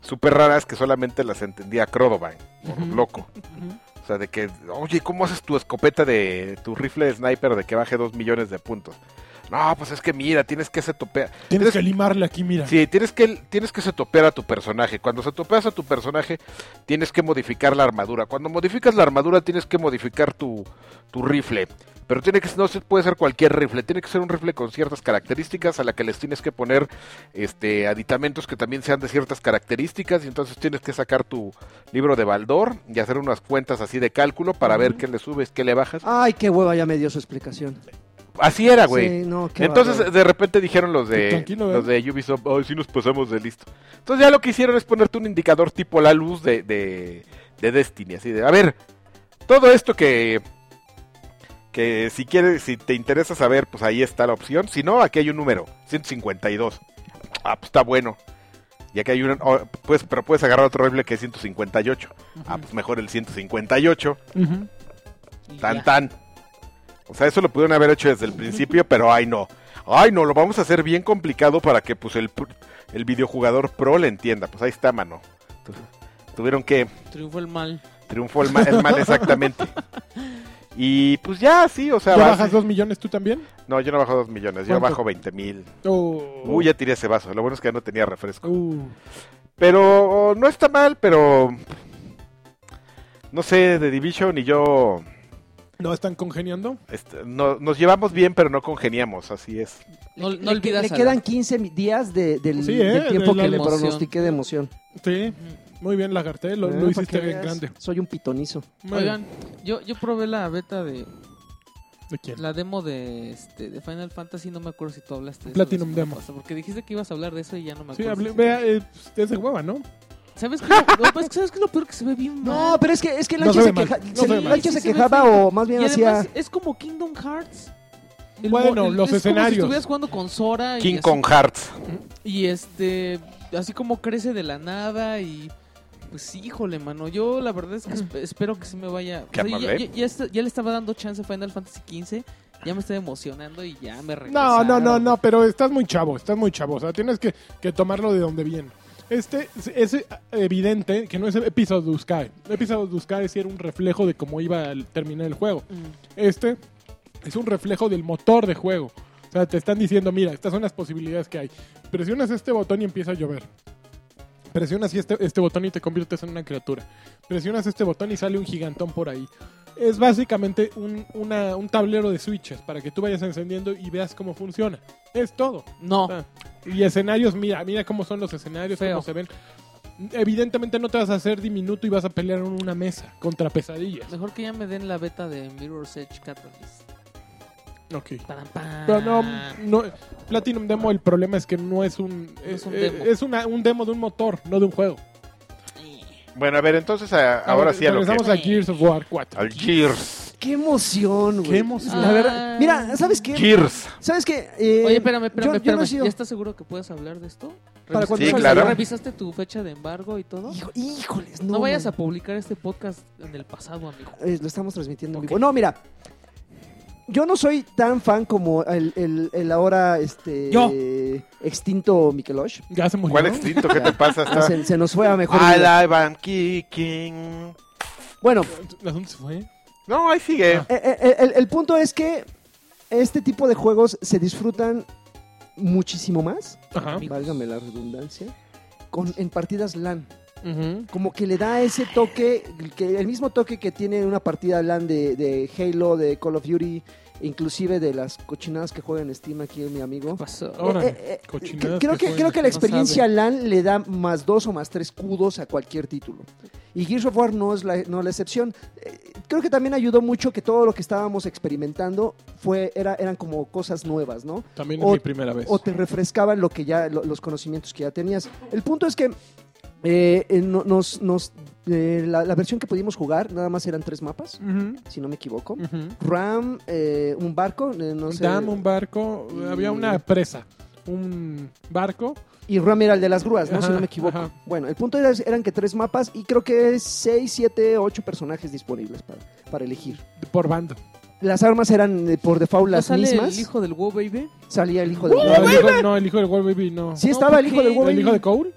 Speaker 3: súper raras que solamente las entendía Crodovan, por
Speaker 2: Ujú.
Speaker 3: loco. O sea, de que, oye, ¿cómo haces tu escopeta de tu rifle de sniper de que baje dos millones de puntos? No, pues es que mira, tienes que se topear.
Speaker 4: Tienes
Speaker 3: Tienes-
Speaker 4: que limarle aquí, mira.
Speaker 3: Sí, tienes que, tienes que se topear a tu personaje. Cuando se topeas a tu personaje, tienes que modificar la armadura. Cuando modificas la armadura, tienes que modificar tu, tu rifle. Pero tiene que no se puede ser cualquier rifle, tiene que ser un rifle con ciertas características a la que les tienes que poner este aditamentos que también sean de ciertas características y entonces tienes que sacar tu libro de Baldor y hacer unas cuentas así de cálculo para ver qué le subes, qué le bajas.
Speaker 1: Ay, qué hueva, ya me dio su explicación.
Speaker 3: Así era, güey.
Speaker 1: Sí, no, qué
Speaker 3: Entonces,
Speaker 1: bárbaro.
Speaker 3: de repente dijeron los de
Speaker 4: Tranquilo, ¿eh?
Speaker 3: los de Ubisoft, hoy sí nos pasamos de listo. Entonces, ya lo que hicieron es ponerte un indicador tipo la luz de, de, de Destiny, así de, a ver, todo esto que que si quieres, si te interesa saber, pues ahí está la opción, si no, aquí hay un número, 152. Ah, pues está bueno. Y aquí hay un oh, pues pero puedes agarrar otro rifle que es 158. Ah, pues mejor el 158.
Speaker 4: Ujú.
Speaker 2: Y
Speaker 3: Tan
Speaker 2: ya.
Speaker 3: tan. O sea, eso lo pudieron haber hecho desde el principio, pero ay no. Ay no, lo vamos a hacer bien complicado para que pues el, pr- el videojugador pro le entienda. Pues ahí está, mano. Tu- Tuvieron que
Speaker 2: Triunfó el mal.
Speaker 3: triunfó el mal, el mal exactamente. Y pues ya, sí, o sea,
Speaker 4: ¿Ya
Speaker 3: vas-
Speaker 4: bajas dos millones tú también?
Speaker 3: No, yo no bajo dos millones, yo
Speaker 4: ¿Cuánto?
Speaker 3: bajo 20 mil.
Speaker 4: Oh.
Speaker 2: Uh.
Speaker 3: Uy, ya tiré ese vaso. Lo bueno es que ya no tenía refresco.
Speaker 4: Uh.
Speaker 3: Pero no está mal, pero... No sé, The Division y yo...
Speaker 4: ¿No están congeniando?
Speaker 3: este, no- nos llevamos bien, pero no congeniamos, así es.
Speaker 2: No, no
Speaker 1: Le-
Speaker 2: olvidas.
Speaker 1: Le
Speaker 2: a la-
Speaker 1: quedan 15 mi- días de- del,
Speaker 4: Sí, ¿eh?
Speaker 1: del tiempo
Speaker 4: De la
Speaker 1: que le
Speaker 2: emoción.
Speaker 1: pronostiqué de emoción.
Speaker 4: Sí.
Speaker 2: Mm.
Speaker 4: Muy bien, Lagarté, lo,
Speaker 1: Eh,
Speaker 4: lo
Speaker 1: para que
Speaker 4: hiciste bien
Speaker 1: veas,
Speaker 4: grande.
Speaker 1: Soy un pitonizo.
Speaker 4: Muy bien.
Speaker 2: Oigan, yo, yo probé la beta de
Speaker 4: ¿De quién?
Speaker 2: la demo de, este, de Final Fantasy. No me acuerdo si tú hablaste de eso
Speaker 4: Platinum
Speaker 2: la semana
Speaker 4: Demo.
Speaker 2: pasada, porque dijiste que ibas a hablar de eso y ya no me acuerdo.
Speaker 4: Sí, hablé,
Speaker 2: si-
Speaker 4: vea, eh, pues, es de hueva, ¿no?
Speaker 2: ¿Sabes qué? es lo- no, pues, ¿Sabes qué es lo peor que se ve bien mal?
Speaker 1: No, pero es que, es que
Speaker 4: No
Speaker 1: Lancha
Speaker 4: se
Speaker 1: se,
Speaker 4: ve mal,
Speaker 1: queja-
Speaker 4: no
Speaker 1: se-
Speaker 4: se ve mal.
Speaker 1: Lancha
Speaker 2: Sí,
Speaker 1: se
Speaker 2: sí, se ve
Speaker 1: quejaba
Speaker 2: feo.
Speaker 1: o más bien
Speaker 2: y
Speaker 1: hacía...
Speaker 2: además es como Kingdom Hearts.
Speaker 4: Bueno,
Speaker 2: mo-
Speaker 4: los
Speaker 2: es como si
Speaker 4: escenarios.
Speaker 2: estuvieras jugando con Sora y
Speaker 3: King
Speaker 2: así-
Speaker 3: Kong Hearts.
Speaker 2: Y este, así como crece de la nada y... Pues híjole, mano, yo la verdad es que esp- espero que se me vaya...
Speaker 3: Mm. Qué
Speaker 2: ya-
Speaker 3: amable.
Speaker 2: ya, ya está- ya le estaba dando chance a Final Fantasy XV, ya me estaba emocionando y ya me
Speaker 4: No,
Speaker 2: regresaron.
Speaker 4: no, no, no, pero estás muy chavo, estás muy chavo. O sea, tienes que, que tomarlo de donde viene. Este es es evidente que no es Episodio Duskae. Episodio Duskae sí era un reflejo de cómo iba a terminar el juego.
Speaker 2: Mm,
Speaker 4: Este es un reflejo del motor de juego. O sea, te están diciendo, mira, estas son las posibilidades que hay. Presionas este botón y empieza a llover. Presionas este, este botón y te conviertes en una criatura. Presionas este botón y sale un gigantón por ahí. Es básicamente un, una- un tablero de switches para que tú vayas encendiendo y veas cómo funciona. Es todo.
Speaker 2: No,
Speaker 4: Ah, Y escenarios, mira, mira cómo son los escenarios,
Speaker 2: Oh. Feo.
Speaker 4: cómo se ven. Evidentemente no te vas a hacer diminuto y vas a pelear en una mesa contra pesadillas.
Speaker 2: mejor que ya me den la beta de Mirror's Edge Catalyst.
Speaker 4: Ok.
Speaker 2: Param, pam.
Speaker 4: Pero no,
Speaker 2: Ah.
Speaker 4: no, Platinum Demo el problema es que no es un...
Speaker 2: es un
Speaker 4: eh,
Speaker 2: demo.
Speaker 4: es una- un demo de un motor, no de un juego.
Speaker 3: Bueno, a ver, entonces a- ahora sí a lo que...
Speaker 4: Regresamos a Gears of War 4.
Speaker 3: Al Gears.
Speaker 1: ¡Qué emoción, güey!
Speaker 4: Qué emoción.
Speaker 1: La verdad... Mira, ¿sabes qué?
Speaker 3: Gears.
Speaker 1: ¿Sabes qué? Eh,
Speaker 2: Ah. Oye, espérame, espérame,
Speaker 1: yo- yo no
Speaker 2: espérame.
Speaker 1: he sido-
Speaker 2: ¿Ya estás seguro que puedes hablar de esto?
Speaker 1: Para
Speaker 2: ¿Revisaste-
Speaker 1: cuando
Speaker 3: Sí,
Speaker 1: salga
Speaker 3: claro.
Speaker 1: ya.
Speaker 2: ¿Revisaste tu fecha de embargo y todo?
Speaker 1: Hijo- híjoles, no.
Speaker 2: No vayas a
Speaker 1: man.
Speaker 2: publicar este podcast en el pasado, amigo.
Speaker 1: Eh, lo estamos transmitiendo en
Speaker 2: Ok.
Speaker 1: vivo. No, mira. Yo no soy tan fan como el, el- el ahora este
Speaker 4: Yo.
Speaker 1: extinto Mikelosh.
Speaker 4: Ya se murió.
Speaker 3: ¿Cuál extinto? ¿Qué te pasa? Está...
Speaker 1: Se, se nos fue a mejor.
Speaker 3: I
Speaker 1: vida.
Speaker 3: live, I'm kicking.
Speaker 1: Bueno,
Speaker 4: ¿A dónde se fue?
Speaker 3: No, ahí sigue.
Speaker 1: eh, eh, el, el punto es que este tipo de juegos se disfrutan muchísimo más,
Speaker 4: Ajá.
Speaker 2: Amigos.
Speaker 1: válgame la redundancia, con, en partidas LAN.
Speaker 4: Ujú.
Speaker 1: como que le da ese toque, que el mismo toque que tiene una partida LAN de, de Halo, de Call of Duty, inclusive de las cochinadas que juega en Steam aquí mi amigo.
Speaker 2: Pasó.
Speaker 3: Oh,
Speaker 4: Ahora,
Speaker 1: Eh, eh, eh,
Speaker 4: cochinadas
Speaker 1: creo,
Speaker 4: que
Speaker 1: que,
Speaker 4: juegan,
Speaker 1: creo que la
Speaker 2: no
Speaker 1: experiencia LAN le da más dos o más tres cudos a cualquier título. Y Gears of War no es la, no es la excepción. Eh, creo que también ayudó mucho que todo lo que estábamos experimentando fue, era, eran como cosas nuevas, ¿no?
Speaker 4: También es
Speaker 1: O-
Speaker 4: mi primera vez.
Speaker 1: o te refrescaban lo que ya lo- los conocimientos que ya tenías. El punto es que eh, eh, no- nos, nos- eh, la, la versión que pudimos jugar nada más eran tres mapas,
Speaker 4: Ujú,
Speaker 1: si no me equivoco.
Speaker 4: ujú.
Speaker 1: Ram, eh, un barco, eh, no sé,
Speaker 4: Dam, Mm. un barco,
Speaker 1: Y-
Speaker 4: había una presa, un barco.
Speaker 1: y Ram era el de las grúas, ¿no? si
Speaker 4: Ajá,
Speaker 1: no me equivoco.
Speaker 4: ajá.
Speaker 1: Bueno, el punto era- eran que tres mapas y creo que seis, siete, ocho personajes disponibles para, para elegir.
Speaker 4: Por bando.
Speaker 1: Las armas eran eh, por default
Speaker 2: ¿No
Speaker 1: las
Speaker 2: sale
Speaker 1: mismas.
Speaker 2: el hijo del WoW, baby?
Speaker 1: Salía el hijo de
Speaker 4: No, el hijo, no, el hijo del War Baby no.
Speaker 1: Oh, Sí
Speaker 2: No,
Speaker 1: estaba el
Speaker 2: ¿por
Speaker 1: hijo
Speaker 2: qué?
Speaker 1: del huevo
Speaker 4: ¿El hijo de Cole?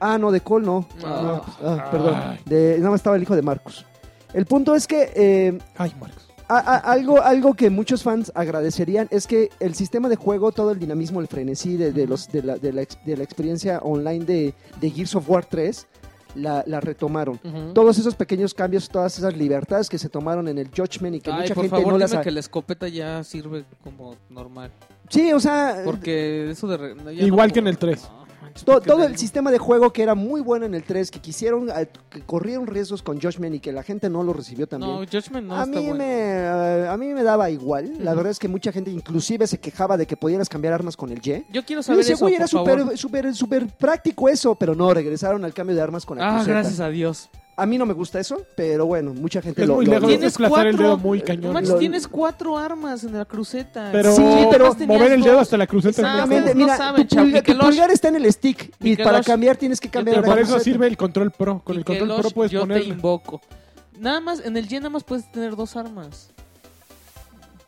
Speaker 1: Ah, no, de Cole no.
Speaker 2: Ah.
Speaker 1: Ah, ah, perdón.
Speaker 4: Ay.
Speaker 1: De, no, estaba el hijo de Marcus. El punto es que eh,
Speaker 4: Ay, Marcos.
Speaker 1: a- a- algo, algo que muchos fans agradecerían es que el sistema de juego, todo el dinamismo, el frenesí de, de los, de, la, de la ex- de la experiencia online de, de Gears of War 3, la, la retomaron.
Speaker 2: Ujú.
Speaker 1: Todos esos pequeños cambios, todas esas libertades que se tomaron en el Judgment y que
Speaker 2: Ay,
Speaker 1: mucha
Speaker 2: por
Speaker 1: gente
Speaker 2: favor,
Speaker 1: no las...
Speaker 2: dime
Speaker 1: ha-
Speaker 2: que la escopeta ya sirve como normal.
Speaker 1: Sí, o sea,
Speaker 2: Porque eso de... re- no, ya
Speaker 4: Igual
Speaker 2: no-
Speaker 4: que en el tres.
Speaker 2: No, manches,
Speaker 1: To-
Speaker 2: porque
Speaker 1: todo
Speaker 2: en
Speaker 1: el sistema de juego que era muy bueno en el 3, que quisieron, eh, que corrieron riesgos con Judgment y que la gente no lo recibió
Speaker 2: No,
Speaker 1: también.
Speaker 2: Judgment no
Speaker 1: a,
Speaker 2: está
Speaker 1: mí
Speaker 2: bueno.
Speaker 1: me, eh, a mí me daba igual. La
Speaker 2: Ujú.
Speaker 1: verdad es que mucha gente inclusive se quejaba de que pudieras cambiar armas con el Y.
Speaker 2: Yo quiero
Speaker 1: Yo
Speaker 2: saber
Speaker 1: decía,
Speaker 2: eso,
Speaker 1: güey, era
Speaker 2: por favor.
Speaker 1: súper súper, súper práctico eso, pero no, regresaron al cambio de armas con la
Speaker 2: Ah,
Speaker 1: cruceta.
Speaker 2: gracias a Dios.
Speaker 1: A mí no me gusta eso, pero bueno, mucha gente
Speaker 4: Es
Speaker 1: lo,
Speaker 4: muy
Speaker 1: lo-
Speaker 4: lejos
Speaker 1: lo-
Speaker 4: de
Speaker 2: Tienes
Speaker 4: desplazar el
Speaker 2: cuatro-
Speaker 4: dedo muy
Speaker 1: eh,
Speaker 2: No
Speaker 4: cañón.
Speaker 2: manches,
Speaker 1: Lo-
Speaker 2: tienes cuatro armas en la cruceta.
Speaker 4: Pero,
Speaker 1: Sí, pero-
Speaker 2: Antes tenías
Speaker 4: mover el dedo
Speaker 2: dos.
Speaker 4: hasta la cruceta. no
Speaker 2: Exactamente.
Speaker 4: manches.
Speaker 1: Exactamente,
Speaker 2: ustedes no
Speaker 1: mira,
Speaker 2: saben,
Speaker 1: tu,
Speaker 2: chavo,
Speaker 1: pulga- tu
Speaker 2: Mikelosh.
Speaker 1: pulgar está en el stick y
Speaker 2: Mikelosh.
Speaker 1: para cambiar tienes que cambiar
Speaker 2: te-
Speaker 4: Pero
Speaker 1: la
Speaker 4: para eso
Speaker 1: cruceta.
Speaker 4: sirve el control pro. Con
Speaker 2: Y
Speaker 4: el
Speaker 2: que
Speaker 4: control pro
Speaker 2: Losh,
Speaker 4: puedes
Speaker 2: yo te
Speaker 4: poner.
Speaker 2: invoco. Nada más, en el Y nada más puedes tener dos armas.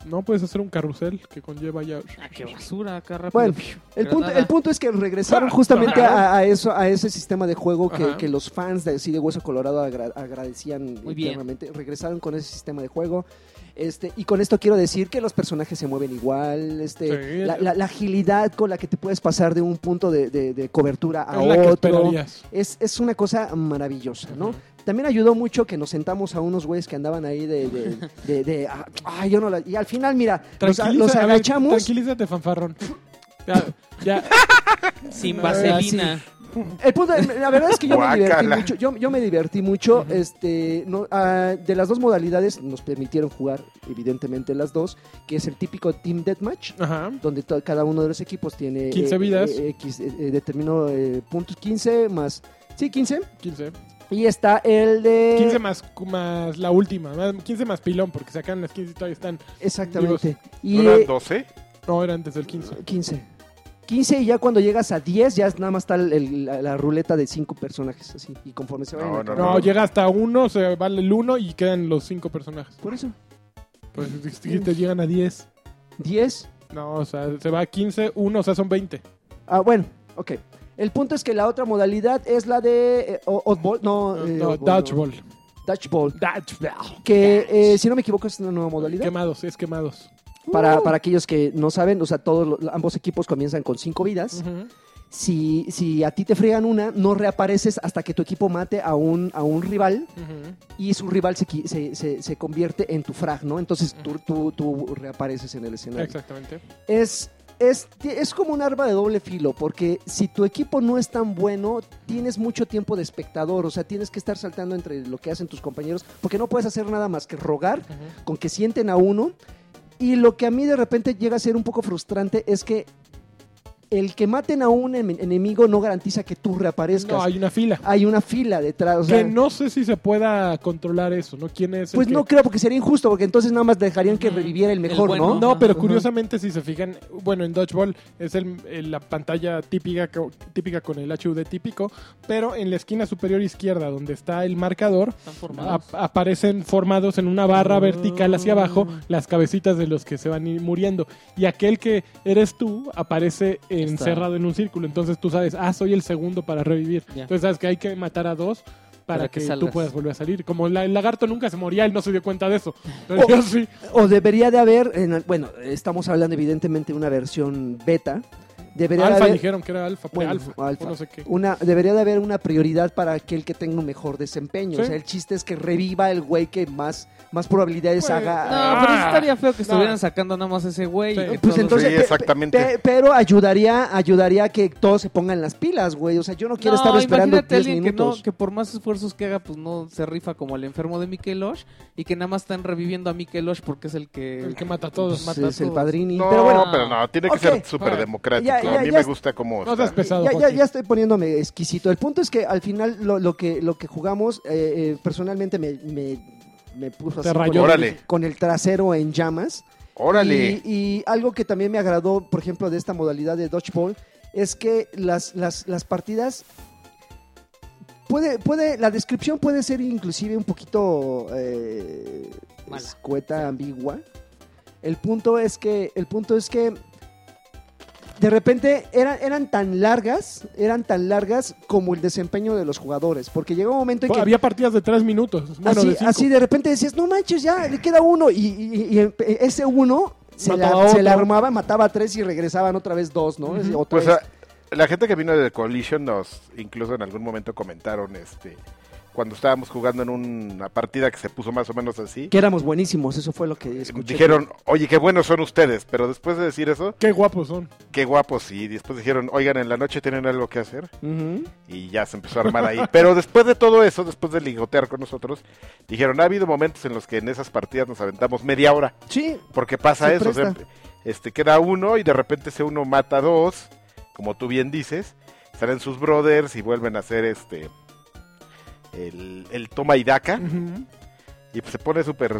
Speaker 4: No puedes hacer un carrusel que conlleva ya.
Speaker 2: Ah, qué basura, acá rápido.
Speaker 1: Bueno, el punto, el punto es que
Speaker 4: Ah,
Speaker 1: regresaron justamente a, a eso, a ese sistema de juego que,
Speaker 2: Ajá.
Speaker 1: que los fans de, sí, de Hueso Colorado agra- agradecían
Speaker 2: Muy bien.
Speaker 1: eternamente. Regresaron con ese sistema de juego. Este, y con esto quiero decir que los personajes se mueven igual, este,
Speaker 4: Sí.
Speaker 1: la, la- la agilidad con la que te puedes pasar de un punto de, de- de cobertura a
Speaker 4: es la que
Speaker 1: otro.
Speaker 4: esperarías.
Speaker 1: Es, es una cosa maravillosa, ¿no? También ayudó mucho que nos sentamos a unos güeyes que andaban ahí de... de, de- de- ah, ay, yo no la- Y al final, mira, los, a-
Speaker 4: Tranquiliza-
Speaker 1: los
Speaker 4: a ver,
Speaker 1: agachamos.
Speaker 4: tranquilízate, fanfarrón. Ya, ya.
Speaker 2: Sin
Speaker 4: Ah,
Speaker 2: vaselina.
Speaker 1: El punto, la verdad es que yo me divertí
Speaker 3: Guácala.
Speaker 1: mucho. Yo, yo me divertí mucho. Este, no, ah, de las dos modalidades nos permitieron jugar, evidentemente las dos, que es el típico team deathmatch,
Speaker 4: Ajá.
Speaker 1: donde to- cada uno de los equipos tiene
Speaker 4: 15 vidas.
Speaker 1: eh, X, eh, eh, determinó eh, puntos 15 más, sí 15
Speaker 4: 15.
Speaker 1: y está el de
Speaker 4: 15 más, más la última. más- 15 más pilón, porque sacan las 15 y todavía están.
Speaker 1: exactamente y
Speaker 3: ¿No eran
Speaker 1: eh,
Speaker 3: 12?
Speaker 4: No, era antes del 15.
Speaker 1: 15 15 y ya cuando llegas a 10 ya es nada más está el- el- la, la ruleta de cinco personajes así y conforme se vayan
Speaker 3: No,
Speaker 1: acabando-
Speaker 4: No, llega hasta uno, se vale el uno y quedan los cinco personajes.
Speaker 1: por eso
Speaker 4: Pues si te llegan a 10.
Speaker 1: 10
Speaker 4: No, o sea, se va a 15, uno, o sea, son 20.
Speaker 1: Ah, bueno, ok. El punto es que la otra modalidad es la de eh, o- oddball, no, eh,
Speaker 4: No,
Speaker 1: oddball, no.
Speaker 4: dodgeball.
Speaker 1: Ah, Dodgeball,
Speaker 4: Dodgeball.
Speaker 1: Que eh, si no me equivoco es una nueva modalidad.
Speaker 4: Quemados, es quemados. Uh.
Speaker 1: Para, para aquellos que no saben, o sea, todos los- ambos equipos comienzan con cinco vidas.
Speaker 4: Ujú.
Speaker 1: Si, si a ti te fregan una, no reapareces hasta que tu equipo mate a un, a un rival
Speaker 4: Ujú.
Speaker 1: y su rival se, qui- se, se- se convierte en tu frag, ¿no? Entonces tú, tú, tú reapareces en el escenario.
Speaker 4: Exactamente.
Speaker 1: es, es, es como un arma de doble filo, porque si tu equipo no es tan bueno, tienes mucho tiempo de espectador, o sea, tienes que estar saltando entre lo que hacen tus compañeros, porque no puedes hacer nada más que rogar
Speaker 4: Ujú.
Speaker 1: con que sienten a uno. Y lo que a mí de repente llega a ser un poco frustrante es que el que maten a un em- enemigo no garantiza que tú reaparezcas.
Speaker 4: No,
Speaker 1: hay...
Speaker 4: hay una fila.
Speaker 1: una fila detrás. o sea,
Speaker 4: que no sé si se pueda controlar eso, ¿no? ¿Quién es el
Speaker 1: pues
Speaker 4: que-
Speaker 1: no creo, porque sería injusto, porque entonces nada más dejarían que
Speaker 2: Ujú.
Speaker 1: reviviera el
Speaker 2: El
Speaker 1: mejor,
Speaker 2: bueno.
Speaker 1: ¿no?
Speaker 4: No, pero
Speaker 1: Ajá.
Speaker 4: curiosamente si se fijan, bueno, en Dodgeball es el- el- la pantalla típica, co- típica con el HUD típico, pero en la esquina superior izquierda donde está el marcador,
Speaker 2: Están formados.
Speaker 4: ap- aparecen formados en una barra
Speaker 2: Ah.
Speaker 4: vertical hacia abajo las cabecitas de los que se van a ir muriendo. Y aquel que eres tú aparece encerrado en un círculo, entonces tú sabes, ah, soy el segundo para revivir.
Speaker 2: Ya.
Speaker 4: Entonces sabes que hay que matar a dos. Para,
Speaker 2: Para que
Speaker 4: que, tú
Speaker 2: salgas.
Speaker 4: puedas volver a salir. Como la- el lagarto nunca se moría, él no se dio cuenta de eso. Entonces, yo sí.
Speaker 1: O debería de haber, en al- bueno, estamos hablando evidentemente de una versión beta. Debería
Speaker 4: Alfa
Speaker 1: de haber,
Speaker 4: dijeron que era alfa,
Speaker 1: Bueno,
Speaker 4: pre-alfa,
Speaker 1: alfa. Eh,
Speaker 4: o no sé qué.
Speaker 1: una, debería de haber una prioridad para aquel que tenga un mejor desempeño.
Speaker 4: Sí.
Speaker 1: O sea, el chiste es que reviva el güey que más, más probabilidades
Speaker 4: Pues,
Speaker 2: No,
Speaker 1: haga.
Speaker 4: Ah.
Speaker 2: pero eso estaría feo que estuvieran
Speaker 4: No.
Speaker 2: sacando nada más ese güey.
Speaker 4: Sí.
Speaker 2: y que
Speaker 4: Pues
Speaker 2: todos-
Speaker 1: entonces,
Speaker 3: Sí,
Speaker 1: pe- pe-
Speaker 3: exactamente.
Speaker 1: pe- pero ayudaría, ayudaría a que todos se pongan las pilas, güey. O sea, yo no quiero estar esperando
Speaker 2: imagínate
Speaker 1: 10
Speaker 2: alguien que, no,
Speaker 1: minutos.
Speaker 2: que por más esfuerzos que haga, pues no se rifa como el enfermo de Mikelosh y que nada más están reviviendo a Mikelosh porque es el que...
Speaker 4: El que mata a todos.
Speaker 1: Pues,
Speaker 2: mata a
Speaker 1: es el
Speaker 2: todos.
Speaker 1: padrini.
Speaker 3: No,
Speaker 1: pero
Speaker 3: pero,
Speaker 1: bueno,
Speaker 3: no, tiene que
Speaker 1: Ok,
Speaker 3: ser súper democrático.
Speaker 1: Ya, ya,
Speaker 3: a mí
Speaker 1: ya
Speaker 3: me
Speaker 1: es-
Speaker 3: gusta cómo
Speaker 4: No
Speaker 3: está.
Speaker 4: seas pesado,
Speaker 1: Ya, ya,
Speaker 4: Joaquín.
Speaker 1: ya estoy poniéndome exquisito. El punto es que al final lo, lo que, lo que jugamos, eh, eh, personalmente me, me, me puso
Speaker 4: Te
Speaker 1: así
Speaker 4: rayó.
Speaker 1: con el-
Speaker 3: Órale.
Speaker 1: con el trasero en llamas.
Speaker 3: Órale.
Speaker 1: Y, y algo que también me agradó, por ejemplo, de esta modalidad de dodgeball, es que las, las, las partidas... Puede, puede, la descripción puede ser inclusive un poquito eh,
Speaker 2: Mala.
Speaker 1: escueta, ambigua. El punto es que, el punto es que de repente eran, eran tan largas, eran tan largas como el desempeño de los jugadores. Porque llegó un momento en que
Speaker 4: Había partidas de tres minutos. Bueno,
Speaker 1: así,
Speaker 4: de
Speaker 1: así de
Speaker 4: cinco.
Speaker 1: repente decías, no manches, ya, le queda uno. Y, y- y- y empe- ese uno se
Speaker 4: Mataba
Speaker 1: la,
Speaker 4: a
Speaker 1: se la
Speaker 4: otro.
Speaker 1: armaba, mataba a tres y regresaban otra vez dos, ¿no?
Speaker 4: Ujú.
Speaker 1: O
Speaker 3: Pues
Speaker 1: tres.
Speaker 3: ah, la gente que vino de Coalition nos incluso en algún momento comentaron este cuando estábamos jugando en una partida que se puso más o menos así.
Speaker 1: Que éramos buenísimos, eso fue lo que escuché.
Speaker 3: Dijeron, oye, qué buenos son ustedes, pero después de decir eso,
Speaker 4: Qué guapos son.
Speaker 3: qué guapos. Y después dijeron, oigan, en la noche tienen algo que hacer.
Speaker 1: Ujú.
Speaker 3: Y ya se empezó a armar ahí. Pero después de todo eso, después de ligotear con nosotros, dijeron, ha habido momentos en los que en esas partidas nos aventamos media hora.
Speaker 1: Sí,
Speaker 4: "Pues,
Speaker 3: Porque pasa
Speaker 1: Se
Speaker 3: eso, o sea,
Speaker 1: presta.
Speaker 3: este queda uno y de repente ese uno mata a dos, como tú bien dices, salen sus brothers y vuelven a hacer este el, el toma y daca
Speaker 1: Mm.
Speaker 3: y pues se pone súper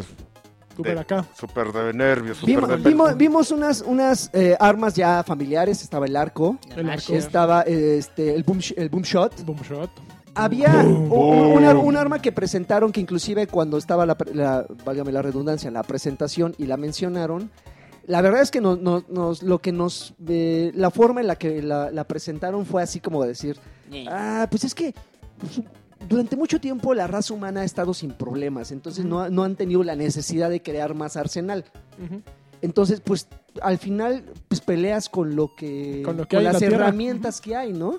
Speaker 4: Súper
Speaker 3: De-
Speaker 4: acá.
Speaker 3: súper de nervios, súper
Speaker 1: vimos,
Speaker 3: de
Speaker 1: vimos, vimos unas, unas eh, armas ya familiares, estaba el arco,
Speaker 4: El arco.
Speaker 2: Asher.
Speaker 1: estaba eh, este, el, boom, sh- el boom shot.
Speaker 4: Boom shot.
Speaker 1: Había
Speaker 4: Boom,
Speaker 1: un, un ar-
Speaker 3: boom.
Speaker 1: un arma que presentaron que inclusive cuando estaba la, pre- la- válgame la redundancia, la presentación y la mencionaron, la verdad es que nos, nos- nos- lo que nos, eh, la forma en la que la, la presentaron fue así como decir, ah, pues es que pues, durante mucho tiempo la raza humana ha estado sin problemas, entonces no, ha- no han tenido la necesidad de crear más arsenal. Entonces, pues al final pues, peleas con lo que
Speaker 4: Con lo que hay en la
Speaker 1: las
Speaker 4: tierra.
Speaker 1: herramientas que hay, ¿no?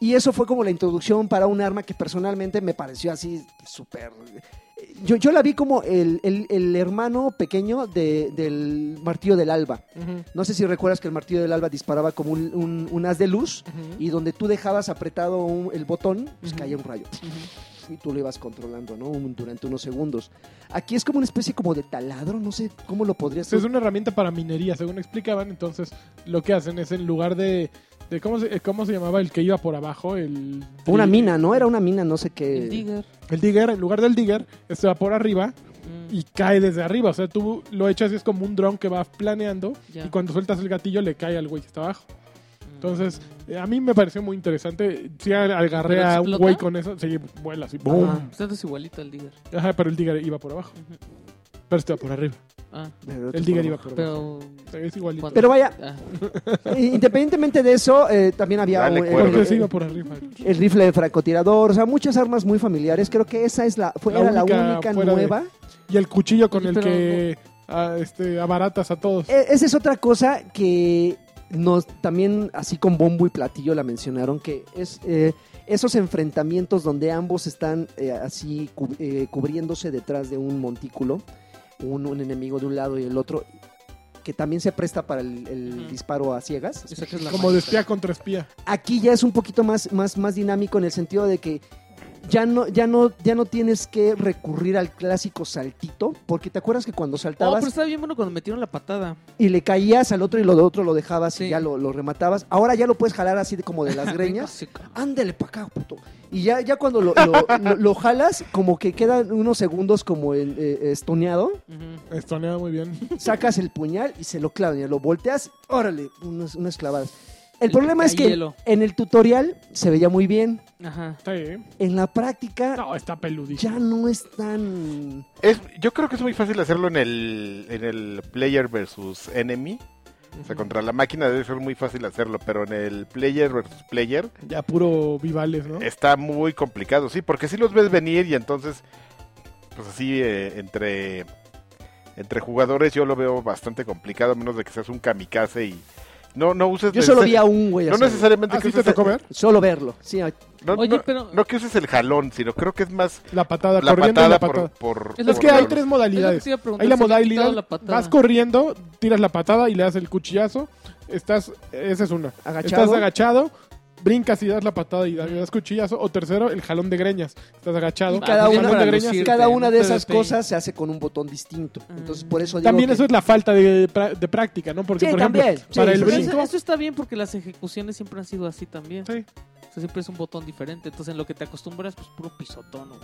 Speaker 1: Y eso fue como la introducción para un arma que personalmente me pareció así súper yo, yo la vi como el, el- el hermano pequeño de- del martillo del alba. No sé si recuerdas que el martillo del alba disparaba como un, un- un haz de luz y donde tú dejabas apretado un- el botón, pues
Speaker 4: Ujú.
Speaker 1: caía un rayo. Y tú lo ibas controlando, ¿no? Un- durante unos segundos. Aquí es como una especie como de taladro, no sé cómo lo podrías...
Speaker 4: Sí, Es una herramienta para minería, según explicaban. Entonces, lo que hacen es en lugar de. de ¿cómo, se, eh, ¿Cómo se llamaba el que iba por abajo? El,
Speaker 1: Una
Speaker 4: el-
Speaker 1: mina, ¿no? Era una mina, no sé
Speaker 2: El
Speaker 1: qué.
Speaker 2: Digger.
Speaker 4: El digger, en lugar del digger, este va por arriba
Speaker 2: Mm,
Speaker 4: y cae desde arriba. O sea, tú lo echas y es como un dron que va planeando.
Speaker 2: ya.
Speaker 4: Y cuando sueltas el gatillo, le cae al güey que está abajo.
Speaker 2: Mm.
Speaker 4: Entonces, eh, a mí me pareció muy interesante. Sí, al- agarré
Speaker 2: ¿Pero
Speaker 4: a un
Speaker 2: explota?
Speaker 4: güey con eso. Sí, vuela así. ¡boom!
Speaker 1: ah.
Speaker 2: Ajá, pues esto es igualito al Digger.
Speaker 4: Ajá, pero el digger iba por abajo.
Speaker 2: Ujú.
Speaker 4: Pero estaba por arriba.
Speaker 2: Ah,
Speaker 1: Pero-
Speaker 4: El digger iba por abajo.
Speaker 2: pero.
Speaker 4: O sea, es igualito.
Speaker 2: cuando-
Speaker 1: Pero vaya,
Speaker 2: Ah,
Speaker 1: eh, independientemente de eso, eh, también había
Speaker 3: Dale,
Speaker 1: eh,
Speaker 3: cuerno.
Speaker 4: Porque
Speaker 1: el,
Speaker 4: sí iba por arriba.
Speaker 1: el rifle de francotirador, o sea, muchas armas muy familiares. Creo que esa es la, fue,
Speaker 4: La
Speaker 1: era la
Speaker 4: única
Speaker 1: única
Speaker 4: fuera de-
Speaker 1: nueva.
Speaker 4: Y el cuchillo con
Speaker 2: Oye,
Speaker 4: el
Speaker 2: pero-
Speaker 4: que ah, este, abaratas a
Speaker 2: Eh,
Speaker 4: todos.
Speaker 1: E- Esa es otra cosa que nos también así con bombo y platillo la mencionaron que es eh, esos enfrentamientos donde ambos están eh, así cub- eh, cubriéndose detrás de un montículo, un, un enemigo de un lado y el otro que también se presta para el, el
Speaker 2: Ujú.
Speaker 1: disparo a ciegas.
Speaker 2: esa que es la
Speaker 4: Como de
Speaker 2: manita.
Speaker 4: espía contra espía.
Speaker 1: Aquí ya es un poquito más, más, más dinámico en el sentido de que ya no, ya no, ya no tienes que recurrir al clásico saltito, porque te acuerdas que cuando
Speaker 2: Oh,
Speaker 1: saltabas
Speaker 2: pero estaba bien bueno cuando metieron la patada.
Speaker 1: y le caías al otro y lo de otro lo dejabas y
Speaker 2: Sí.
Speaker 1: ya lo, lo rematabas. Ahora ya lo puedes jalar así de, como de las greñas.
Speaker 2: Sí, cabrón.
Speaker 1: Ándale pa' acá, puto. Y ya, ya cuando lo, lo- lo- lo jalas, como que quedan unos segundos como el, eh, estoneado,
Speaker 2: Ujú.
Speaker 4: Estoneaba muy bien.
Speaker 1: sacas el puñal y se lo clavas, ya lo volteas, órale, unas, unas clavadas. El,
Speaker 2: El
Speaker 1: problema es que
Speaker 2: picahielo.
Speaker 1: en el tutorial se veía muy bien,
Speaker 2: Ajá.
Speaker 4: Está bien.
Speaker 1: en la práctica
Speaker 4: No, está
Speaker 1: ya
Speaker 4: peludísimo.
Speaker 1: no es tan...
Speaker 3: Es, yo creo que es muy fácil hacerlo en el, en el player versus enemy. O sea, contra la máquina debe ser muy fácil hacerlo, pero en el player versus player
Speaker 4: Ya puro vivales, ¿no?
Speaker 3: Está muy complicado, sí, porque si los ves venir y entonces, pues así, eh, entre, entre jugadores yo lo veo bastante complicado, a menos de que seas un kamikaze y no, no uses...
Speaker 1: Yo solo
Speaker 3: neces-
Speaker 1: vi a un güey
Speaker 3: No
Speaker 1: hacerlo.
Speaker 3: necesariamente
Speaker 4: ¿Ah,
Speaker 3: que
Speaker 4: sí te
Speaker 3: uses,
Speaker 4: tocó ver?
Speaker 1: Solo verlo, sí, a-
Speaker 3: no,
Speaker 2: Oye,
Speaker 3: no-
Speaker 2: pero-
Speaker 3: no que uses el jalón, sino creo que es más
Speaker 4: La patada,
Speaker 3: la
Speaker 4: corriendo
Speaker 3: patada,
Speaker 4: y la patada.
Speaker 3: por... por-
Speaker 2: Es lo
Speaker 4: Es
Speaker 3: por-
Speaker 4: que hay
Speaker 2: por-
Speaker 4: tres
Speaker 2: Es lo que
Speaker 4: modalidades.
Speaker 2: te iba a preguntar,
Speaker 4: Hay la
Speaker 2: si habían quitado
Speaker 4: modalidad,
Speaker 2: la patada.
Speaker 4: vas corriendo, tiras la patada y le das el cuchillazo. Estás, esa es una.
Speaker 1: Agachado.
Speaker 4: Estás agachado, brincas y das la patada y das, le das cuchillazo. O tercero, el jalón de greñas. Estás agachado.
Speaker 1: Y cada
Speaker 4: el
Speaker 1: una-
Speaker 4: jalón
Speaker 1: para
Speaker 4: de greñas.
Speaker 2: lucir.
Speaker 1: cada una de
Speaker 2: no te
Speaker 1: esas
Speaker 2: despegues.
Speaker 1: cosas se hace con un botón distinto. Entonces, por eso digo
Speaker 4: También
Speaker 1: que-
Speaker 4: eso es la falta de, pra- de práctica, ¿no? Porque,
Speaker 1: Sí,
Speaker 4: por ejemplo,
Speaker 1: también. Sí,
Speaker 4: para
Speaker 1: sí,
Speaker 4: el
Speaker 2: Pero
Speaker 1: sí.
Speaker 2: eso,
Speaker 4: brinco...
Speaker 2: eso está bien porque las ejecuciones siempre han sido así también.
Speaker 4: Sí.
Speaker 2: O sea, siempre es un botón diferente. Entonces, en lo que te acostumbras, pues puro pisotón. o-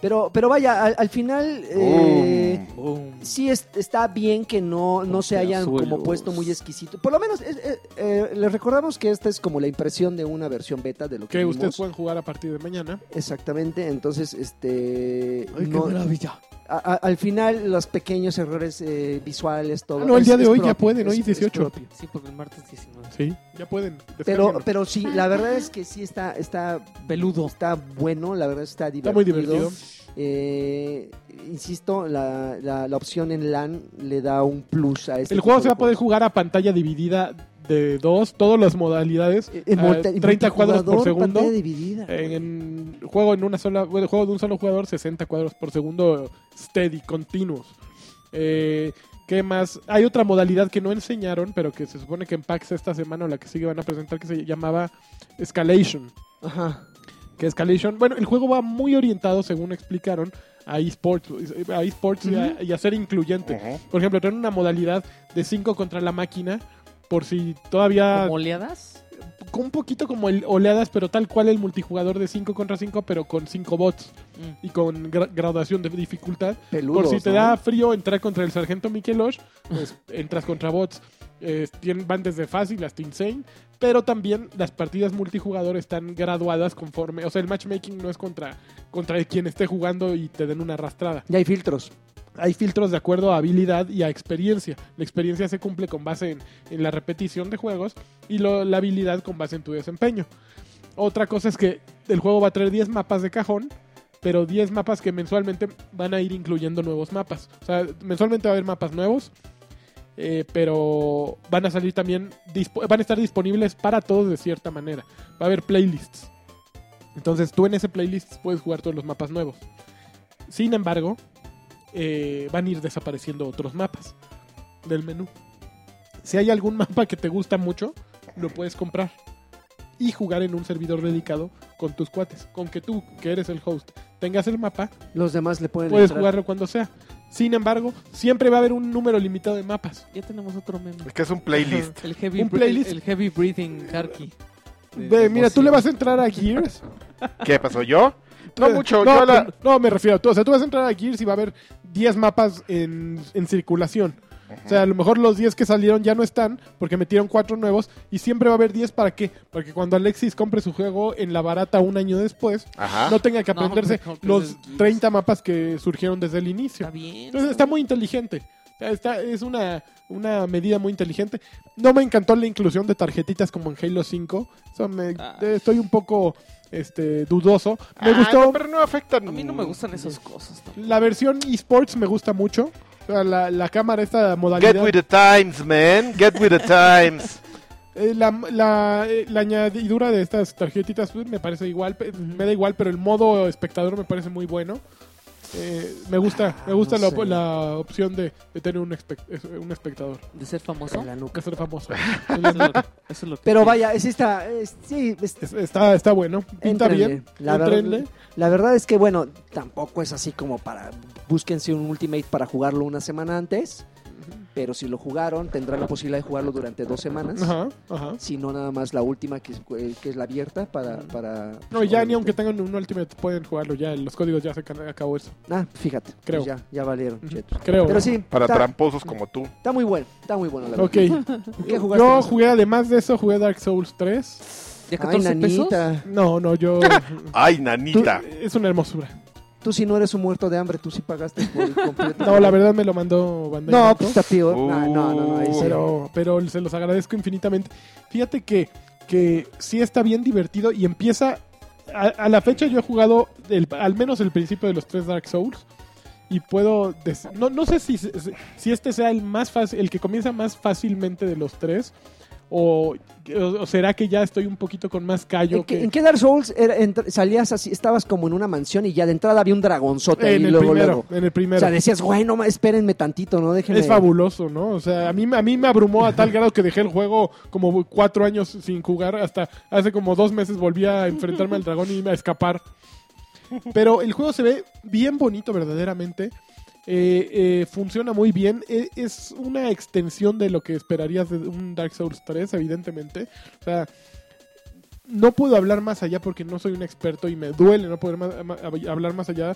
Speaker 1: Pero, pero vaya, al, al final eh,
Speaker 3: ¡Bum!
Speaker 1: sí es- está bien que no, no se hayan como
Speaker 2: Golpeazuelos.
Speaker 1: puesto muy exquisito. Por lo menos es- es- eh, les recordamos que esta es como la impresión de una versión beta de lo que,
Speaker 4: Que
Speaker 1: vimos.
Speaker 4: ustedes pueden jugar a partir de mañana.
Speaker 1: Exactamente, entonces este no-
Speaker 4: maravilla!
Speaker 1: a- a- al final los pequeños errores eh, visuales, todo.
Speaker 4: Ah, no, el
Speaker 1: es-
Speaker 4: día de
Speaker 1: es
Speaker 4: hoy ya
Speaker 1: propio,
Speaker 4: pueden, hoy
Speaker 1: es- es
Speaker 4: 18.
Speaker 1: propio.
Speaker 2: Sí, porque el martes 19.
Speaker 4: Sí, ya pueden.
Speaker 1: Pero,
Speaker 4: descárguenlo.
Speaker 1: pero sí, la verdad es que sí está, está
Speaker 2: Peludo.
Speaker 1: Está bueno, la verdad está divertido.
Speaker 4: Está muy divertido.
Speaker 1: Eh, insisto, la, la, la opción en LAN le da un plus a este.
Speaker 4: El juego
Speaker 1: tipo
Speaker 4: se
Speaker 1: de
Speaker 4: va a poder
Speaker 1: juegos.
Speaker 4: jugar a pantalla dividida de dos, todas las modalidades,
Speaker 1: Eh, En
Speaker 4: a
Speaker 1: multi-
Speaker 4: 30 eh, cuadros por
Speaker 1: multijugador,
Speaker 4: segundo. Eh,
Speaker 1: pantalla dividida.
Speaker 4: En juego en una sola, bueno, juego de un solo jugador, 60 cuadros por segundo, steady, continuos. Eh, ¿Qué más? Hay otra modalidad que no enseñaron, pero que se supone que en PAX esta semana o la que sigue van a presentar, que se llamaba Escalation.
Speaker 1: Ajá.
Speaker 4: Que Escalation, bueno, el juego va muy orientado, según explicaron, a esports, a esports y, a, y a ser incluyente.
Speaker 3: Ujú.
Speaker 4: Por ejemplo, traen una modalidad de 5 contra la máquina, por si todavía
Speaker 2: ¿Como oleadas?
Speaker 4: con un poquito como el oleadas, pero tal cual el multijugador de 5 contra 5, pero con 5 bots
Speaker 2: Mm.
Speaker 4: y con gra- graduación de dificultad.
Speaker 1: Peludos,
Speaker 4: Por si te
Speaker 1: ¿no?
Speaker 4: da frío entrar contra el sargento Mikelosh, pues entras contra bots. Eh, tienen- van desde fácil hasta insane, pero también las partidas multijugador están graduadas conforme, o sea, el matchmaking no es contra contra quien esté jugando y te den una arrastrada.
Speaker 1: Y hay filtros.
Speaker 4: Hay filtros de acuerdo a habilidad y a experiencia. La experiencia se cumple con base en, en la repetición de juegos y lo- la habilidad con base en tu desempeño. Otra cosa es que el juego va a traer 10 mapas de cajón, pero 10 mapas que mensualmente van a ir incluyendo nuevos mapas. O sea, mensualmente va a haber mapas nuevos, eh, pero van a salir también, dispo- van a estar disponibles para todos de cierta manera. Va a haber playlists. Entonces tú en ese playlist puedes jugar todos los mapas nuevos. Sin embargo, eh, van a ir desapareciendo otros mapas del menú. Si hay algún mapa que te gusta mucho, lo puedes comprar y jugar en un servidor dedicado con tus cuates. Con que tú, que eres el host, tengas el mapa,
Speaker 1: Los demás le pueden
Speaker 4: puedes
Speaker 1: entrar.
Speaker 4: jugarlo cuando sea. Sin embargo, siempre va a haber un número limitado de mapas.
Speaker 2: Ya tenemos otro meme.
Speaker 3: Es que es un playlist.
Speaker 2: El heavy,
Speaker 4: Un
Speaker 2: br-
Speaker 4: playlist.
Speaker 2: El, el heavy breathing Harky. De-
Speaker 4: Ve,
Speaker 2: de
Speaker 4: mira, tú
Speaker 2: Mozilla.
Speaker 4: le vas a entrar a Gears.
Speaker 3: ¿Qué pasó yo? No mucho,
Speaker 4: Eh, No,
Speaker 3: yo a la-
Speaker 4: pero- no, me refiero a tú. O sea, tú vas a entrar a Gears y va a haber 10 mapas en, en circulación. O sea, a lo mejor los 10 que salieron ya no están porque metieron 4 nuevos y siempre va a haber 10 para qué? Para que cuando Alexis compre su juego en la barata un año después,
Speaker 3: Ajá.
Speaker 4: no tenga que
Speaker 2: No,
Speaker 4: aprenderse
Speaker 2: hombre, no,
Speaker 4: los
Speaker 2: pues,
Speaker 4: 30 mapas que surgieron desde el inicio.
Speaker 2: Está bien.
Speaker 4: Entonces está muy inteligente. Está, es una, una medida muy inteligente. No me encantó la inclusión de tarjetitas como en Halo 5. Eso me-
Speaker 2: Ah.
Speaker 4: eh, estoy un poco este, dudoso. Me
Speaker 3: Ah,
Speaker 4: gustó.
Speaker 3: no, pero no afectan.
Speaker 2: A mí no me gustan esas cosas. ¿no?
Speaker 4: La versión esports me gusta mucho. O sea, la, la cámara, esta
Speaker 3: Get
Speaker 4: modalidad.
Speaker 3: with the times, man. Get with the times.
Speaker 4: eh, la, la- eh, la añadidura de estas tarjetitas pues, me parece igual. pe- Me da igual, pero el modo espectador me parece muy bueno. Eh, me gusta, me gusta
Speaker 1: Ah, no
Speaker 4: la,
Speaker 1: sé.
Speaker 4: la opción de, de tener un, espe- un espectador.
Speaker 2: De ser famoso.
Speaker 1: En la nuca.
Speaker 4: Que ser famoso.
Speaker 2: Eso es lo que- eso es lo que
Speaker 1: Pero
Speaker 2: quiero.
Speaker 1: vaya, es esta. es- sí, es-
Speaker 4: Es- Está, está bueno. Pinta
Speaker 1: Éntrenle.
Speaker 4: bien.
Speaker 1: La, ver-
Speaker 4: Éntrenle.
Speaker 1: la verdad es que, bueno, tampoco es así como para. Búsquense un Ultimate para jugarlo una semana antes. Pero si lo jugaron, tendrán la posibilidad de jugarlo durante dos semanas.
Speaker 4: Ajá, ajá.
Speaker 1: Si no, nada más la última, que es, eh, que es la abierta para. para
Speaker 4: No, ya
Speaker 1: obviamente.
Speaker 4: ni aunque tengan un Ultimate pueden jugarlo. Ya los códigos ya se can- acabó eso.
Speaker 1: Ah, fíjate.
Speaker 4: Creo.
Speaker 1: pues ya, ya valieron.
Speaker 4: Ujú.
Speaker 1: chetos.
Speaker 4: Creo.
Speaker 1: Pero sí,
Speaker 3: Para
Speaker 1: está,
Speaker 3: tramposos como tú.
Speaker 1: está muy bueno. Está muy bueno, la verdad.
Speaker 4: Ok.
Speaker 1: ¿Qué jugaste?
Speaker 4: Yo
Speaker 1: más?
Speaker 4: jugué, además de eso, jugué Dark Souls 3.
Speaker 1: Ay,
Speaker 2: ¿Ya 14 pesos?
Speaker 1: nanita. Ah.
Speaker 4: No, no, yo.
Speaker 3: Ay,
Speaker 4: Tú-
Speaker 3: nanita.
Speaker 4: es una hermosura.
Speaker 1: Tú si no eres un muerto de hambre, tú sí pagaste por el completo.
Speaker 4: No, la verdad me lo mandó Bandai.
Speaker 1: No,
Speaker 4: Namco,
Speaker 1: pues está peor. no, no, no. no, ahí sí.
Speaker 4: pero, pero se los agradezco infinitamente. Fíjate que, que sí está bien divertido y empieza. A, a la fecha yo he jugado el- al menos el principio de los tres Dark Souls. Y puedo. des- No, no sé si, si este sea el más fácil, el que comienza más fácilmente de los tres. O, o será que ya estoy un poquito con más callo.
Speaker 1: ¿En, qué-
Speaker 4: que-
Speaker 1: en qué Dark Souls era- entr- salías así? Estabas como en una mansión y ya de entrada había un dragonzote ahí
Speaker 4: en, Eh, el
Speaker 1: luego,
Speaker 4: primero,
Speaker 1: luego.
Speaker 4: en el primero.
Speaker 1: O sea, decías, güey, no, ma- espérenme tantito, ¿no? Déjenme.
Speaker 4: Es fabuloso, ¿no? O sea, a mí, a mí me abrumó a tal grado que dejé el juego como cuatro años sin jugar. Hasta hace como dos meses volví a enfrentarme al dragón y a escapar. Pero el juego se ve bien bonito, verdaderamente. Eh, eh, funciona muy bien. E- es una extensión de lo que esperarías de un Dark Souls 3, evidentemente. O sea, no puedo hablar más allá porque no soy un experto y me duele no poder ma- ma- hablar más allá.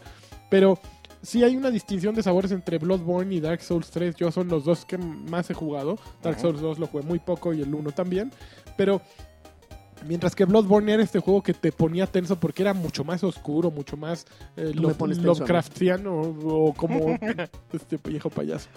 Speaker 4: Pero sí hay una distinción de sabores entre Bloodborne y Dark Souls 3. Yo son los dos que más he jugado. Dark
Speaker 3: Ajá.
Speaker 4: Souls 2 lo jugué muy poco y el 1 también. Pero mientras que Bloodborne era este juego que te ponía tenso porque era mucho más oscuro, mucho más eh,
Speaker 1: Tú me
Speaker 4: Love-
Speaker 1: pones tenso a mí.
Speaker 4: Lovecraftiano o, o como este viejo payaso.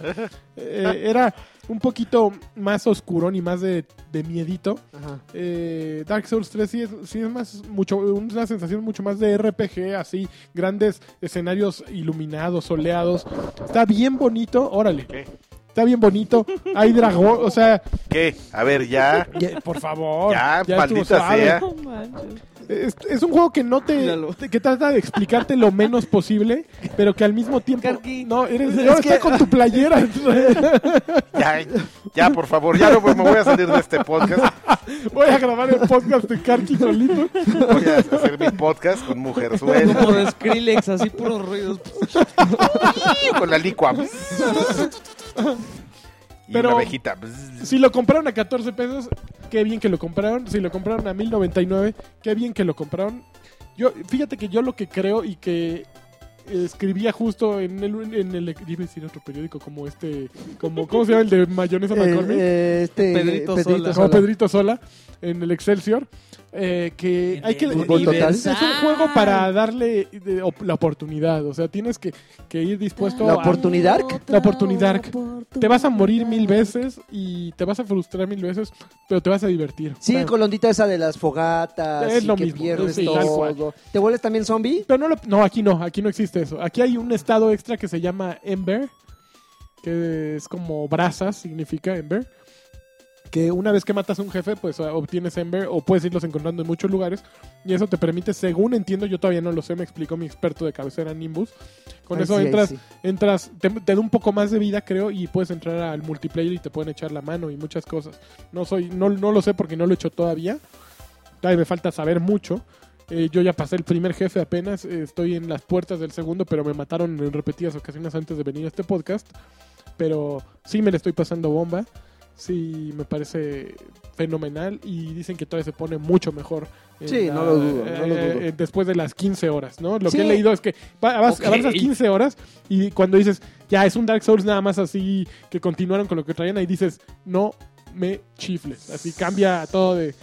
Speaker 4: Eh, era un poquito más oscurón y más de, de miedito.
Speaker 1: Ajá.
Speaker 4: Eh, Dark Souls 3 sí es, sí es más mucho una sensación mucho más de RPG así grandes escenarios iluminados soleados está bien bonito órale
Speaker 3: ¿Qué?
Speaker 4: Está- está bien bonito, hay dragón, o sea,
Speaker 3: ¿Qué? A ver, ya.
Speaker 4: ya, por favor.
Speaker 3: Ya,
Speaker 4: estuvo
Speaker 3: maldita
Speaker 4: suave.
Speaker 3: sea.
Speaker 2: No manches.
Speaker 4: Es, es un juego que no te,
Speaker 2: Míralo.
Speaker 4: que trata de explicarte lo menos posible, pero que al mismo tiempo
Speaker 2: Karki.
Speaker 4: no eres,
Speaker 1: Es
Speaker 4: ahora
Speaker 1: que-
Speaker 4: está con tu playera.
Speaker 3: Ya, ya, por favor, ya no me voy a salir de este podcast.
Speaker 4: Voy a grabar el podcast de Karki solito.
Speaker 3: Voy a hacer mi podcast con mujerzuela,
Speaker 2: Como de Skrillex, así puros ruidos.
Speaker 3: con la licua. Y
Speaker 4: Pero-
Speaker 3: una abejita.
Speaker 4: Si lo compraron a 14 pesos, qué bien que lo compraron. Si lo compraron a 1099, qué bien que lo compraron. Yo, fíjate que yo lo que creo y que escribía justo en el, en el iba a decir otro periódico como este, como ¿cómo se llama el de mayonesa
Speaker 1: El,
Speaker 4: McCormick?
Speaker 1: eh, este,
Speaker 2: Pedrito Sola.
Speaker 4: como
Speaker 1: Sola.
Speaker 4: Pedrito Sola en el Excelsior, eh, que hay que
Speaker 1: Fútbol total.
Speaker 4: es un juego para darle de- op- la oportunidad, o sea, tienes que, que ir dispuesto
Speaker 1: La
Speaker 4: a
Speaker 1: oportunidad.
Speaker 4: La oportunidad. te vas a morir mil veces y te vas a frustrar mil veces, pero te vas a divertir.
Speaker 1: Sí,
Speaker 4: Claro.
Speaker 1: con la ondita esa de las fogatas,
Speaker 4: Es
Speaker 1: y
Speaker 4: lo
Speaker 1: que
Speaker 4: mismo,
Speaker 1: pierdes
Speaker 4: sí, tal cual.
Speaker 1: todo. ¿Te vuelves también zombie?
Speaker 4: Pero no, lo- no, aquí no, aquí no existe eso. Aquí hay un estado extra que se llama Ember, que es como brasas, significa Ember. Que una vez que matas a un jefe, pues ah, obtienes Ember o puedes irlos encontrando en muchos lugares. Y eso te permite, según entiendo, yo todavía no lo sé, me explicó mi experto de cabecera Nimbus. Con
Speaker 1: Ay,
Speaker 4: eso
Speaker 1: sí, ay,
Speaker 4: entras,
Speaker 1: sí.
Speaker 4: entras, te, te da un poco más de vida, creo, y puedes entrar al multiplayer y te pueden echar la mano y muchas cosas. No soy, no, no lo sé porque no lo he hecho todavía. Ay, me falta saber mucho. Eh, yo ya pasé el primer jefe apenas, eh, estoy en las puertas del segundo, pero me mataron en repetidas ocasiones antes de venir a este podcast. Pero sí me le estoy pasando bomba. Sí, me parece fenomenal y dicen que todavía se pone mucho mejor. en
Speaker 1: Sí, no lo dudo, no lo dudo.
Speaker 4: eh, después de las 15 horas, ¿no? Lo
Speaker 1: Sí.
Speaker 4: que he leído es que va- avas-
Speaker 2: Ok.
Speaker 4: avanzas 15 horas y cuando dices, ya es un Dark Souls nada más así, que continuaron con lo que traían, ahí dices, no me chifles. Así cambia todo de...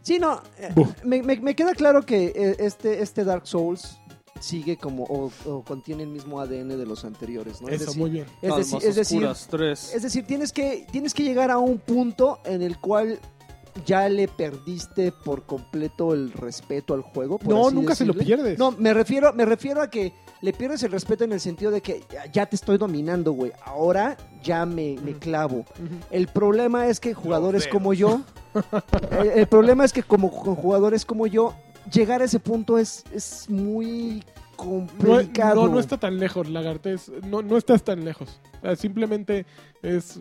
Speaker 1: Sí, no. eh,
Speaker 4: Buh.
Speaker 1: me, me- me queda claro que eh, este, este Dark Souls sigue como o, o contiene el mismo ADN de los anteriores, ¿no? Es
Speaker 4: Eso,
Speaker 1: decir-
Speaker 4: muy bien.
Speaker 1: es decir- es decir, Es decir, tienes que, tienes que llegar a un punto en el cual ya le perdiste por completo el respeto al juego. por
Speaker 4: No,
Speaker 1: así
Speaker 4: nunca se lo
Speaker 1: decirle.
Speaker 4: pierdes.
Speaker 1: No, me refiero, me refiero a que le pierdes el respeto en el sentido de que ya, ya te estoy dominando, güey. Ahora ya me, me clavo.
Speaker 4: Ujú.
Speaker 1: El problema es que jugadores
Speaker 3: dedos.
Speaker 1: como yo. el, el problema es que como con jugadores como yo, llegar a ese punto es, es muy
Speaker 4: No,
Speaker 1: complicado.
Speaker 4: no, no está tan lejos, lagartes. No, no estás tan lejos. Ah, Simplemente es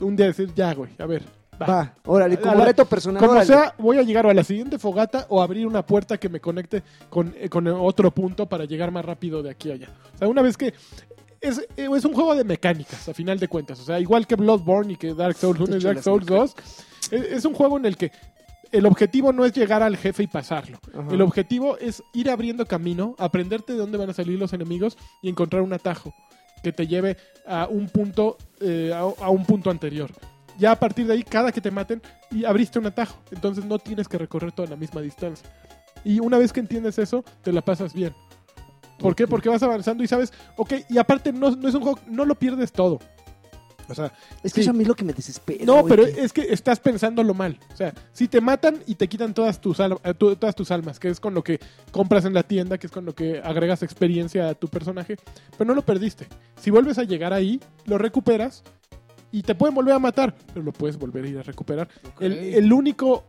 Speaker 4: un día decir, ya, güey, a ver. va.
Speaker 1: Va, órale, como
Speaker 4: A la-
Speaker 1: reto personal.
Speaker 4: Como
Speaker 1: órale.
Speaker 4: sea, voy a llegar o a la siguiente fogata o abrir una puerta que me conecte con, eh, con otro punto para llegar más rápido de aquí a allá. O sea, una vez que... Es, eh, es un juego de mecánicas, a final de cuentas. O sea, igual que Bloodborne y que Dark Souls 1 y
Speaker 1: Qué
Speaker 4: Dark
Speaker 1: chulas
Speaker 4: Souls 2, es, es un juego en el que el objetivo no es llegar al jefe y pasarlo.
Speaker 1: Ajá.
Speaker 4: El objetivo es ir abriendo camino, aprenderte de dónde van a salir los enemigos y encontrar un atajo que te lleve a un punto eh, a, a un punto anterior. Ya a partir de ahí, cada que te maten, y abriste un atajo. Entonces no tienes que recorrer toda la misma distancia. Y una vez que entiendes eso, te la pasas bien. ¿Por qué? Porque vas avanzando y sabes, ok, y aparte no, no es un juego, no lo pierdes todo. O sea,
Speaker 1: Es que
Speaker 4: Sí.
Speaker 1: eso a mí es lo que me desespera.
Speaker 4: no,
Speaker 1: güey,
Speaker 4: pero
Speaker 1: que-
Speaker 4: es que estás pensándolo mal. O sea, si te matan y te quitan todas tus, al- eh, tu- todas tus almas, que es con lo que compras en la tienda, que es con lo que agregas experiencia a tu personaje, pero no lo perdiste. Si vuelves a llegar ahí, lo recuperas y te pueden volver a matar, pero lo puedes volver a ir a recuperar. El, el único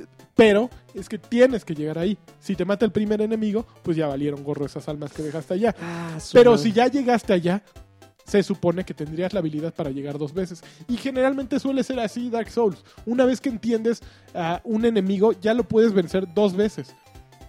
Speaker 4: eh, pero es que tienes que llegar ahí. Si te mata el primer enemigo, pues ya valieron gorro esas almas que dejaste allá.
Speaker 1: Ah, su
Speaker 4: Pero
Speaker 1: madre.
Speaker 4: si ya llegaste allá, se supone que tendrías la habilidad para llegar dos veces. Y generalmente suele ser así Dark Souls. Una vez que entiendes a un enemigo, ya lo puedes vencer dos veces.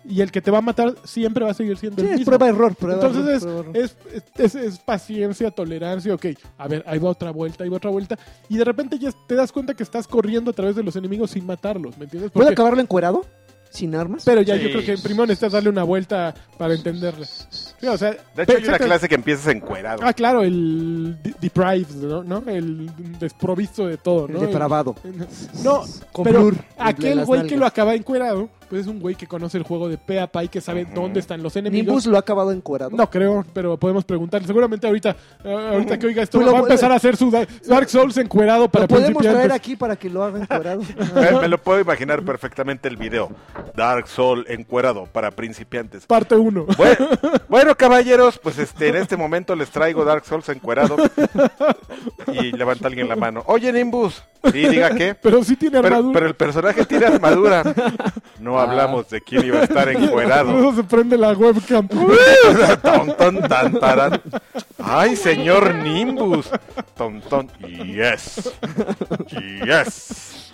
Speaker 4: Y el que te va a matar siempre va a seguir siendo
Speaker 1: Sí,
Speaker 4: el
Speaker 1: es
Speaker 4: mismo.
Speaker 1: prueba-error, prueba-error,
Speaker 4: Entonces es- eh,
Speaker 1: prueba-error.
Speaker 4: es, es- es paciencia, tolerancia, ok. A ver, ahí va otra vuelta, ahí va otra vuelta. Y de repente ya te das cuenta que estás corriendo a través de los enemigos sin matarlos, ¿me entiendes?
Speaker 1: ¿Puedo
Speaker 4: Porque-
Speaker 1: acabarlo encuerado? ¿Sin armas?
Speaker 4: Pero ya yo
Speaker 3: Sí.
Speaker 4: creo que primero necesitas darle una vuelta para entenderla. Sí, o sea,
Speaker 3: De hecho, hay una
Speaker 4: exactamente-
Speaker 3: clase que empiezas encuerado.
Speaker 4: Ah, claro, el de- deprived, ¿no? ¿no? El desprovisto de todo,
Speaker 1: El
Speaker 4: ¿no?
Speaker 1: depravado.
Speaker 4: El- no,
Speaker 1: Con
Speaker 4: pero
Speaker 1: blur entre
Speaker 4: aquel
Speaker 1: las
Speaker 4: güey que
Speaker 1: nalgas.
Speaker 4: lo acaba encuerado, pues es un güey que conoce el juego de pe a pa y que sabe
Speaker 3: Ujú.
Speaker 4: dónde están los
Speaker 1: Nimbus
Speaker 4: enemigos.
Speaker 1: lo ha acabado encuerado.
Speaker 4: No creo, pero podemos preguntarle. Seguramente ahorita, eh, ahorita que oiga esto,
Speaker 1: Pues lo
Speaker 4: va a
Speaker 1: puede-
Speaker 4: empezar a hacer su da- Dark Souls encuerado para
Speaker 1: lo podemos traer
Speaker 4: principiantes.
Speaker 1: aquí para que lo haga encuerado.
Speaker 3: Me, Eh, me lo puedo imaginar perfectamente el video. Dark Soul encuerado para principiantes.
Speaker 4: Parte 1.
Speaker 3: Bueno, bueno, caballeros, pues este, en este momento les traigo Dark Souls encuerado. y levanta alguien la mano. Oye, Nimbus. Sí, diga qué.
Speaker 4: Pero sí tiene
Speaker 3: Pero,
Speaker 4: armadura.
Speaker 3: pero el personaje tiene armadura. No
Speaker 1: Ah.
Speaker 3: hablamos de quién iba a estar encuerado.
Speaker 4: Luego se prende la webcam.
Speaker 3: Ton, ton, tan, tarán. Ay, señor Nimbus. Tontón. Yes. Yes.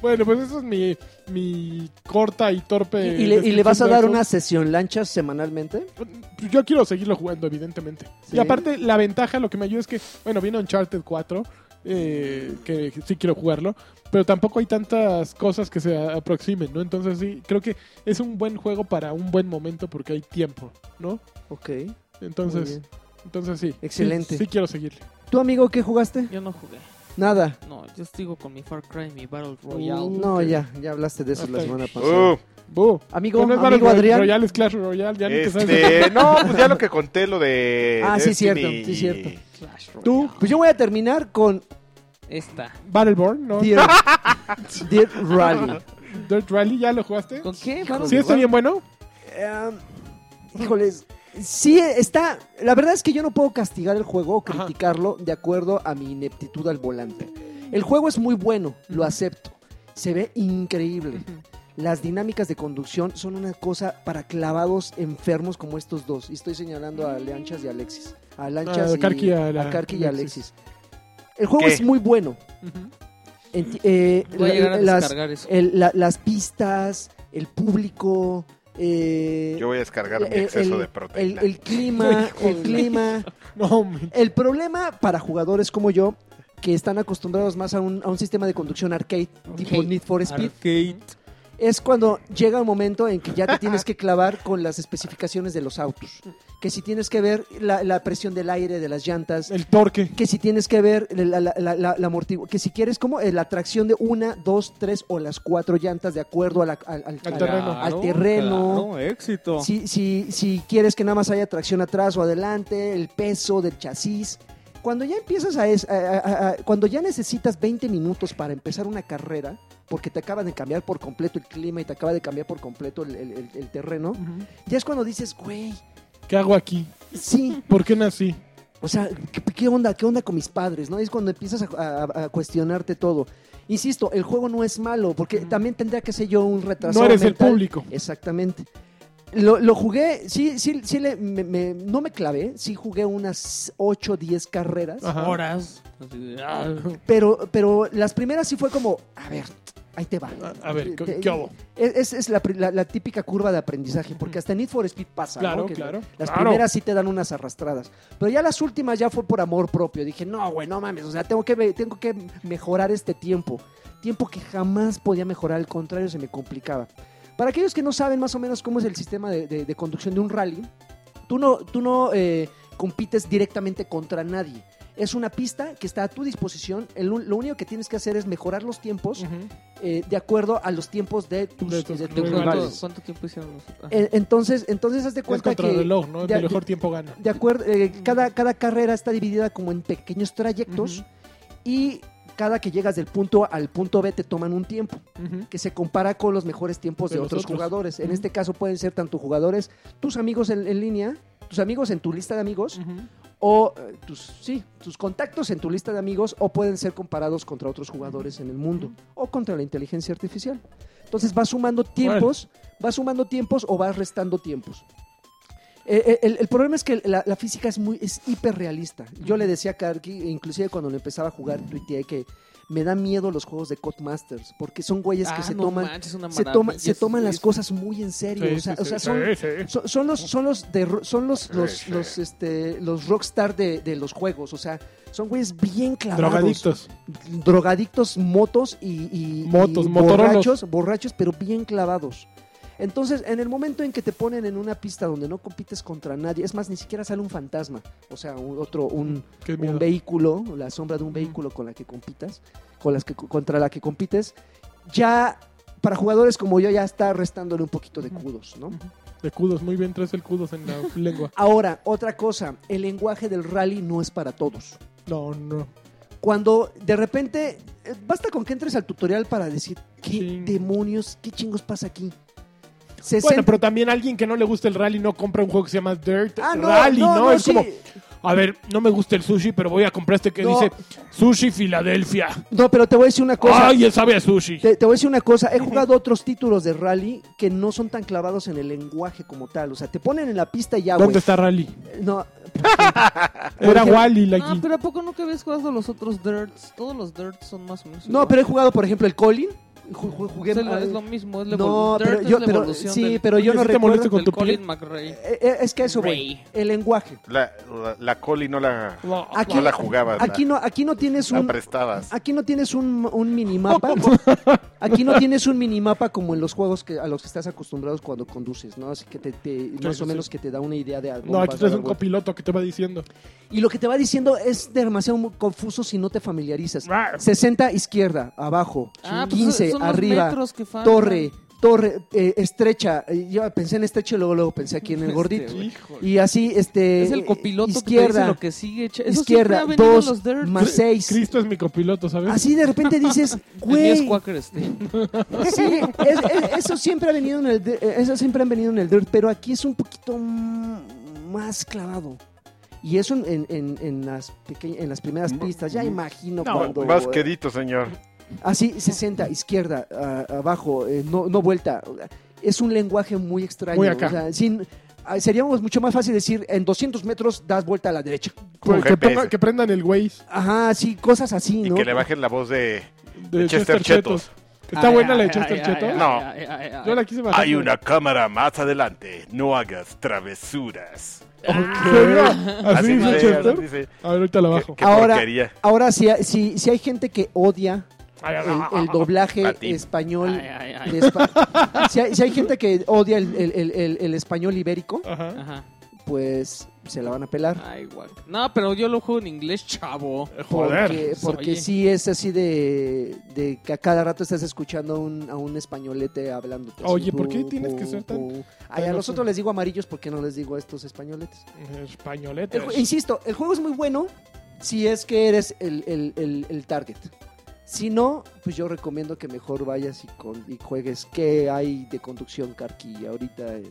Speaker 4: Bueno, pues eso es mi, mi corta y torpe.
Speaker 1: Ah. ¿Y, y le, y le
Speaker 4: descripción
Speaker 1: vas a
Speaker 4: de
Speaker 1: dar
Speaker 4: eso.
Speaker 1: una sesión lanchas semanalmente?
Speaker 4: Pues Yo quiero seguirlo jugando, evidentemente.
Speaker 1: Sí.
Speaker 4: Y aparte, la ventaja, lo que me ayuda es que, bueno, viene Uncharted 4, eh, que sí quiero jugarlo, pero tampoco hay tantas cosas que se a- aproximen, ¿no? Entonces sí, creo que es un buen juego para un buen momento porque hay tiempo, ¿no?
Speaker 1: Ok. muy
Speaker 4: Entonces,
Speaker 1: bien.
Speaker 4: entonces sí.
Speaker 1: Excelente.
Speaker 4: Sí, sí quiero seguirle.
Speaker 1: ¿Tu amigo qué jugaste?
Speaker 2: Yo no jugué.
Speaker 1: Nada. Mm,
Speaker 2: No, yo sigo con mi Far Cry, mi Battle Royale.
Speaker 4: Uh,
Speaker 1: No,
Speaker 4: ok.
Speaker 1: ya, ya hablaste de eso la
Speaker 4: Ok.
Speaker 1: semana pasada.
Speaker 3: Uh,
Speaker 4: Bu.
Speaker 1: Amigo,
Speaker 4: Pero no es
Speaker 1: amigo
Speaker 4: Battle
Speaker 1: Adrián.
Speaker 4: Royale, es Clash Royale, ya ni te sabes.
Speaker 3: este, no, pues ya lo que conté, lo de.
Speaker 1: Ah, sí, cierto,
Speaker 3: Destiny.
Speaker 1: sí, cierto.
Speaker 2: Clash Royale.
Speaker 1: Tú, pues yo voy a terminar con
Speaker 2: Esta.
Speaker 4: Battleborn, ¿no?
Speaker 1: Dear, Dear Rally.
Speaker 4: Dirt Rally, ¿ya lo jugaste?
Speaker 2: ¿Con qué?
Speaker 4: ¿Sí está bien bueno?
Speaker 1: Em, híjoles, sí está. La verdad es que yo no puedo castigar el juego o
Speaker 4: Ajá.
Speaker 1: criticarlo de acuerdo a mi ineptitud al volante. El juego es muy bueno, lo
Speaker 2: Ujú.
Speaker 1: acepto. Se ve increíble. Las dinámicas de conducción son una cosa para clavados enfermos como estos dos. Y estoy señalando a Lanchas y a Alexis. A Lanchas
Speaker 4: A
Speaker 1: y,
Speaker 4: Karki y a
Speaker 1: a
Speaker 4: la-
Speaker 1: Karki y a Alexis.
Speaker 4: Alexis.
Speaker 1: El juego
Speaker 3: ¿Qué?
Speaker 1: es muy bueno. Enti- eh,
Speaker 2: Voy a
Speaker 1: la-
Speaker 2: llegar a
Speaker 1: las- eh,
Speaker 2: descargar eso.
Speaker 1: el- la- las pistas, el público, eh,
Speaker 3: Yo voy a descargar mi
Speaker 1: el-
Speaker 3: exceso
Speaker 1: el-
Speaker 3: de
Speaker 1: el,
Speaker 3: proteína.
Speaker 1: el clima,
Speaker 4: Hijo
Speaker 1: el
Speaker 4: de-
Speaker 1: clima.
Speaker 4: No, hombre.
Speaker 1: El problema para jugadores como yo, que están acostumbrados más a un, a un sistema de conducción arcade, tipo
Speaker 2: Arcade.
Speaker 1: Need for Speed,
Speaker 2: Arcade.
Speaker 1: es cuando llega un momento en que ya te tienes que clavar con las especificaciones de los autos. Que si tienes que ver la, la presión del aire, de las llantas,
Speaker 4: El torque.
Speaker 1: que si tienes que ver la, la, la- la- la amortigu- que si quieres como eh, la tracción de una, dos, tres o las cuatro llantas de acuerdo a la- al, al-
Speaker 4: Al
Speaker 1: al-
Speaker 4: terreno.
Speaker 1: Al terreno.
Speaker 2: claro, éxito.
Speaker 1: si, si, si quieres que nada más haya tracción atrás o adelante, el peso del chasis. Cuando ya empiezas a, es- a- a- a- cuando ya necesitas 20 minutos para empezar una carrera, porque te acaba de cambiar por completo el clima y te acaba de cambiar por completo el, el- el- el terreno, ya es cuando dices, güey,
Speaker 4: ¿Qué hago aquí?
Speaker 1: sí,
Speaker 4: ¿Por qué nací?
Speaker 1: o sea, ¿qué, qué onda? ¿Qué onda con mis padres? ¿No? Es cuando empiezas a, a- a cuestionarte todo. Insisto, el juego no es malo, porque
Speaker 2: Ujú.
Speaker 1: también tendría que ser yo un retrasado
Speaker 4: No eres el
Speaker 1: mental.
Speaker 4: público.
Speaker 1: Exactamente. Lo, lo jugué, sí, sí, sí, le- me- me- no me clavé, sí jugué unas 8 o 10 carreras,
Speaker 4: Ajá.
Speaker 2: Horas. Así, ah,
Speaker 1: pero, pero las primeras sí fue como, a ver, ahí te va.
Speaker 4: Ah, A, a ver, ¿qué,
Speaker 1: Eh, Te-
Speaker 4: qué hago?
Speaker 1: Es, es- es la, pri- la- la típica curva de aprendizaje, porque hasta en Need for Speed pasa, ¿no?
Speaker 4: Claro,
Speaker 1: Que
Speaker 4: claro.
Speaker 1: Las
Speaker 4: claro.
Speaker 1: primeras sí te dan unas arrastradas, pero ya las últimas ya fue por amor propio. Dije, no, güey, no mames, o sea, tengo que, ve- tengo que mejorar este tiempo. Tiempo que jamás podía mejorar, al contrario, se me complicaba. Para aquellos que no saben más o menos cómo es el sistema de, de- de conducción de un rally, tú no, tú no eh, compites directamente contra nadie. Es una pista que está a tu disposición. El un- lo único que tienes que hacer es mejorar los tiempos
Speaker 4: Ujú.
Speaker 1: eh, de acuerdo a los tiempos de tus, eh,
Speaker 4: De tus
Speaker 1: de tus
Speaker 4: Muy
Speaker 2: ¿Cuánto,
Speaker 1: rivales.
Speaker 2: cuánto tiempo hicieron los ah,
Speaker 1: Eh, Entonces, entonces haz de
Speaker 4: Es
Speaker 1: cuenta que
Speaker 4: contrarreloj, ¿no? El
Speaker 1: de-
Speaker 4: mejor tiempo gana.
Speaker 1: de acuerdo, eh, cada, cada carrera está dividida como en pequeños trayectos
Speaker 4: Ujú.
Speaker 1: y cada que llegas del punto al punto B te toman un tiempo
Speaker 4: Ujú.
Speaker 1: que se compara con los mejores tiempos de,
Speaker 4: De los
Speaker 1: otros,
Speaker 4: otros.
Speaker 1: jugadores. En
Speaker 4: Ujú.
Speaker 1: este caso pueden ser tanto jugadores, tus amigos en, en línea, tus amigos en tu lista de amigos
Speaker 4: Ujú.
Speaker 1: o eh, tus, sí, tus contactos en tu lista de amigos o pueden ser comparados contra otros jugadores en el mundo o contra la inteligencia artificial. Entonces vas sumando tiempos, vas sumando tiempos o vas restando tiempos. Eh, eh, el, el problema es que la, la física es muy es hiperrealista. Yo le decía a Karki, inclusive cuando lo empezaba a jugar, tuiteé que me da miedo los juegos de Codemasters porque son güeyes que
Speaker 2: ah,
Speaker 1: se
Speaker 2: no
Speaker 1: toman
Speaker 2: manches, una
Speaker 1: se,
Speaker 2: maravilla,
Speaker 1: toma- se
Speaker 2: es-
Speaker 1: toman
Speaker 2: es-
Speaker 1: las cosas muy en serio.
Speaker 4: Sí,
Speaker 1: o sea,
Speaker 4: sí,
Speaker 1: o sea,
Speaker 4: sí,
Speaker 1: son,
Speaker 4: sí, sí.
Speaker 1: son, son los son los de ro- son los los,
Speaker 3: Sí, sí.
Speaker 1: los, este los rockstar de, de los juegos, o sea, son güeyes bien clavados,
Speaker 4: Drogadictos.
Speaker 1: drogadictos, motos y, y-
Speaker 4: Motos,
Speaker 1: y
Speaker 4: motorolos.
Speaker 1: borrachos, borrachos, pero bien clavados. Entonces, en el momento en que te ponen en una pista donde no compites contra nadie, es más, ni siquiera sale un fantasma, o sea, un- otro un,
Speaker 4: Qué
Speaker 1: un
Speaker 4: miedo.
Speaker 1: vehículo, la sombra de un vehículo con la que compitas, con las que, contra la que compites, ya para jugadores como yo ya está restándole un poquito de
Speaker 4: Ujú.
Speaker 1: cudos, ¿no?
Speaker 4: De cudos, muy bien, traes el cudos en la lengua.
Speaker 1: Ahora, otra cosa, el lenguaje del rally no es para todos.
Speaker 4: No, no.
Speaker 1: Cuando de repente, eh, basta con que entres al tutorial para decir, ¿qué
Speaker 4: Ching.
Speaker 1: demonios, qué chingos pasa aquí? 60...
Speaker 4: Bueno, pero también alguien que no le gusta el rally no compra un juego que se llama Dirt
Speaker 1: Ah, no,
Speaker 4: Rally,
Speaker 1: no,
Speaker 4: ¿no?
Speaker 1: no,
Speaker 4: es
Speaker 1: sí.
Speaker 4: como, a ver, no me gusta el sushi, pero voy a comprar este que
Speaker 1: No.
Speaker 4: dice Sushi Filadelfia.
Speaker 1: No, pero te voy a decir una cosa.
Speaker 4: ¡Ay, ya sabe a sushi!
Speaker 1: Te, te voy a decir una cosa, he jugado otros títulos de rally que no son tan clavados en el lenguaje como tal. O sea, te ponen en la pista y ya, güey.
Speaker 4: ¿Dónde está Rally?
Speaker 1: No,
Speaker 4: Era
Speaker 1: ejemplo-
Speaker 4: Wally la
Speaker 2: No,
Speaker 4: guin-
Speaker 2: Ah, pero ¿a poco nunca habías jugado los otros Dirts? Todos los Dirts son más o menos.
Speaker 1: no,
Speaker 2: igual.
Speaker 1: pero he jugado, por ejemplo, el Colin. Ju- ju-
Speaker 2: es,
Speaker 1: jugué-
Speaker 2: lo, es lo mismo, es la
Speaker 1: no,
Speaker 2: evolu- Dirt
Speaker 1: pero
Speaker 2: es
Speaker 1: yo,
Speaker 2: la
Speaker 1: pero,
Speaker 2: evolución
Speaker 1: sí,
Speaker 2: del-
Speaker 1: pero yo
Speaker 4: Oye,
Speaker 1: no
Speaker 4: ¿sí te
Speaker 1: recuerdo.
Speaker 4: molesta con
Speaker 2: del
Speaker 4: tu
Speaker 2: Colin McRae.
Speaker 1: Eh, eh, Es que eso, güey.
Speaker 2: Ray.
Speaker 1: El lenguaje.
Speaker 3: La, la, la coli no la,
Speaker 1: Aquí-
Speaker 3: no la jugabas.
Speaker 1: Aquí no, aquí no tienes
Speaker 3: la, la
Speaker 1: un. Ah,
Speaker 3: prestabas.
Speaker 1: Aquí no tienes un, un minimapa. Aquí no tienes un minimapa como en los juegos que, a los que estás acostumbrados cuando conduces, ¿no? Así que te, te- más
Speaker 4: sí,
Speaker 1: o
Speaker 4: sí.
Speaker 1: menos que te da una idea de algo.
Speaker 4: No, aquí traes un copiloto que te va diciendo.
Speaker 1: Y lo que te va diciendo es demasiado mu- confuso si no te familiarizas.
Speaker 4: Rar.
Speaker 1: 60 izquierda, abajo,
Speaker 2: Ah, pues
Speaker 1: 15
Speaker 2: son los
Speaker 1: arriba,
Speaker 2: metros que faltan.
Speaker 1: torre, torre, eh, estrecha. Eh, Yo pensé en estrecha y luego, luego pensé aquí en el
Speaker 2: Este,
Speaker 1: gordito.
Speaker 2: güey.
Speaker 1: y así, este.
Speaker 2: Es el copiloto que te dice
Speaker 1: izquierda,
Speaker 2: lo que sigue. che. Eso siempre
Speaker 1: izquierda,
Speaker 2: ha venido en
Speaker 1: 2
Speaker 2: los Dirts.
Speaker 1: más 6.
Speaker 4: Cristo es mi copiloto, ¿sabes?
Speaker 1: Así de repente dices,
Speaker 2: El mío es
Speaker 1: güey.
Speaker 2: Quaker State.
Speaker 1: Sí, es- es- eso siempre ha venido en el dir- eh, eso siempre han venido en el dirt, pero aquí es un poquito mm, más clavado. Y eso en, en- en- en las peque- en las primeras
Speaker 3: Mm,
Speaker 1: pistas, ya
Speaker 3: mm.
Speaker 1: imagino
Speaker 4: No,
Speaker 1: cuando
Speaker 3: Más
Speaker 1: eh,
Speaker 3: quedito, señor.
Speaker 1: así 60 izquierda ah, abajo, eh, no no vuelta. Es un lenguaje muy extraño,
Speaker 4: Muy acá.
Speaker 1: o sea, sin- ah, sería mucho más fácil decir en 200 metros das vuelta a la derecha.
Speaker 4: Pues, Que, que
Speaker 3: GPS.
Speaker 4: ponga- que prendan el Waze
Speaker 1: Ajá, sí, cosas así,
Speaker 3: Y
Speaker 1: ¿no?
Speaker 3: que le bajes la voz de...
Speaker 4: de
Speaker 3: Chester
Speaker 4: Chester,
Speaker 3: Chetos.
Speaker 4: Chetos. ¿Está
Speaker 2: Ay,
Speaker 4: buena la de
Speaker 2: ay,
Speaker 4: Chester
Speaker 2: ay,
Speaker 4: Chetos?
Speaker 2: ay,
Speaker 3: No.
Speaker 2: ay, ay, ay,
Speaker 4: Yo la
Speaker 2: ay.
Speaker 4: quise bajar.
Speaker 3: Hay una cámara más adelante. No hagas travesuras.
Speaker 4: Ok.
Speaker 3: dice,
Speaker 4: Así dice
Speaker 3: así
Speaker 4: Chester.
Speaker 3: dice.
Speaker 4: A ver, ahorita la
Speaker 3: Qué-
Speaker 4: bajo.
Speaker 3: qué
Speaker 1: Ahora-
Speaker 3: porquería.
Speaker 1: Ahora si, si, si hay gente que odia el, el doblaje
Speaker 3: Latín.
Speaker 1: español
Speaker 2: Ay, ay, ay.
Speaker 1: de espa- si, hay, si hay gente que odia el, el- el- el- el español ibérico,
Speaker 4: Ajá.
Speaker 2: Ajá.
Speaker 1: pues se la van a pelar.
Speaker 2: Ay, guac. No, pero yo lo juego en inglés, chavo.
Speaker 1: Porque,
Speaker 4: Eh, Joder.
Speaker 1: porque
Speaker 2: Oye.
Speaker 1: sí es así de, de que a cada rato estás escuchando a un, a un españolete hablando.
Speaker 4: Oye, ¿por qué tienes que ser tan-
Speaker 1: Ay, a
Speaker 4: tan
Speaker 1: nosotros
Speaker 4: grosero?
Speaker 1: les digo amarillos, ¿por qué no les digo a estos españoletes? El
Speaker 4: Españoletes.
Speaker 1: ju- insisto, el juego es muy bueno si es que eres el, el- el- el target. Si no, pues yo recomiendo que mejor vayas y, con- y juegues qué hay de conducción Karki ahorita en,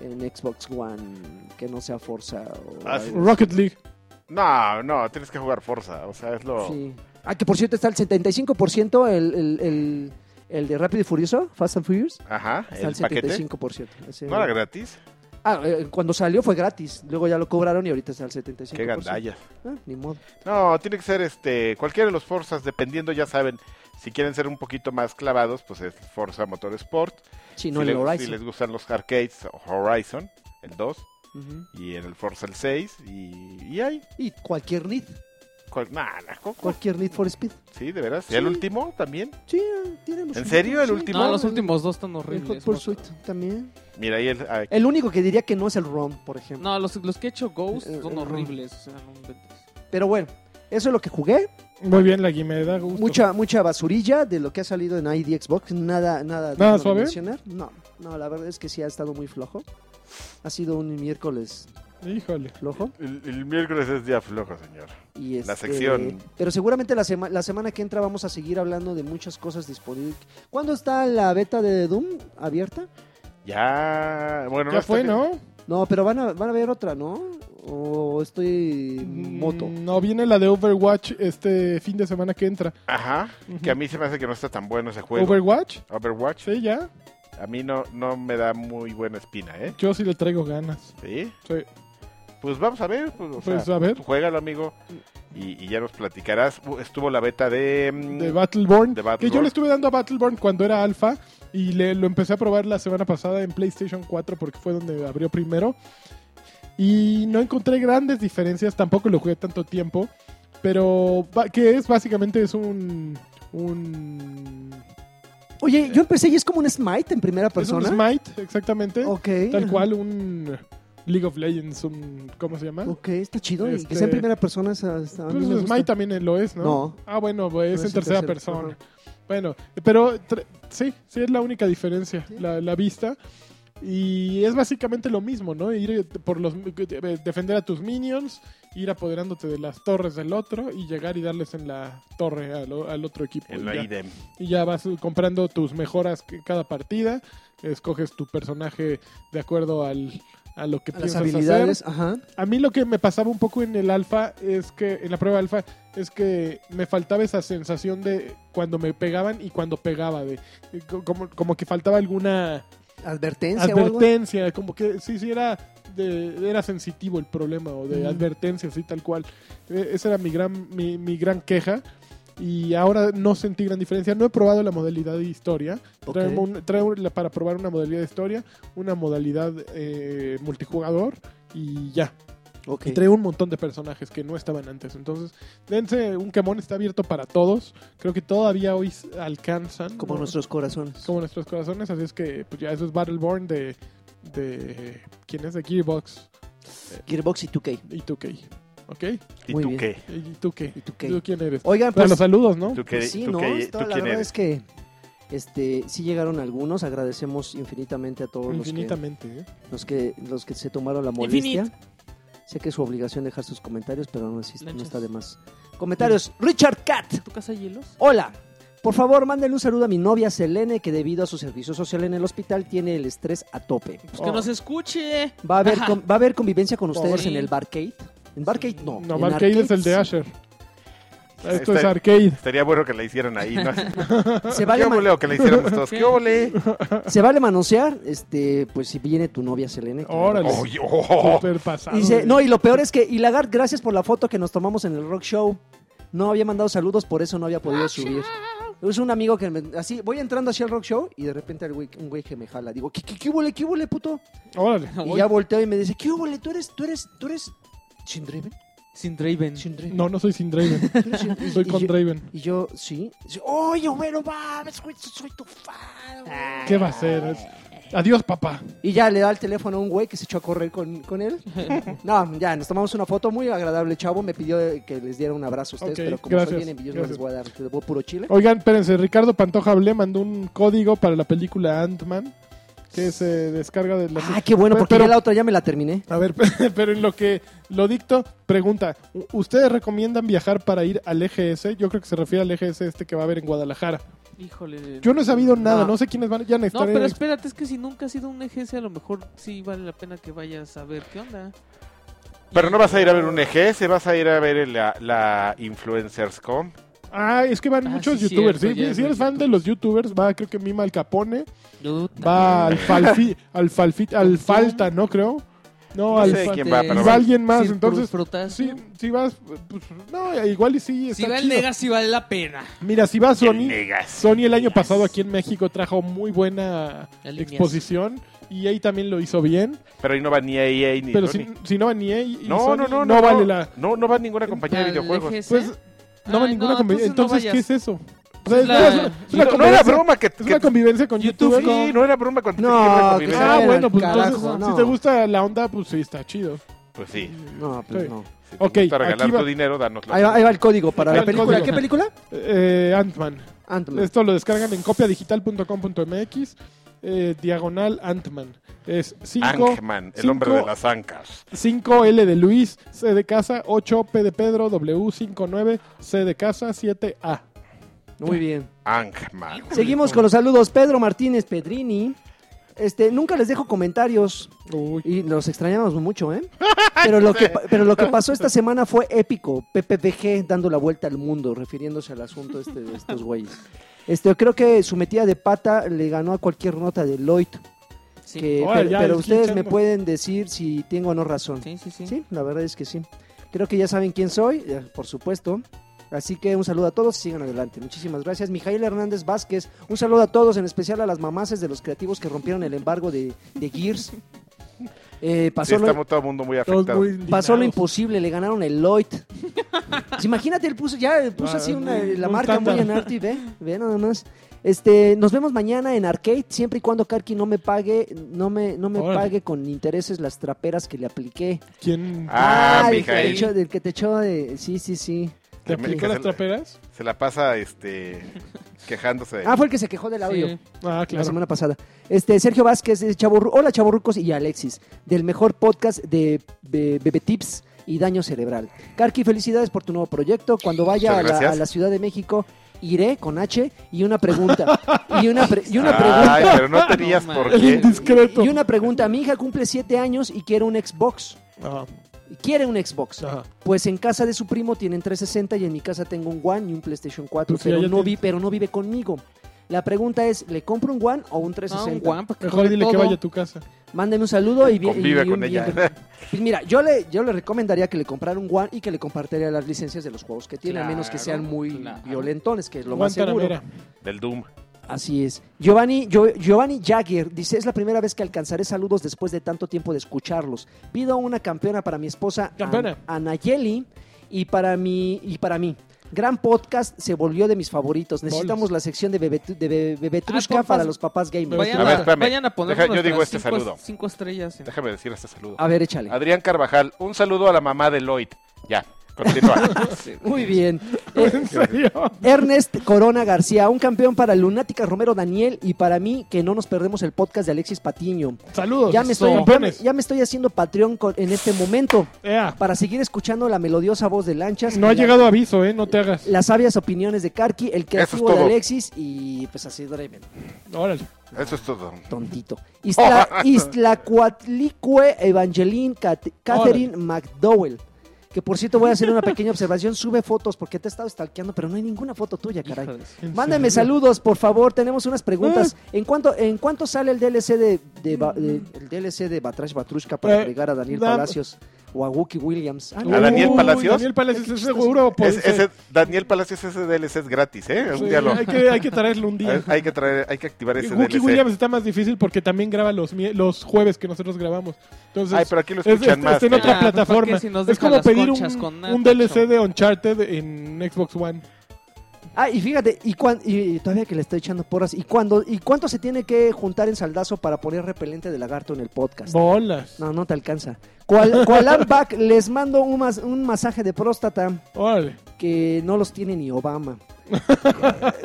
Speaker 1: en Xbox One que no sea Forza. O
Speaker 3: Ah,
Speaker 1: algo.
Speaker 4: Rocket League.
Speaker 3: No, no, tienes que jugar Forza. O sea, es lo...
Speaker 1: Sí. Ah, que por cierto está el 75% el, el, el- el de Rápido y Furioso, Fast and Furious.
Speaker 3: Ajá,
Speaker 1: Está
Speaker 3: el
Speaker 1: el
Speaker 3: paquete.
Speaker 1: 75%. Ese-
Speaker 3: No era gratis.
Speaker 1: Ah, eh, cuando salió fue gratis, luego ya lo cobraron y ahorita está el 75%.
Speaker 3: Qué gandalla.
Speaker 1: Ah, ni modo.
Speaker 3: No, tiene que ser este cualquiera de los Forzas, dependiendo, ya saben, si quieren ser un poquito más clavados, pues es Forza Motorsport.
Speaker 1: Sí, no el
Speaker 3: si, le-
Speaker 1: Horizon.
Speaker 3: si les gustan los arcades, Horizon, el 2,
Speaker 1: Ujú.
Speaker 3: y en el Forza el 6, y, y ahí.
Speaker 1: Y cualquier need.
Speaker 3: Cual- nah, la co-
Speaker 1: Cualquier Need for Speed.
Speaker 3: Sí, de veras. ¿Y
Speaker 1: Sí.
Speaker 3: el último también?
Speaker 1: Sí, tiene los
Speaker 3: ¿En
Speaker 1: últimos,
Speaker 3: serio? ¿El
Speaker 1: sí.
Speaker 3: último?
Speaker 2: No, los últimos dos están
Speaker 1: El Hot
Speaker 2: horribles.
Speaker 1: Pursuit también.
Speaker 3: Mira, ahí el.
Speaker 4: Eh.
Speaker 3: ah,
Speaker 1: El único que diría que no es el ROM, por ejemplo.
Speaker 2: No, los, los que he hecho Ghost
Speaker 1: Eh,
Speaker 2: son
Speaker 1: eh,
Speaker 2: horribles. o sea, no inventes.
Speaker 1: Pero bueno, eso es lo que jugué.
Speaker 4: Muy bien, la guime, me da gusto.
Speaker 1: Mucha mucha basurilla de lo que ha salido en ID Xbox. Nada, nada,
Speaker 4: ¿Nada
Speaker 1: digno de
Speaker 4: suave?
Speaker 1: mencionar. No, no, la verdad es que sí ha estado muy flojo. Ha sido un miércoles
Speaker 4: Híjole.
Speaker 1: flojo.
Speaker 3: el, el miércoles es día flojo, señor.
Speaker 1: Y
Speaker 3: La
Speaker 1: este,
Speaker 3: sección.
Speaker 1: Pero seguramente la, sema- la semana que entra vamos a seguir hablando de muchas cosas disponibles. ¿Cuándo está la beta de Doom abierta?
Speaker 3: Ya. Bueno,
Speaker 4: Ya
Speaker 3: está
Speaker 4: fue,
Speaker 3: que-
Speaker 4: ¿no?
Speaker 1: No, pero van a, van a ver otra, ¿no? O estoy moto.
Speaker 4: Mm, No, viene la de Overwatch este fin de semana que entra.
Speaker 3: Ajá.
Speaker 4: Ujú.
Speaker 3: Que a mí se me hace que no está tan bueno ese juego.
Speaker 4: ¿Overwatch?
Speaker 3: Overwatch.
Speaker 4: Sí, ya.
Speaker 3: A mí no, no me da muy buena espina, ¿eh?
Speaker 4: Yo sí le traigo ganas.
Speaker 3: Sí.
Speaker 4: Sí.
Speaker 3: Pues vamos a ver. Pues, o
Speaker 4: Pues
Speaker 3: sea,
Speaker 4: a ver,
Speaker 3: juégalo, amigo. Y, y ya nos platicarás. Uh, Estuvo la beta de. mm,
Speaker 4: de Battleborn.
Speaker 3: de
Speaker 4: que
Speaker 3: Battleborn.
Speaker 4: yo le estuve dando a Battleborn cuando era alfa. Y le, lo empecé a probar la semana pasada en PlayStation 4 porque fue donde abrió primero. Y no encontré grandes diferencias. Tampoco lo jugué tanto tiempo. Pero ba- que es básicamente es un... un
Speaker 1: Oye, yo empecé y es como un Smite en primera persona.
Speaker 4: Es un Smite, exactamente.
Speaker 1: Ok.
Speaker 4: Tal cual, un League of Legends, un... ¿Cómo se llama?
Speaker 1: Ok, está chido. Y que
Speaker 4: Este-
Speaker 1: sea en primera persona, esa- esa- a mí
Speaker 4: Pues
Speaker 1: me gusta.
Speaker 4: Smite también lo es, ¿no?
Speaker 1: No.
Speaker 4: Ah, bueno, pues,
Speaker 1: No
Speaker 4: es, en tercera, persona. Bueno, pero tre- sí, sí es la única diferencia,
Speaker 1: Sí.
Speaker 4: la, la vista. Y es básicamente lo mismo, ¿no? Ir eh, por los eh, defender a tus minions, ir apoderándote de las torres del otro y llegar y darles en la torre al, o- al otro equipo.
Speaker 3: el
Speaker 4: y, ya,
Speaker 3: IDEM.
Speaker 4: y ya vas eh, comprando tus mejoras que- cada partida, escoges tu personaje de acuerdo al, a lo que
Speaker 1: A las
Speaker 4: piensas hacer.
Speaker 1: habilidades, ajá.
Speaker 4: A mí lo que me pasaba un poco en el alfa es que, en la prueba alfa, es que me faltaba esa sensación de cuando me pegaban y cuando pegaba, de de co- como, como que faltaba alguna
Speaker 1: Advertencia, o algo.
Speaker 4: advertencia, como que sí, sí era de- era sensitivo el problema o de
Speaker 1: Ujú.
Speaker 4: advertencia, así tal cual. Eh, Esa era mi gran, mi, mi gran queja. Y ahora no sentí gran diferencia. No he probado la modalidad de historia.
Speaker 1: Ok.
Speaker 4: Trae un- trae un- la- para probar una modalidad de historia, una modalidad eh, multijugador y ya.
Speaker 1: Ok.
Speaker 4: Y trae un montón de personajes que no estaban antes. Entonces, dense un camón, está abierto para todos. Creo que todavía hoy s- alcanzan.
Speaker 1: Como
Speaker 4: ¿no?
Speaker 1: nuestros corazones.
Speaker 4: como nuestros corazones. Así es que pues ya eso es Battleborn de. de ¿Quién es? De Gearbox
Speaker 1: Gearbox y 2K.
Speaker 4: y 2K. ¿Ok?
Speaker 3: ¿Y
Speaker 1: Muy
Speaker 3: tú
Speaker 1: bien.
Speaker 3: qué?
Speaker 4: ¿Y tú qué?
Speaker 1: Y 2K.
Speaker 4: ¿Tú quién eres?
Speaker 1: Oigan,
Speaker 4: Para
Speaker 1: pues,
Speaker 4: los saludos, ¿no?
Speaker 3: ¿Tú qué,
Speaker 1: pues sí,
Speaker 3: tú
Speaker 1: ¿no?
Speaker 3: qué-
Speaker 1: Está-
Speaker 3: tú
Speaker 1: la
Speaker 3: quién
Speaker 1: verdad
Speaker 3: eres?
Speaker 1: es que este, sí llegaron algunos. Agradecemos infinitamente a todos los que,
Speaker 4: Infinitamente, ¿eh?
Speaker 1: los, que, los que se tomaron la molestia. Sé que es su obligación dejar sus comentarios, pero no, existe- no
Speaker 2: Lanchas.
Speaker 1: está de más. Comentarios. Richard Cat.
Speaker 2: ¿Tu casa de hielos?
Speaker 1: Hola. Por favor, mándenle un saludo a mi novia Selene, que debido a su servicio social en el hospital tiene el estrés a tope.
Speaker 2: Pues que
Speaker 4: Oh.
Speaker 2: nos escuche.
Speaker 1: ¿Va a haber,
Speaker 2: Ajá.
Speaker 1: con- ¿va a haber convivencia con ustedes
Speaker 2: Sí.
Speaker 1: en el Barcade? ¿En Barcade? No.
Speaker 4: No,
Speaker 1: en Este-
Speaker 4: Barcade es el de
Speaker 1: Arcades.
Speaker 4: Asher.
Speaker 3: Ahí
Speaker 4: Esto
Speaker 3: está.
Speaker 4: es Arcade.
Speaker 3: Estaría bueno que la hicieran ahí, ¿no?
Speaker 1: Se vale,
Speaker 3: ¿Qué
Speaker 1: ma-
Speaker 3: óvole o que la hicieran todos? ¿Qué
Speaker 2: Sí.
Speaker 3: óvole?
Speaker 1: se vale manosear, este, pues si viene tu novia Selene. claro.
Speaker 4: Órale.
Speaker 3: Oye, oh.
Speaker 4: Super pasado.
Speaker 1: Dice, no, y lo peor es que, y Lagarde, gracias por la foto que nos tomamos en el rock show. No había mandado saludos, por eso no había podido subir. Es un amigo que me- así, voy entrando hacia el rock show y de repente el güey- un güey que me jala. Digo, ¿qué, qué, qué huele, qué huele, puto?
Speaker 4: Órale.
Speaker 1: Y ya volteo y me dice, ¿qué huele? ¿Tú eres, tú eres, tú eres sin Draven?
Speaker 2: Sin Draven.
Speaker 1: ¿Sin Draven?
Speaker 4: Mm, No, no soy sin Draven.
Speaker 1: ¿Tú eres Sin-
Speaker 4: Soy
Speaker 1: y
Speaker 4: con
Speaker 1: yo-
Speaker 4: Draven.
Speaker 1: Y yo, sí. Sí, Oye, Homero, mames, güey, soy tu fan. güey".
Speaker 4: ¿Qué va a ser? Es- Adiós, papá.
Speaker 1: Y ya le da el teléfono a un güey que se echó a correr con, con él. No, ya, nos tomamos una foto muy agradable, chavo. Me pidió eh, que les diera un abrazo a ustedes,
Speaker 4: Ok,
Speaker 1: pero como
Speaker 4: gracias,
Speaker 1: soy bien envidioso, no
Speaker 4: gracias. Oh,
Speaker 1: les voy a dar. Les voy puro chile.
Speaker 4: Oigan, espérense. Ricardo Pantoja Ble mandó un código para la película Ant-Man que se descarga de la...
Speaker 1: Ah, qué bueno, porque
Speaker 4: Pero-
Speaker 1: ya la otra ya me la terminé.
Speaker 4: A ver, pero en lo que lo dicto, pregunta, ¿u- ¿ustedes recomiendan viajar para ir al EGS? Yo creo que se refiere al EGS este que va a haber en Guadalajara.
Speaker 2: Híjole.
Speaker 4: Yo no he sabido nada, no,
Speaker 2: No.
Speaker 4: sé quiénes van, ya
Speaker 2: No,
Speaker 4: necesitaré...
Speaker 2: pero espérate, es que si nunca has ido a un EGS, a lo mejor sí vale la pena que vayas a ver qué onda.
Speaker 3: Pero no vas a ir a ver un EGS, vas a ir a ver la, la Influencers Com.
Speaker 4: Ah, es que van
Speaker 2: Ah,
Speaker 4: muchos
Speaker 2: sí,
Speaker 4: youtubers.
Speaker 2: cierto,
Speaker 4: sí,
Speaker 2: ya
Speaker 4: si
Speaker 2: los
Speaker 4: eres fan de los youtubers, va, creo que Mima Al Capone,
Speaker 2: Yo
Speaker 4: va al Falfi, al Falfi- al Falta, ¿no creo? No,
Speaker 3: No
Speaker 4: al
Speaker 3: sé
Speaker 4: Fal-
Speaker 3: quién va,
Speaker 2: Este,
Speaker 3: pero
Speaker 4: va
Speaker 3: va.
Speaker 4: alguien más, entonces...
Speaker 2: Frutasio.
Speaker 4: Sí, si vas, pues, no, igual y sí,
Speaker 2: si
Speaker 4: está
Speaker 2: va el
Speaker 4: chido.
Speaker 2: Negas, sí vale la pena.
Speaker 4: Mira, si vas Sony,
Speaker 3: Negas.
Speaker 4: Sony el año pasado aquí en México trajo muy buena
Speaker 2: Alineación.
Speaker 4: exposición y ahí también lo hizo bien,
Speaker 3: Pero ahí no va ni EA ni
Speaker 4: pero
Speaker 3: Sony.
Speaker 4: si, si no va ni EA y
Speaker 3: No,
Speaker 4: Sony,
Speaker 3: no, no,
Speaker 4: no vale la
Speaker 3: No, no va ninguna compañía de
Speaker 2: Al
Speaker 3: videojuegos.
Speaker 2: EGS.
Speaker 4: pues no va
Speaker 2: Ay,
Speaker 4: ninguna
Speaker 2: no,
Speaker 4: convivencia. Entonces,
Speaker 2: entonces no
Speaker 4: ¿qué
Speaker 2: vayas.
Speaker 4: es eso? O sea,
Speaker 2: Es
Speaker 4: es
Speaker 2: la-
Speaker 4: una- es una
Speaker 3: Y No, no era
Speaker 4: convivencia-
Speaker 3: broma que,
Speaker 4: Es
Speaker 3: que-
Speaker 4: una convivencia con YouTube.
Speaker 2: YouTube,
Speaker 3: Sí, no era broma con que
Speaker 1: No,
Speaker 3: tenía
Speaker 1: que
Speaker 3: convivencia.
Speaker 1: se
Speaker 4: Ah,
Speaker 1: vayan
Speaker 4: bueno,
Speaker 1: al
Speaker 4: pues entonces,
Speaker 1: carajo,
Speaker 4: si
Speaker 1: no.
Speaker 4: te gusta la onda, pues sí, está chido.
Speaker 3: Pues sí.
Speaker 1: No, pues
Speaker 4: Sí.
Speaker 1: no.
Speaker 3: Si te
Speaker 4: Ok,
Speaker 3: gusta regalar
Speaker 4: aquí va-
Speaker 3: tu dinero, danoslo.
Speaker 1: Ahí va, ahí va el código para
Speaker 4: Ahí
Speaker 1: la
Speaker 4: va el
Speaker 1: película.
Speaker 4: código. Este.
Speaker 1: ¿Qué película?
Speaker 4: Eh, Ant-Man.
Speaker 1: Ant-Man.
Speaker 4: Esto lo descargan en copiadigital.com.mx, eh, diagonal Ant-Man. Es 5,
Speaker 3: Ankman, el
Speaker 4: cinco-
Speaker 3: hombre de las ancas.
Speaker 4: 5L de Luis, C de casa, 8 P de Pedro, W59, C de casa, 7A.
Speaker 1: Muy bien.
Speaker 3: Ankman.
Speaker 1: Seguimos con los saludos. Pedro Martínez Pedrini. Este, nunca les dejo comentarios.
Speaker 4: Uy.
Speaker 1: Y los extrañamos mucho, ¿eh? Pero lo que, pa- pero lo que pasó esta semana fue épico. PPPG dando la vuelta al mundo, refiriéndose al asunto este de estos güeyes. Este, creo que su metida de pata le ganó a cualquier nota de Lloyd.
Speaker 2: Sí.
Speaker 1: que-
Speaker 4: Ahora
Speaker 1: pero
Speaker 4: ya,
Speaker 1: pero
Speaker 4: el
Speaker 1: ustedes me
Speaker 4: Kinchan-
Speaker 1: pueden decir si tengo o no razón.
Speaker 2: sí, sí, sí.
Speaker 1: Sí, la verdad es que sí. Creo que ya saben quién soy, eh, por supuesto. Así que un saludo a todos y sigan adelante. Muchísimas gracias. Mijail Hernández Vázquez, un saludo a todos, en especial a las mamaces de los creativos que rompieron el embargo de, de Gears. Eh,
Speaker 3: Sí,
Speaker 1: pasó, lo,
Speaker 3: estamos todo el mundo muy
Speaker 4: Todos
Speaker 3: afectado.
Speaker 4: muy
Speaker 1: pasó lo
Speaker 4: indignados.
Speaker 1: imposible, le ganaron el Lloyd. Pues imagínate, él puso, ya eh, puso
Speaker 4: Ah,
Speaker 1: así una,
Speaker 4: muy-
Speaker 1: la
Speaker 4: muy
Speaker 1: marca muy
Speaker 4: estándar.
Speaker 1: anarti, ve, ve nada más. Este, nos vemos mañana en Arcade, siempre y cuando Karki no me pague, no me, no me
Speaker 4: Órale.
Speaker 1: pague con intereses las traperas que le apliqué.
Speaker 4: ¿Quién
Speaker 3: Ah,
Speaker 1: el que, te
Speaker 3: Mijail.
Speaker 1: echó, del que te echó de... Sí, sí, sí.
Speaker 3: Que
Speaker 4: te
Speaker 3: me- que
Speaker 4: aplicó las
Speaker 3: se-
Speaker 4: traperas?
Speaker 3: Se la pasa este quejándose de
Speaker 1: Ah, fue el que se quejó del audio
Speaker 2: Sí.
Speaker 4: Ah,
Speaker 1: la
Speaker 4: claro.
Speaker 1: semana pasada. Este, Sergio Vázquez, eh, Chavorru- hola Chavorrucos y Alexis, del mejor podcast de Be- Bebe Tips y Daño Cerebral. Karki, felicidades por tu nuevo proyecto. Cuando vaya
Speaker 3: Muchas
Speaker 1: a la,
Speaker 3: gracias.
Speaker 1: a la Ciudad de México, iré con H y una pregunta. Y una, pre- y una pregunta.
Speaker 3: Ay, pero no tenías
Speaker 2: No,
Speaker 3: por
Speaker 2: man.
Speaker 4: El
Speaker 3: qué.
Speaker 4: indiscreto.
Speaker 1: Y una pregunta. Mi hija cumple siete años y quiere un Xbox.
Speaker 4: Ajá,
Speaker 1: Quiere un Xbox.
Speaker 4: ajá.
Speaker 1: Pues en casa de su primo tienen 360 y en mi casa tengo un One y un PlayStation 4,
Speaker 4: Pues sí,
Speaker 1: pero,
Speaker 4: ya
Speaker 1: no
Speaker 4: tienes.
Speaker 1: vi, pero no vive conmigo. La pregunta es, ¿le compro un One o un
Speaker 2: No, Ah, un
Speaker 1: 360?
Speaker 2: guan, porque
Speaker 4: Mejor dile que
Speaker 2: todo.
Speaker 4: vaya a tu casa.
Speaker 1: Mándeme un saludo y, vi- y-
Speaker 3: Convive
Speaker 1: y
Speaker 3: con
Speaker 1: un
Speaker 3: ella. ¿eh?
Speaker 1: bien- Pues mira, yo le, yo le recomendaría que le comprara un One y que le compartiera las licencias de los juegos que tiene, a menos que sean
Speaker 2: Claro,
Speaker 1: muy
Speaker 2: claro.
Speaker 1: violentones, que es lo más seguro.
Speaker 4: Guantanamera.
Speaker 3: Del Doom.
Speaker 1: Así es. Giovanni, Gio- Giovanni Jagger dice, es la primera vez que alcanzaré saludos después de tanto tiempo de escucharlos. Pido una campeona para mi esposa
Speaker 4: Campeona.
Speaker 1: An- Anayeli y para mí y para mí. Gran podcast se volvió de mis favoritos. Necesitamos
Speaker 4: Bolas.
Speaker 1: la sección de, Bebetrushka
Speaker 2: Ah, porfa.
Speaker 1: para los papás gamers.
Speaker 2: Vayan
Speaker 3: A
Speaker 2: a,
Speaker 3: ver, espérame.
Speaker 2: vayan a poner
Speaker 3: Deja- yo
Speaker 2: nuestras
Speaker 3: digo este
Speaker 2: cinco,
Speaker 3: saludo.
Speaker 2: cinco estrellas. en-
Speaker 3: Déjame decir este saludo.
Speaker 1: A ver, échale.
Speaker 3: Adrián Carvajal, un saludo a la mamá de Lloyd. Ya, continúa.
Speaker 1: Muy bien. Eh,
Speaker 4: ¿En serio?
Speaker 1: Ernest Corona García, un campeón para Lunática Romero Daniel y para mí que no nos perdemos el podcast de Alexis Patiño.
Speaker 4: Saludos.
Speaker 1: Ya me estoy, ya me,
Speaker 4: campeones.
Speaker 1: ya me estoy haciendo Patreon con- en este momento
Speaker 4: Ea,
Speaker 1: para seguir escuchando la melodiosa voz de Lanchas.
Speaker 4: Eh, ah, No ha
Speaker 1: y la-
Speaker 4: llegado aviso, ¿eh? No te hagas.
Speaker 1: Las sabias opiniones de Karki, el creativo de
Speaker 3: todo.
Speaker 1: Alexis y pues así Draven,
Speaker 4: Órale.
Speaker 3: Eso es todo.
Speaker 1: tontito. Isla, Istlacuatlicue Evangeline Cat- Catherine McDowell. Que por cierto voy a hacer una pequeña observación, sube fotos porque te he estado stalkeando, pero no hay ninguna foto tuya, caray.
Speaker 2: Hijo de su-
Speaker 4: ¿En
Speaker 1: Mándenme
Speaker 4: serio?
Speaker 1: saludos, por favor. Tenemos unas preguntas.
Speaker 4: Eh.
Speaker 1: ¿En cuánto, en cuánto sale el DLC de, de Ba- de- el DLC de Batrash Batrushka para
Speaker 4: Mm. Eh,
Speaker 1: agregar a Daniel
Speaker 4: da- Uh,
Speaker 1: Palacios o a Wookie Williams? Ah,
Speaker 3: ¿A Daniel
Speaker 4: Uy,
Speaker 3: Palacios?
Speaker 4: Daniel Palacios es seguro. Pues,
Speaker 3: Es- ese- Daniel Palacios, ese DLC es gratis, ¿eh?
Speaker 4: sí,
Speaker 3: Un día lo-
Speaker 4: hay, que, hay que traerlo un
Speaker 3: hay-
Speaker 4: día.
Speaker 3: hay que traer, hay que activar
Speaker 4: Y
Speaker 3: ese
Speaker 4: Wookie
Speaker 3: DLC.
Speaker 4: Williams está más difícil porque también graba los, mie- los jueves que nosotros grabamos.
Speaker 1: pues,
Speaker 4: Entonces,
Speaker 3: Ay, pero aquí lo
Speaker 4: es-
Speaker 3: escuchan
Speaker 4: es-
Speaker 3: más.
Speaker 4: está en
Speaker 3: ¿eh?
Speaker 4: otra
Speaker 2: Ah, pues, ¿para
Speaker 4: plataforma.
Speaker 2: qué si nos
Speaker 4: es
Speaker 2: deja
Speaker 4: como
Speaker 2: las
Speaker 4: pedir
Speaker 2: conchas
Speaker 4: un,
Speaker 2: con
Speaker 4: un
Speaker 2: Nacho?
Speaker 4: DLC de Uncharted en Xbox One.
Speaker 1: Ah, y fíjate, y, cuan- y todavía que le estoy echando porras. ¿Y, cuándo, ¿Y cuánto se tiene que juntar en saldazo para poner repelente de lagarto en el podcast?
Speaker 4: Bolas.
Speaker 1: No, no te alcanza. Cual, Kualan Bak, les mando un, mas- un masaje de próstata
Speaker 4: Órale.
Speaker 1: que no los tiene ni Obama.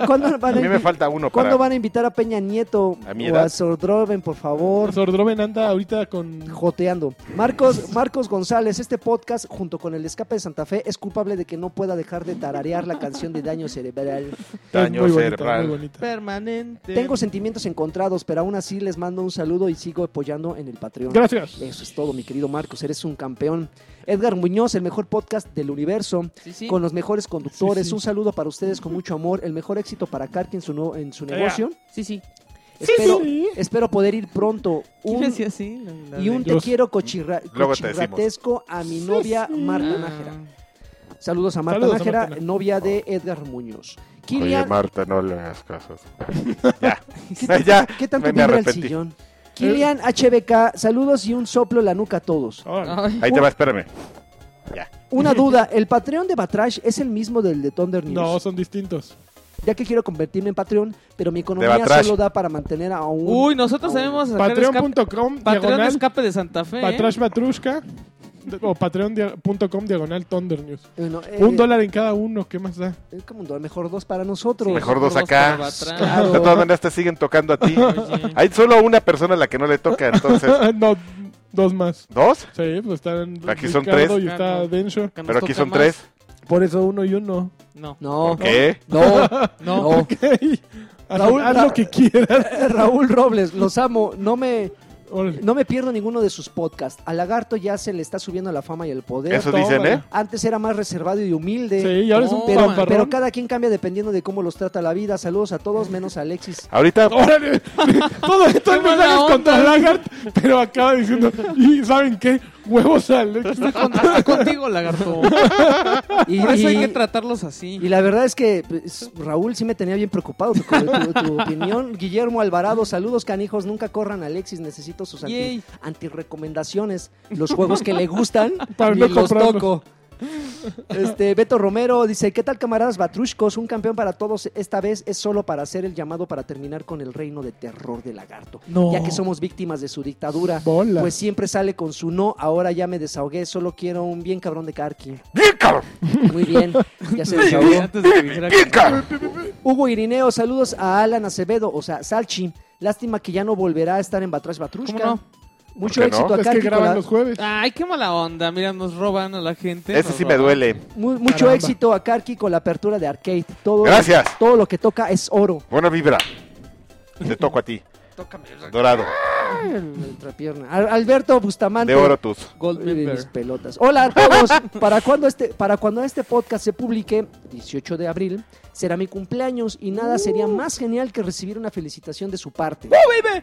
Speaker 1: ¿Cuándo
Speaker 3: A
Speaker 1: van a,
Speaker 3: mí me
Speaker 1: invi-
Speaker 3: falta uno para...
Speaker 1: ¿cuándo van a invitar a Peña Nieto
Speaker 3: ¿A mi
Speaker 1: o
Speaker 3: edad?
Speaker 1: a Sordroven, por favor?
Speaker 4: Sordroven anda ahorita con.
Speaker 1: joteando. Marcos, Marcos González, este podcast, junto con el escape de Santa Fe, es culpable de que no pueda dejar de tararear la canción de Daño Cerebral.
Speaker 4: Es
Speaker 3: Daño
Speaker 4: muy bonita,
Speaker 3: cerebral.
Speaker 4: muy bonita.
Speaker 2: Permanente.
Speaker 4: Este,
Speaker 1: Tengo sentimientos encontrados, pero aún así les mando un saludo y sigo apoyando en el Patreon.
Speaker 4: Gracias.
Speaker 1: Eso es todo, mi querido Marcos, eres un campeón. Edgar Muñoz, el mejor podcast del universo,
Speaker 2: Sí, sí.
Speaker 1: con los mejores conductores.
Speaker 4: Sí, sí.
Speaker 1: Un saludo para ustedes con mucho amor, el mejor éxito para Karki en su, no- en su negocio.
Speaker 2: Sí, sí.
Speaker 1: espero,
Speaker 4: sí.
Speaker 1: espero poder ir pronto.
Speaker 2: ¿Quién
Speaker 1: Un-
Speaker 2: decía así? La- la
Speaker 1: y un
Speaker 2: de-
Speaker 1: te
Speaker 4: Los-
Speaker 1: quiero cochirra-
Speaker 3: Luego te decimos.
Speaker 1: cochirratesco a mi novia Marta
Speaker 2: Ah.
Speaker 1: Nájera. Saludos a Marta
Speaker 4: Saludos a
Speaker 1: Nájera,
Speaker 4: Marta Nájera.
Speaker 1: novia de Edgar Muñoz. Kilian,
Speaker 3: Marta, no le hagas caso. ya, ya.
Speaker 1: ¿qué tanto
Speaker 3: me- me
Speaker 1: vibra el
Speaker 3: arrepentí.
Speaker 1: sillón? Kilian HBK, saludos y un soplo en la nuca a todos.
Speaker 4: Órale.
Speaker 2: Ah. Ay,
Speaker 3: Ahí te va, espérame.
Speaker 1: Una duda, ¿el Patreon de Batrash es el mismo del de Thunder News?
Speaker 4: No, son distintos.
Speaker 1: Ya que quiero convertirme en Patreon, pero mi economía
Speaker 3: Batrash.
Speaker 1: solo da para mantener a un...
Speaker 2: Uy, nosotros
Speaker 1: a un-
Speaker 2: sabemos sacar escape-
Speaker 4: Patreon.com
Speaker 2: Patreon
Speaker 4: diagonal
Speaker 2: escape de Santa Fe. ¿eh?
Speaker 4: Patrash Batrushka o patreon.com diagonal Thunder News.
Speaker 1: Bueno, eh,
Speaker 4: Un dólar en cada uno, ¿qué más da?
Speaker 1: es como un dólar, mejor dos para nosotros.
Speaker 3: Mejor
Speaker 2: dos
Speaker 3: dos
Speaker 2: para
Speaker 3: acá.
Speaker 2: atrás.
Speaker 3: De todas maneras te siguen tocando a ti.
Speaker 2: Oye.
Speaker 3: Hay solo una persona a la que no le toca, entonces...
Speaker 4: no, dos más.
Speaker 3: ¿Dos?
Speaker 4: Sí, pues están
Speaker 3: Aquí son
Speaker 4: Ricardo
Speaker 3: tres.
Speaker 4: y está
Speaker 2: Ricardo.
Speaker 4: Densho.
Speaker 2: Que nos
Speaker 3: Pero aquí
Speaker 2: toca
Speaker 3: son
Speaker 2: más.
Speaker 3: tres.
Speaker 4: Por eso uno y uno.
Speaker 2: No.
Speaker 1: No,
Speaker 3: ¿Por qué?
Speaker 1: no,
Speaker 2: No.
Speaker 1: no.
Speaker 4: Ok. Haz,
Speaker 1: Raúl,
Speaker 4: haz
Speaker 1: Ra-
Speaker 4: lo que quieras.
Speaker 1: Raúl Robles, los amo. No me,
Speaker 4: Órale.
Speaker 1: no me pierdo ninguno de sus podcasts. Al lagarto ya se le está subiendo la fama y el poder.
Speaker 3: Eso
Speaker 4: toma.
Speaker 3: dicen, ¿eh?
Speaker 1: Antes era más reservado y humilde.
Speaker 4: Sí, y ahora es
Speaker 2: No,
Speaker 4: un
Speaker 1: eh, pero,
Speaker 2: man.
Speaker 4: pamparrón.
Speaker 1: pero cada quien cambia dependiendo de cómo los trata la vida. Saludos a todos, menos a Alexis.
Speaker 3: Ahorita...
Speaker 4: Órale. Todo esto
Speaker 2: Qué
Speaker 4: es
Speaker 2: mala
Speaker 4: mensajes
Speaker 2: onda.
Speaker 4: contra Lagart, pero acaba diciendo, ¿y saben qué? Huevos al
Speaker 2: Está, con- está contigo, lagarto.
Speaker 1: Y,
Speaker 2: Por eso hay
Speaker 1: y-
Speaker 2: que tratarlos así.
Speaker 1: y la verdad es que pues, Raúl sí me tenía bien preocupado tu, tu- tu opinión. Guillermo Alvarado, saludos canijos, nunca corran a Alexis, necesito sus anti,
Speaker 2: Yay.
Speaker 1: antirrecomendaciones, los juegos que le gustan
Speaker 4: Para
Speaker 1: ni
Speaker 4: no
Speaker 1: los
Speaker 4: comprarlos.
Speaker 1: toco. Este, Beto Romero dice, ¿qué tal camaradas batrushcos? Un campeón para todos, esta vez es solo para hacer el llamado para terminar con el reino de terror de lagarto,
Speaker 4: No.
Speaker 1: ya que somos víctimas de su dictadura.
Speaker 4: Bola.
Speaker 1: Pues siempre sale con su no, ahora ya me desahogué, solo quiero un bien cabrón de Karki.
Speaker 3: ¡Bien, cabrón!
Speaker 1: Muy bien, ya se desahogó.
Speaker 2: Antes de que dijera que-
Speaker 3: ¡Bien, cabrón!
Speaker 1: Hugo Irineo, saludos a Alan Acevedo, o sea, Salchi. Lástima que ya no volverá a estar en Batrash Batrushka.
Speaker 2: ¿Cómo no?
Speaker 1: Mucho
Speaker 3: ¿Por qué no?
Speaker 1: éxito
Speaker 4: Es
Speaker 1: acá,
Speaker 4: que graban
Speaker 1: Nicolás.
Speaker 4: los jueves.
Speaker 2: Ay, qué mala onda. Mira, nos roban a la gente.
Speaker 3: Ese
Speaker 2: nos
Speaker 3: sí me
Speaker 2: roban.
Speaker 3: duele.
Speaker 1: Mu- mucho
Speaker 4: Caramba.
Speaker 1: éxito a Karki con la apertura de arcade. Todo,
Speaker 3: Gracias.
Speaker 1: Todo lo que toca es oro.
Speaker 3: Buena vibra. Te toco a ti. Dorado.
Speaker 1: Nuestra pierna. Al- Alberto Bustamante.
Speaker 3: De oro tus.
Speaker 2: Gold
Speaker 1: Ay, de
Speaker 2: member.
Speaker 1: mis pelotas. Hola a todos. para, cuando este, para cuando este podcast se publique, 18 de abril, será mi cumpleaños y nada sería más genial que recibir una felicitación de su parte.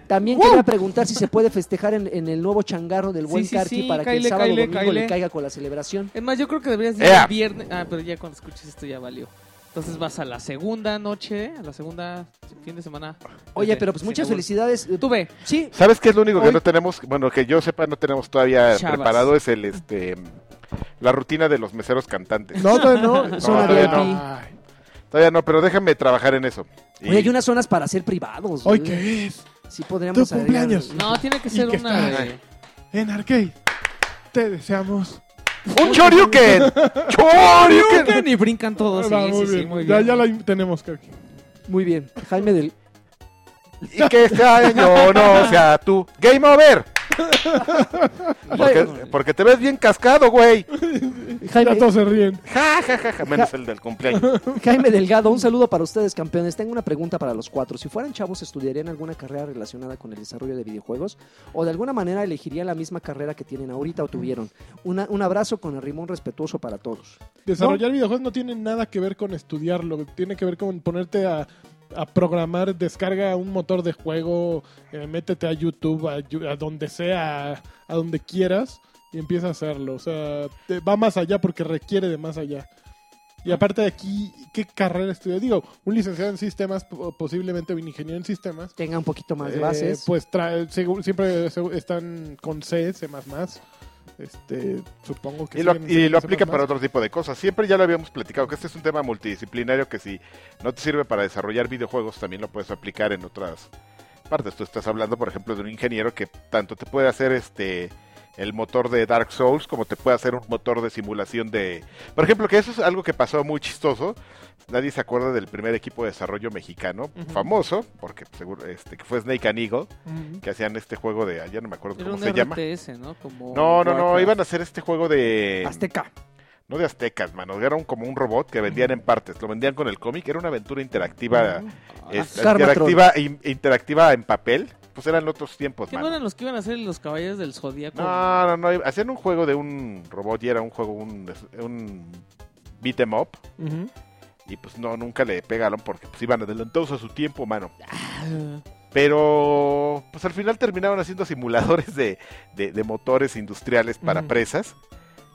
Speaker 1: También quería preguntar si se puede festejar en, en el nuevo changarro del
Speaker 2: Sí,
Speaker 1: buen
Speaker 2: sí,
Speaker 1: Karki
Speaker 2: sí,
Speaker 1: para que
Speaker 2: cáile,
Speaker 1: el sábado
Speaker 2: cáile,
Speaker 1: domingo
Speaker 2: cáile.
Speaker 1: le caiga con la celebración.
Speaker 2: Es más, yo creo que deberías ir
Speaker 3: Ea.
Speaker 2: el viernes. Ah, pero ya cuando escuches esto ya valió. Entonces vas a la segunda noche, a la segunda fin de semana.
Speaker 1: Oye,
Speaker 2: Desde-
Speaker 1: pero pues muchas
Speaker 2: según-
Speaker 1: felicidades. Eh,
Speaker 2: Tú ve.
Speaker 1: Sí,
Speaker 3: ¿Sabes qué es lo único que
Speaker 1: Hoy-
Speaker 3: no tenemos? Bueno, que yo sepa, no tenemos todavía
Speaker 2: Chavas.
Speaker 3: preparado. Es el este. La rutina de los meseros cantantes.
Speaker 4: No, todavía no.
Speaker 1: Zona
Speaker 3: Ah, todavía
Speaker 1: VIP.
Speaker 4: no. Ay,
Speaker 3: Todavía no, pero déjame trabajar en eso. Y-
Speaker 1: Oye, hay unas zonas para ser privados.
Speaker 4: ¿Hoy
Speaker 1: güey.
Speaker 4: qué es?
Speaker 1: Sí podríamos
Speaker 4: Tu
Speaker 1: agregar-
Speaker 4: cumpleaños.
Speaker 2: No, tiene que
Speaker 4: Y
Speaker 2: ser
Speaker 4: que
Speaker 2: una
Speaker 4: está-
Speaker 2: de.
Speaker 4: En Arcade. Te deseamos.
Speaker 3: ¡Un Choryuken! ¡Choryuken!
Speaker 2: Brincan y brincan todos. Oh, Sí,
Speaker 4: Ah,
Speaker 2: sí, sí, muy
Speaker 4: Ya,
Speaker 2: bien.
Speaker 4: ya la in- tenemos, Karki.
Speaker 1: Muy bien. Jaime del...
Speaker 3: Y que este año no sea tú. ¡Game over! Porque, porque te ves bien cascado, güey.
Speaker 4: Ya
Speaker 1: Jaime,
Speaker 4: todos se ríen.
Speaker 3: Ja, ja, ja, ja. Menos el del cumpleaños.
Speaker 1: Jaime Delgado, un saludo para ustedes, campeones. Tengo una pregunta para los cuatro. Si fueran chavos, ¿estudiarían alguna carrera relacionada con el desarrollo de videojuegos? ¿O de alguna manera elegirían la misma carrera que tienen ahorita o tuvieron? Una- un abrazo con el rimón respetuoso para todos.
Speaker 4: Desarrollar videojuegos no tiene nada que ver con estudiarlo, tiene que ver con ponerte a, a programar, descarga un motor de juego, eh, métete a YouTube, a, Yu- a donde sea, a donde quieras y empieza a hacerlo. O sea, te- va más allá porque requiere de más allá. Y aparte de aquí, ¿qué carrera estudias? Digo, un licenciado en sistemas, po- posiblemente un ingeniero en sistemas,
Speaker 1: Tenga un poquito más de
Speaker 4: eh,
Speaker 1: bases.
Speaker 4: pues trae- segu- siempre segu- están con C, C++. Este, supongo que
Speaker 3: Y lo,
Speaker 4: siguen
Speaker 3: y lo
Speaker 4: enseñando
Speaker 3: aplican
Speaker 4: C++.
Speaker 3: para otro tipo de cosas. Siempre ya lo habíamos platicado, que este es un tema multidisciplinario que si no te sirve para desarrollar videojuegos, también lo puedes aplicar en otras partes. Tú estás hablando, por ejemplo, de un ingeniero que tanto te puede hacer este el motor de Dark Souls como te puede hacer un motor de simulación de... Por ejemplo, que eso es algo que pasó muy chistoso. Nadie se acuerda del primer equipo de desarrollo mexicano,
Speaker 2: Ujú.
Speaker 3: famoso, porque seguro este que fue Snake and Eagle,
Speaker 4: Ujú.
Speaker 3: que hacían este juego de... ah, Ya no me acuerdo
Speaker 2: Era
Speaker 3: cómo
Speaker 2: un
Speaker 3: se llama.
Speaker 2: RTS, ¿no? Como
Speaker 3: No, no, no,
Speaker 2: Warcraft.
Speaker 3: iban a hacer este juego de...
Speaker 1: Azteca.
Speaker 3: No de aztecas, mano. Era un- como un robot que vendían en partes. Lo vendían con el cómic. Era una aventura interactiva.
Speaker 2: Mm,
Speaker 3: es-
Speaker 1: Carmatron.
Speaker 3: interactiva, in- interactiva en papel. Pues eran otros tiempos,
Speaker 2: ¿Qué no
Speaker 3: mano.
Speaker 2: eran los que iban a hacer los caballeros del zodiaco?
Speaker 3: No, no, no. Hacían un juego de un robot y era un juego, un, un beat em up.
Speaker 4: Ujú.
Speaker 3: Y pues no, nunca le pegaron porque pues iban adelantados a su tiempo, mano. Pero pues al final terminaron haciendo simuladores de, de- de motores industriales para
Speaker 4: Ujú.
Speaker 3: presas.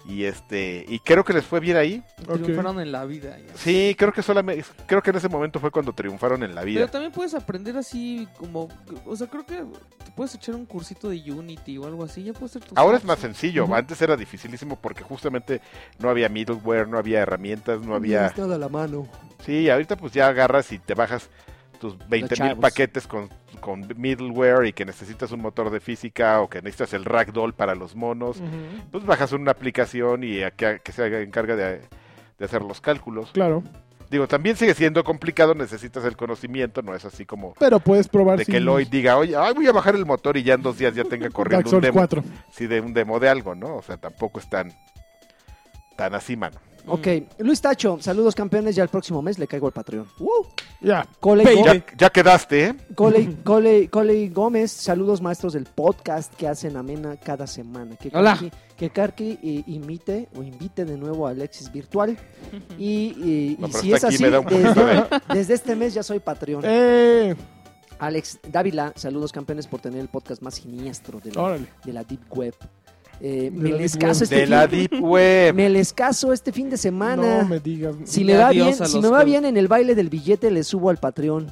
Speaker 3: Y este y creo que les fue bien ahí.
Speaker 4: Ok.
Speaker 2: Triunfaron en la vida. ya.
Speaker 3: Sí, creo que solamente, creo que en ese momento fue cuando triunfaron en la vida.
Speaker 2: Pero también puedes aprender así como... O sea, creo que te puedes echar un cursito de Unity o algo así. Ya puedes ser tu
Speaker 3: Ahora es
Speaker 2: source.
Speaker 3: más sencillo,
Speaker 4: Ujú.
Speaker 3: antes era dificilísimo porque justamente no había middleware, no había herramientas, no había...
Speaker 1: Está de la mano.
Speaker 3: Sí, ahorita pues ya agarras y te bajas tus 20 mil
Speaker 1: chavos.
Speaker 3: paquetes con, con middleware y que necesitas un motor de física o que necesitas el ragdoll para los monos.
Speaker 4: Ujú.
Speaker 3: Pues bajas una aplicación y a que, que se haga- encarga de, de hacer los cálculos.
Speaker 4: Claro.
Speaker 3: Digo, también sigue siendo complicado, necesitas el conocimiento, no es así como
Speaker 4: Pero puedes probar
Speaker 3: de
Speaker 4: si-
Speaker 3: que Lloyd diga, oye, ay, voy a bajar el motor y ya en dos días ya tenga
Speaker 4: Dark
Speaker 3: corriendo un
Speaker 4: Souls
Speaker 3: demo.
Speaker 4: 4.
Speaker 3: Sí, de un demo de algo, ¿no? O sea, tampoco es tan, tan así, mano.
Speaker 2: Mm.
Speaker 1: Ok. Luis Tacho, saludos campeones. Ya el próximo mes le caigo al Patreon.
Speaker 4: Ya.
Speaker 1: Cole,
Speaker 4: Baby.
Speaker 1: Go-
Speaker 3: Ya, ya quedaste, ¿eh?
Speaker 1: Cole, Cole, Cole Gómez, saludos maestros del podcast que hacen amena cada semana. Que
Speaker 2: Hola.
Speaker 1: Karki, que Karki eh, imite o invite de nuevo a Alexis Virtual. Y, eh,
Speaker 3: No,
Speaker 1: y
Speaker 3: pero
Speaker 1: si es
Speaker 3: hasta aquí
Speaker 1: así,
Speaker 3: me da un poquito
Speaker 1: desde,
Speaker 3: de...
Speaker 1: desde este mes ya soy Patreon.
Speaker 4: Eh,
Speaker 1: Alex Dávila, saludos campeones por tener el podcast más siniestro de la,
Speaker 4: órale.
Speaker 1: de la Deep Web. Eh,
Speaker 4: De
Speaker 1: me
Speaker 4: la
Speaker 1: les
Speaker 4: Deep
Speaker 1: caso
Speaker 4: Web.
Speaker 1: este
Speaker 3: Oh. De
Speaker 1: fin-
Speaker 3: la Deep Web.
Speaker 1: me les caso este fin de semana.
Speaker 4: No me digas.
Speaker 1: Si
Speaker 2: Y
Speaker 1: me va
Speaker 2: adiós
Speaker 1: bien,
Speaker 2: a
Speaker 1: si
Speaker 2: los
Speaker 1: me va
Speaker 2: cool.
Speaker 1: bien en el baile del billete le subo al Patreon.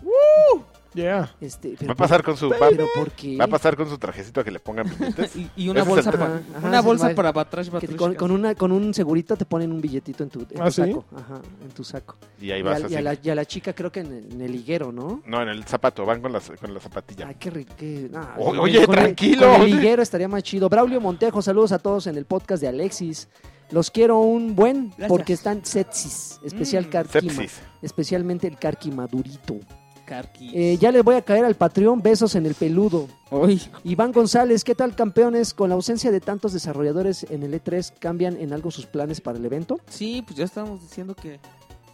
Speaker 4: Yeah.
Speaker 1: Este,
Speaker 3: Va
Speaker 1: pero,
Speaker 3: a pasar con su... Va,
Speaker 1: pero ¿por qué?
Speaker 3: va a pasar con su trajecito a que le pongan billetes.
Speaker 2: Y, y una
Speaker 3: Ese es
Speaker 2: bolsa,
Speaker 3: el
Speaker 2: pa-
Speaker 1: tema. Ajá,
Speaker 2: una
Speaker 1: es el
Speaker 2: bolsa
Speaker 1: baile.
Speaker 2: para Batrash
Speaker 1: Que
Speaker 2: Batrushka.
Speaker 1: con, con una, con un segurito te ponen un billetito en tu, en
Speaker 4: ¿Ah,
Speaker 1: tu
Speaker 4: sí?
Speaker 1: saco. Ajá, en tu saco.
Speaker 3: Y ahí
Speaker 1: Y
Speaker 3: vas
Speaker 1: a, y
Speaker 3: así.
Speaker 1: a la, y a la chica creo que en el, en el higuero, ¿no?
Speaker 3: No, en el zapato, van con la, con la zapatilla.
Speaker 1: Ay, qué rico. no,
Speaker 3: O-
Speaker 1: con-
Speaker 3: oye,
Speaker 1: con el-
Speaker 3: tranquilo.
Speaker 1: con El, higuero estaría más chido. Braulio Montejo, saludos a todos en el podcast de Alexis. Los quiero un buen
Speaker 2: Gracias.
Speaker 1: porque están sepsis, especial
Speaker 2: Mm,
Speaker 1: carquima,
Speaker 3: Sepsis.
Speaker 1: especialmente el carquimadurito.
Speaker 2: Carquis.
Speaker 1: Eh, ya le voy a caer al Patreon besos en el peludo.
Speaker 5: Hoy.
Speaker 1: Iván González, ¿qué tal campeones? Con la ausencia de tantos desarrolladores en el E3, ¿cambian en algo sus planes para el evento?
Speaker 2: Sí, pues ya estábamos diciendo que.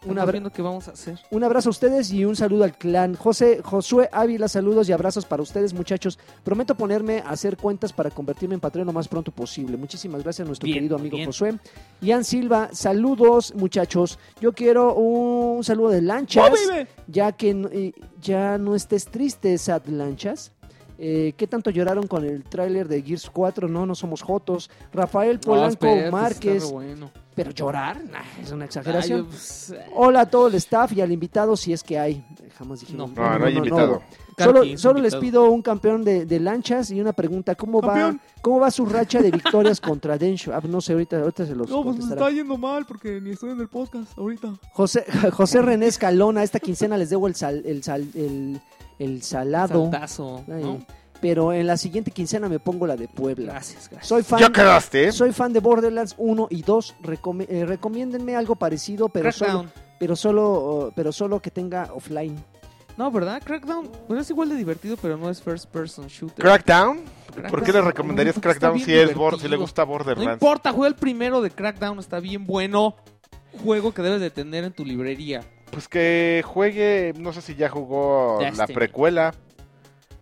Speaker 1: Un,
Speaker 2: Una
Speaker 1: abra-
Speaker 2: viendo qué vamos a hacer.
Speaker 1: un abrazo a ustedes y un saludo al clan. José, Josué Ávila, saludos y abrazos para ustedes, muchachos. Prometo ponerme a hacer cuentas para convertirme en Patreon lo más pronto posible. Muchísimas gracias a nuestro
Speaker 2: Bien,
Speaker 1: querido
Speaker 2: muy
Speaker 1: amigo
Speaker 2: bien.
Speaker 1: Josué. Ian Silva, saludos, muchachos. Yo quiero un saludo de lanchas.
Speaker 2: ¡Oh,
Speaker 1: ya que no- eh, ya no estés triste, Sad Lanchas. Eh, ¿Qué tanto lloraron con el tráiler de Gears 4? No, no somos jotos. Rafael Polanco
Speaker 2: espérate, está
Speaker 1: Márquez.
Speaker 2: re bueno.
Speaker 1: Pero llorar, nah, es una
Speaker 2: Ay,
Speaker 1: exageración.
Speaker 2: pues, eh,
Speaker 1: Hola a todo el staff y al invitado, si es que hay. Jamás dijimos.
Speaker 2: No.
Speaker 3: No, no, hay invitado.
Speaker 1: Solo,
Speaker 2: Carquis,
Speaker 1: solo les
Speaker 2: invitado.
Speaker 1: pido un campeón de, de lanchas y una pregunta. ¿Cómo va,
Speaker 5: Campeón.
Speaker 1: ¿Cómo va su racha de victorias contra Densho? Ah, no sé, ahorita, ahorita se los
Speaker 5: No, pues me
Speaker 1: contestará.
Speaker 5: está yendo mal porque ni estoy en el podcast ahorita.
Speaker 1: José, José René Escalona, esta quincena les debo el, sal- el, sal- el, el salado.
Speaker 2: Saltazo,
Speaker 1: Ay,
Speaker 2: ¿no?
Speaker 1: Pero en la siguiente quincena me pongo la de Puebla.
Speaker 2: Gracias, gracias.
Speaker 1: Soy fan,
Speaker 3: ¿Ya quedaste? ¿eh?
Speaker 1: soy fan de Borderlands 1 y 2. Recome- eh, recomiéndenme algo parecido, pero solo,
Speaker 2: Crackdown.
Speaker 1: pero solo pero solo que tenga offline.
Speaker 2: No, ¿verdad? Crackdown pues es igual de divertido, pero no es first person shooter.
Speaker 3: ¿Crackdown? ¿Por qué le
Speaker 2: Crackdown,
Speaker 3: recomendarías
Speaker 2: porque está
Speaker 3: Crackdown
Speaker 2: bien
Speaker 3: si, es
Speaker 2: divertido.
Speaker 3: bor- si le gusta
Speaker 2: No
Speaker 3: Borderlands?
Speaker 2: importa, juega el primero de Crackdown, está bien bueno. Juego que debes de tener en tu librería.
Speaker 3: Pues que juegue, no sé si ya jugó la
Speaker 2: Destiny.
Speaker 3: precuela.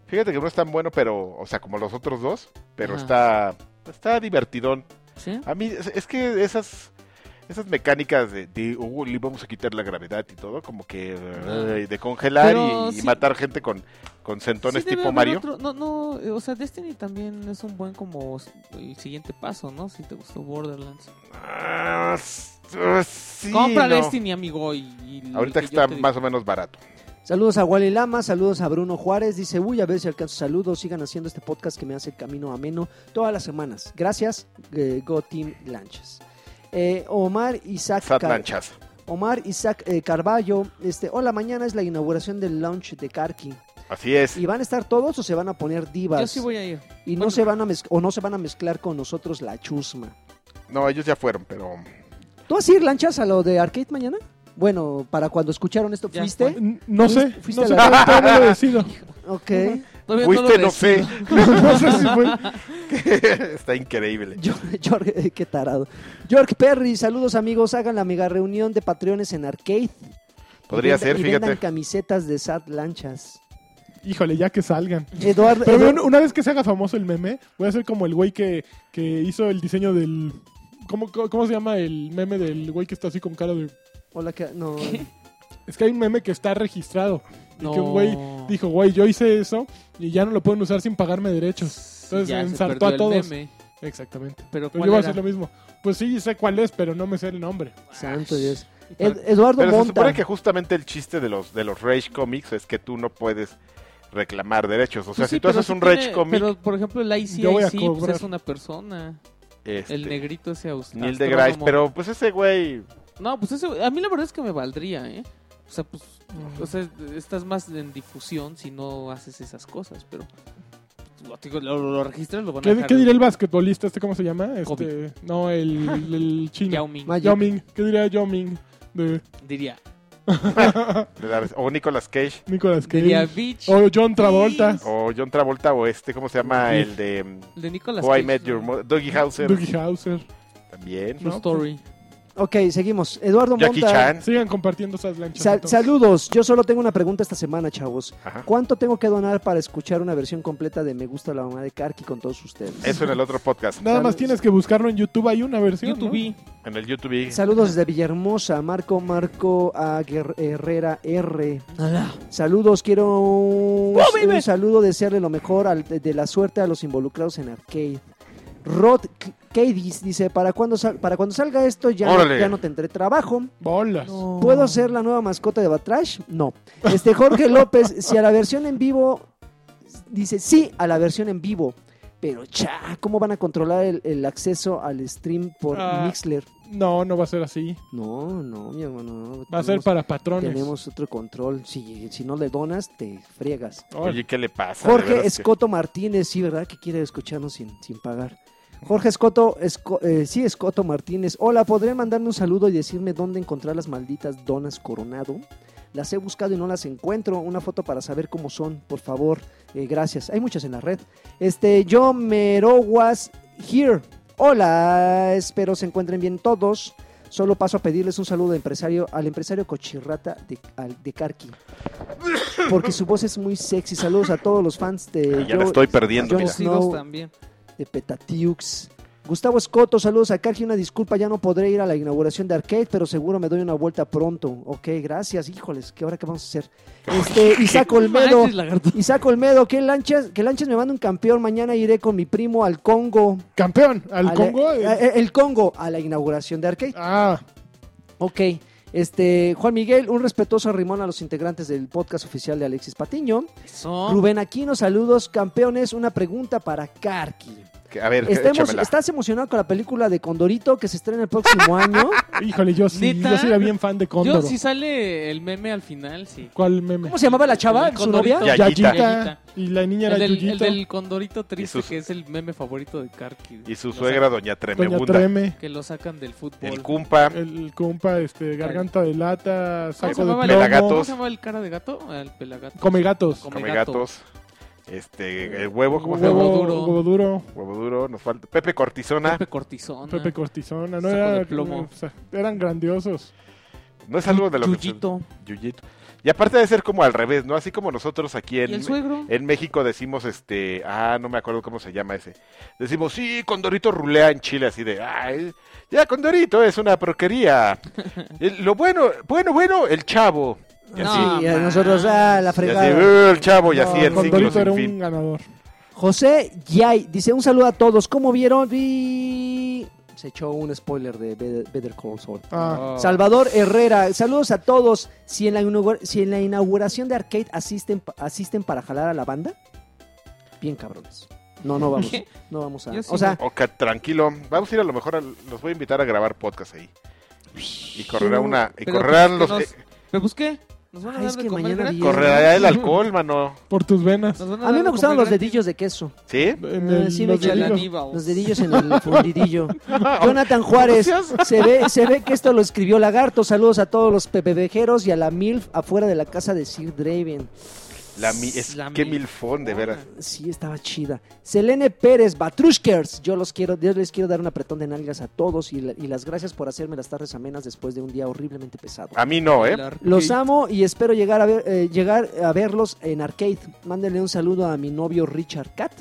Speaker 3: Fíjate que no es tan bueno, pero, o sea, como los otros dos, pero
Speaker 2: Ajá.
Speaker 3: está está divertidón.
Speaker 2: ¿Sí?
Speaker 3: A mí es, es que esas esas mecánicas de, de, "Uh, le vamos a quitar la gravedad y todo, como que ay, de congelar
Speaker 2: Pero
Speaker 3: y, y
Speaker 2: sí-
Speaker 3: matar gente con con centones
Speaker 2: Sí, debe
Speaker 3: tipo
Speaker 2: haber
Speaker 3: Mario.
Speaker 2: otro- no, no, eh, o sea, Destiny también es un buen como s- el siguiente paso, ¿no? Si te gustó Borderlands.
Speaker 3: Ah, s- ah, sí,
Speaker 2: Compra
Speaker 3: no.
Speaker 2: Destiny, amigo. Y, este y
Speaker 3: Ahorita
Speaker 2: lo
Speaker 3: que
Speaker 2: que yo
Speaker 3: está
Speaker 2: te digo.
Speaker 3: más o menos barato.
Speaker 1: Saludos a Wally Lama, saludos a Bruno Juárez. Dice, uy, a ver si alcanzo saludos. Sigan haciendo este podcast que me hace el camino ameno todas las semanas. Gracias, eh, Go Team Lanchas. Eh, Omar Isaac
Speaker 3: Sat
Speaker 1: Car-
Speaker 3: lanchas.
Speaker 1: Omar Isaac eh, Carballo, este, hola, mañana es la inauguración del launch de Karki.
Speaker 3: Así es.
Speaker 1: ¿Y van a estar todos o se van a poner divas?
Speaker 2: Yo sí voy a ir.
Speaker 1: y no
Speaker 2: Bueno.
Speaker 1: se van a mezc- o no se van a mezclar con nosotros la chusma.
Speaker 3: No, ellos ya fueron, pero
Speaker 1: ¿Tú vas a ir lanchas a lo de arcade mañana? Bueno, para cuando escucharon esto,
Speaker 2: Ya,
Speaker 1: ¿fuiste?
Speaker 4: N- No sé,
Speaker 1: Fuiste
Speaker 4: no
Speaker 1: a
Speaker 4: sé,
Speaker 1: la-
Speaker 4: todavía- todavía no lo decido.
Speaker 1: Ok.
Speaker 2: Todavía
Speaker 3: fuiste,
Speaker 2: lo
Speaker 3: no sé.
Speaker 4: No sé si fue-
Speaker 3: Está increíble.
Speaker 1: Yo- York- qué tarado. York Perry, saludos amigos, hagan la mega reunión de patreones en arcade. Y
Speaker 3: Podría
Speaker 1: venda-
Speaker 3: ser,
Speaker 1: y
Speaker 3: fíjate.
Speaker 1: vendan camisetas de SAT lanchas.
Speaker 4: Híjole, ya que salgan.
Speaker 1: Eduardo,
Speaker 4: Pero
Speaker 1: Edu-
Speaker 4: una- una vez que se haga famoso el meme, voy a ser como el güey que, que hizo el diseño del... ¿cómo, cómo- cómo se llama el meme del güey que está así con cara de...
Speaker 1: Hola, ¿qué- no.
Speaker 4: Es que hay un meme que está registrado. Y
Speaker 2: No.
Speaker 4: que un güey dijo, güey, yo hice eso y ya no lo pueden usar sin pagarme derechos. Entonces
Speaker 2: Ya se
Speaker 4: ensartó
Speaker 2: perdió
Speaker 4: a
Speaker 2: el
Speaker 4: todos.
Speaker 2: meme.
Speaker 4: Exactamente.
Speaker 2: Pero
Speaker 4: Pero
Speaker 2: ¿cuál
Speaker 4: yo voy a
Speaker 2: era?
Speaker 4: hacer lo mismo. Pues sí, sé cuál es, pero no me sé el nombre.
Speaker 1: Santo Dios. Ed- Eduardo
Speaker 3: Pero se
Speaker 1: Monta.
Speaker 3: supone que justamente el chiste de los de los Rage Comics es que tú no puedes reclamar derechos. O sea,
Speaker 2: Pues sí,
Speaker 3: si tú
Speaker 2: pero
Speaker 3: haces
Speaker 2: sí
Speaker 3: un
Speaker 2: tiene-
Speaker 3: Rage Comic,
Speaker 2: Pero, por ejemplo, el ICIC
Speaker 4: Yo voy a
Speaker 2: pues,
Speaker 4: cobrar.
Speaker 2: es una persona.
Speaker 3: este,
Speaker 2: El negrito ese aus-
Speaker 3: Neil deGrasse,
Speaker 2: astrónomo.
Speaker 3: pero pues ese güey,
Speaker 2: No, pues ese, a mí la verdad es que me valdría, ¿eh? O sea, pues, o sea, estás más en difusión si no haces esas cosas, pero... pues, Lo, digo, lo, lo registras, lo van a
Speaker 4: ¿Qué,
Speaker 2: dejar
Speaker 4: qué diría el basquetbolista? ¿Este cómo se llama?
Speaker 2: Kobe.
Speaker 4: Este, no, el, el chino. Ah,
Speaker 2: Yao Ming,
Speaker 1: Magic.
Speaker 4: Yao Ming. ¿Qué diría Yao Ming de
Speaker 2: diría,
Speaker 3: de dar- o Nicolas Cage,
Speaker 4: Nicolas
Speaker 2: diría
Speaker 4: Cage?
Speaker 2: Beach,
Speaker 4: O John Travolta.
Speaker 3: o John Travolta, o este, ¿cómo se llama?
Speaker 4: Sí.
Speaker 3: El de mm,
Speaker 2: de Nicolas
Speaker 3: Who I
Speaker 2: Cage,
Speaker 3: Met
Speaker 2: ¿no?
Speaker 3: Your Mother, Dougie Hauser,
Speaker 4: Dougie Hauser.
Speaker 3: también.
Speaker 2: True
Speaker 4: No,
Speaker 2: Story.
Speaker 1: Ok, seguimos. Eduardo
Speaker 3: Jackie
Speaker 1: Monta.
Speaker 3: Chan.
Speaker 4: Sigan compartiendo esas lanchas.
Speaker 1: Sal-
Speaker 4: entonces.
Speaker 1: saludos, yo solo tengo una pregunta esta semana, chavos.
Speaker 3: Ajá.
Speaker 1: ¿Cuánto tengo que donar para escuchar una versión completa de Me gusta la mamá de Karki con todos ustedes?
Speaker 3: Eso en el otro podcast,
Speaker 4: Nada más
Speaker 1: Saludos.
Speaker 4: tienes que buscarlo en YouTube. Hay una versión. ¿no?
Speaker 2: YouTube.
Speaker 3: en el YouTube.
Speaker 1: Saludos desde Villahermosa, Marco Marco a Guer- Herrera R.
Speaker 2: Ala.
Speaker 1: Saludos, quiero un,
Speaker 2: ¡Oh, vive!
Speaker 1: un saludo, desearle lo mejor al- de, de la suerte a los involucrados en Arcade. Rod K- Cadis dice, para cuando, sal- para cuando salga esto ya, no,
Speaker 3: Órale.
Speaker 1: ya no tendré trabajo.
Speaker 4: Bolas.
Speaker 2: No.
Speaker 1: ¿Puedo ser la nueva mascota de Batrash? No. Este Jorge López, si a la versión en vivo, dice sí a la versión en vivo. Pero cha, ¿cómo van a controlar el, el acceso al stream por
Speaker 4: Ah.
Speaker 1: Mixler?
Speaker 4: No, no va a ser así.
Speaker 1: No, no, mi hermano. no.
Speaker 4: Va a ser
Speaker 1: Tenemos-
Speaker 4: para patrones.
Speaker 1: Tenemos otro control. Si, si no le donas, te friegas.
Speaker 4: Órale.
Speaker 3: Oye, ¿qué le pasa? De
Speaker 1: Jorge
Speaker 3: veras que-
Speaker 1: Escoto Martínez, sí, ¿verdad? Que quiere escucharnos sin, sin pagar. Jorge Escoto, Esco- eh, sí, Escoto Martínez. Hola, ¿podrían mandarme un saludo y decirme dónde encontrar las malditas donas Coronado? Las he buscado y no las encuentro. Una foto para saber cómo son, por favor. Eh, gracias. Hay muchas en la red. Este, yo Merowas here. Hola, espero se encuentren bien todos. Solo paso a pedirles un saludo de empresario, al empresario Cochirrata de, al- de Carqui. Porque su voz es muy sexy. Saludos a todos los fans de
Speaker 3: Ya
Speaker 1: Yo-
Speaker 3: la estoy perdiendo,
Speaker 1: yo-
Speaker 3: mira.
Speaker 2: Sí, dos
Speaker 1: Snow.
Speaker 2: también.
Speaker 1: de Petatiux. Gustavo Escoto, saludos a Cargi, una disculpa, ya no podré ir a la inauguración de Arcade, pero seguro me doy una vuelta pronto. Ok, gracias, híjoles, ¿qué ahora qué vamos a hacer? Este, Isaac Olmedo,
Speaker 2: Manches, lagarto.
Speaker 1: Isaac Olmedo, que lanchas, que lanchas me manda un campeón, mañana iré con mi primo al Congo.
Speaker 4: Campeón, al
Speaker 1: a la-
Speaker 4: Congo. eh,
Speaker 1: a- el Congo, a la inauguración de Arcade.
Speaker 4: ah,
Speaker 1: Ok, este, Juan Miguel, un respetuoso rimón a los integrantes del podcast oficial de Alexis Patiño.
Speaker 3: Ah.
Speaker 2: Eso.
Speaker 1: Rubén Aquino, saludos, campeones, una pregunta para Carqui.
Speaker 3: Que- A ver,
Speaker 1: Estemos-
Speaker 3: Eh, échamela.
Speaker 1: ¿Estás emocionado con la película de Condorito que se estrena el próximo año?
Speaker 4: híjole, yo sí,
Speaker 2: ¿Neta?
Speaker 4: yo sí era bien fan de Cóndor.
Speaker 2: Yo, si sale el meme al final, sí.
Speaker 4: ¿Cuál meme?
Speaker 1: ¿Cómo se llamaba la chava?
Speaker 2: El
Speaker 1: ¿Su novia?
Speaker 2: Condorito.
Speaker 4: Yayita.
Speaker 2: Yayita.
Speaker 4: Y la niña
Speaker 2: El
Speaker 4: era
Speaker 2: del, el
Speaker 4: Yuyito.
Speaker 2: del condorito triste,
Speaker 3: Y sus-
Speaker 2: que es el meme favorito de Karki.
Speaker 3: Y su
Speaker 2: Lo
Speaker 3: suegra, Doña
Speaker 4: Doña
Speaker 3: Tremebunda.
Speaker 4: Treme.
Speaker 2: sacan- Que lo sacan del fútbol.
Speaker 3: el cumpa.
Speaker 4: El compa, este, garganta de lata,
Speaker 2: ¿Cómo se
Speaker 4: saco de
Speaker 2: llamaba el-
Speaker 4: plomo.
Speaker 3: Pelagatos.
Speaker 2: ¿Cómo se llama el cara de gato? El pelagato.
Speaker 4: Come gatos.
Speaker 2: Come-
Speaker 3: Come
Speaker 2: gato.
Speaker 3: gatos. Este, el huevo, ¿cómo se llama?
Speaker 2: Huevo
Speaker 4: huevo
Speaker 2: duro.
Speaker 4: duro. Huevo duro.
Speaker 3: Huevo duro, nos falta. Pepe Cortisona.
Speaker 2: Pepe Cortizona.
Speaker 4: Pepe Cortisona, no
Speaker 2: Saco
Speaker 4: era
Speaker 2: de plomo.
Speaker 4: o sea, eran grandiosos.
Speaker 3: No es algo de lo
Speaker 2: Yuyito.
Speaker 3: que. Yuyito. Y aparte de ser como al revés, ¿no? Así como nosotros aquí
Speaker 2: ¿Y el
Speaker 3: en,
Speaker 2: suegro?
Speaker 3: en México decimos, este. Ah, no me acuerdo cómo se llama ese. Decimos, sí, Condorito rulea en Chile, así de. Ay, ya, Condorito es una porquería. El- lo bueno, bueno, bueno, el chavo. Y así.
Speaker 2: No,
Speaker 1: Sí, a nosotros, ah, la
Speaker 3: Y así,
Speaker 1: fregada.
Speaker 3: "Uh, el chavo, y
Speaker 1: No,
Speaker 3: así el ciclo
Speaker 4: Condorito era
Speaker 3: sin
Speaker 4: un
Speaker 3: fin.
Speaker 4: ganador.
Speaker 1: José Yay dice: Un saludo a todos. ¿Cómo vieron? Y... Se echó un spoiler de Better- Better Call Saul.
Speaker 4: Ah,
Speaker 2: Oh.
Speaker 1: Salvador Herrera, saludos a todos. Si en la, inaugu- si en la inauguración de Arcade asisten, pa- asisten para jalar a la banda, bien cabrones. No, no vamos.
Speaker 2: ¿Qué?
Speaker 1: No vamos a.
Speaker 2: Yo sí
Speaker 1: o sea,
Speaker 3: Ok, tranquilo. Vamos a ir a lo mejor, al- los voy a invitar a grabar podcast ahí. Y correrá una. Y
Speaker 2: Pero,
Speaker 3: correrán
Speaker 2: pues,
Speaker 3: los.
Speaker 2: que nos-
Speaker 3: eh,
Speaker 2: ¿Pero pues qué? ¿Nos van a
Speaker 1: Ay,
Speaker 2: dar
Speaker 1: Ah, es
Speaker 2: de
Speaker 1: que
Speaker 2: comer
Speaker 1: mañana
Speaker 2: gratis?
Speaker 1: viene-
Speaker 3: correrá el alcohol, mano.
Speaker 4: por tus venas.
Speaker 2: ¿Nos van
Speaker 1: a
Speaker 2: dar
Speaker 1: mí
Speaker 2: de
Speaker 1: me gustaban
Speaker 2: comer
Speaker 1: los
Speaker 2: gratis?
Speaker 1: dedillos de queso.
Speaker 3: ¿Sí?
Speaker 4: En
Speaker 1: Ah,
Speaker 4: el-
Speaker 1: sí, me
Speaker 4: los
Speaker 1: eché la
Speaker 4: dedillos.
Speaker 2: Aníbal.
Speaker 1: Los dedillos en el fundidillo. Jonathan Juárez, se ve, se ve que esto lo escribió Lagarto. Saludos a todos los pepevejeros y a la MILF afuera de la casa de Sir Draven.
Speaker 3: La mi- es
Speaker 2: La
Speaker 3: que
Speaker 2: mi-
Speaker 3: milfón, de veras.
Speaker 1: Sí, estaba chida. Selene Pérez, Batrushkers. Yo los quiero, yo les quiero dar un apretón de nalgas a todos y, la- y las gracias por hacerme las tardes amenas después de un día horriblemente pesado.
Speaker 3: A mí no, ¿eh?
Speaker 2: Ah, El arcade.
Speaker 1: Los amo y espero llegar a, ver- eh, llegar a verlos en arcade. Mándenle un saludo a mi novio Richard Cat,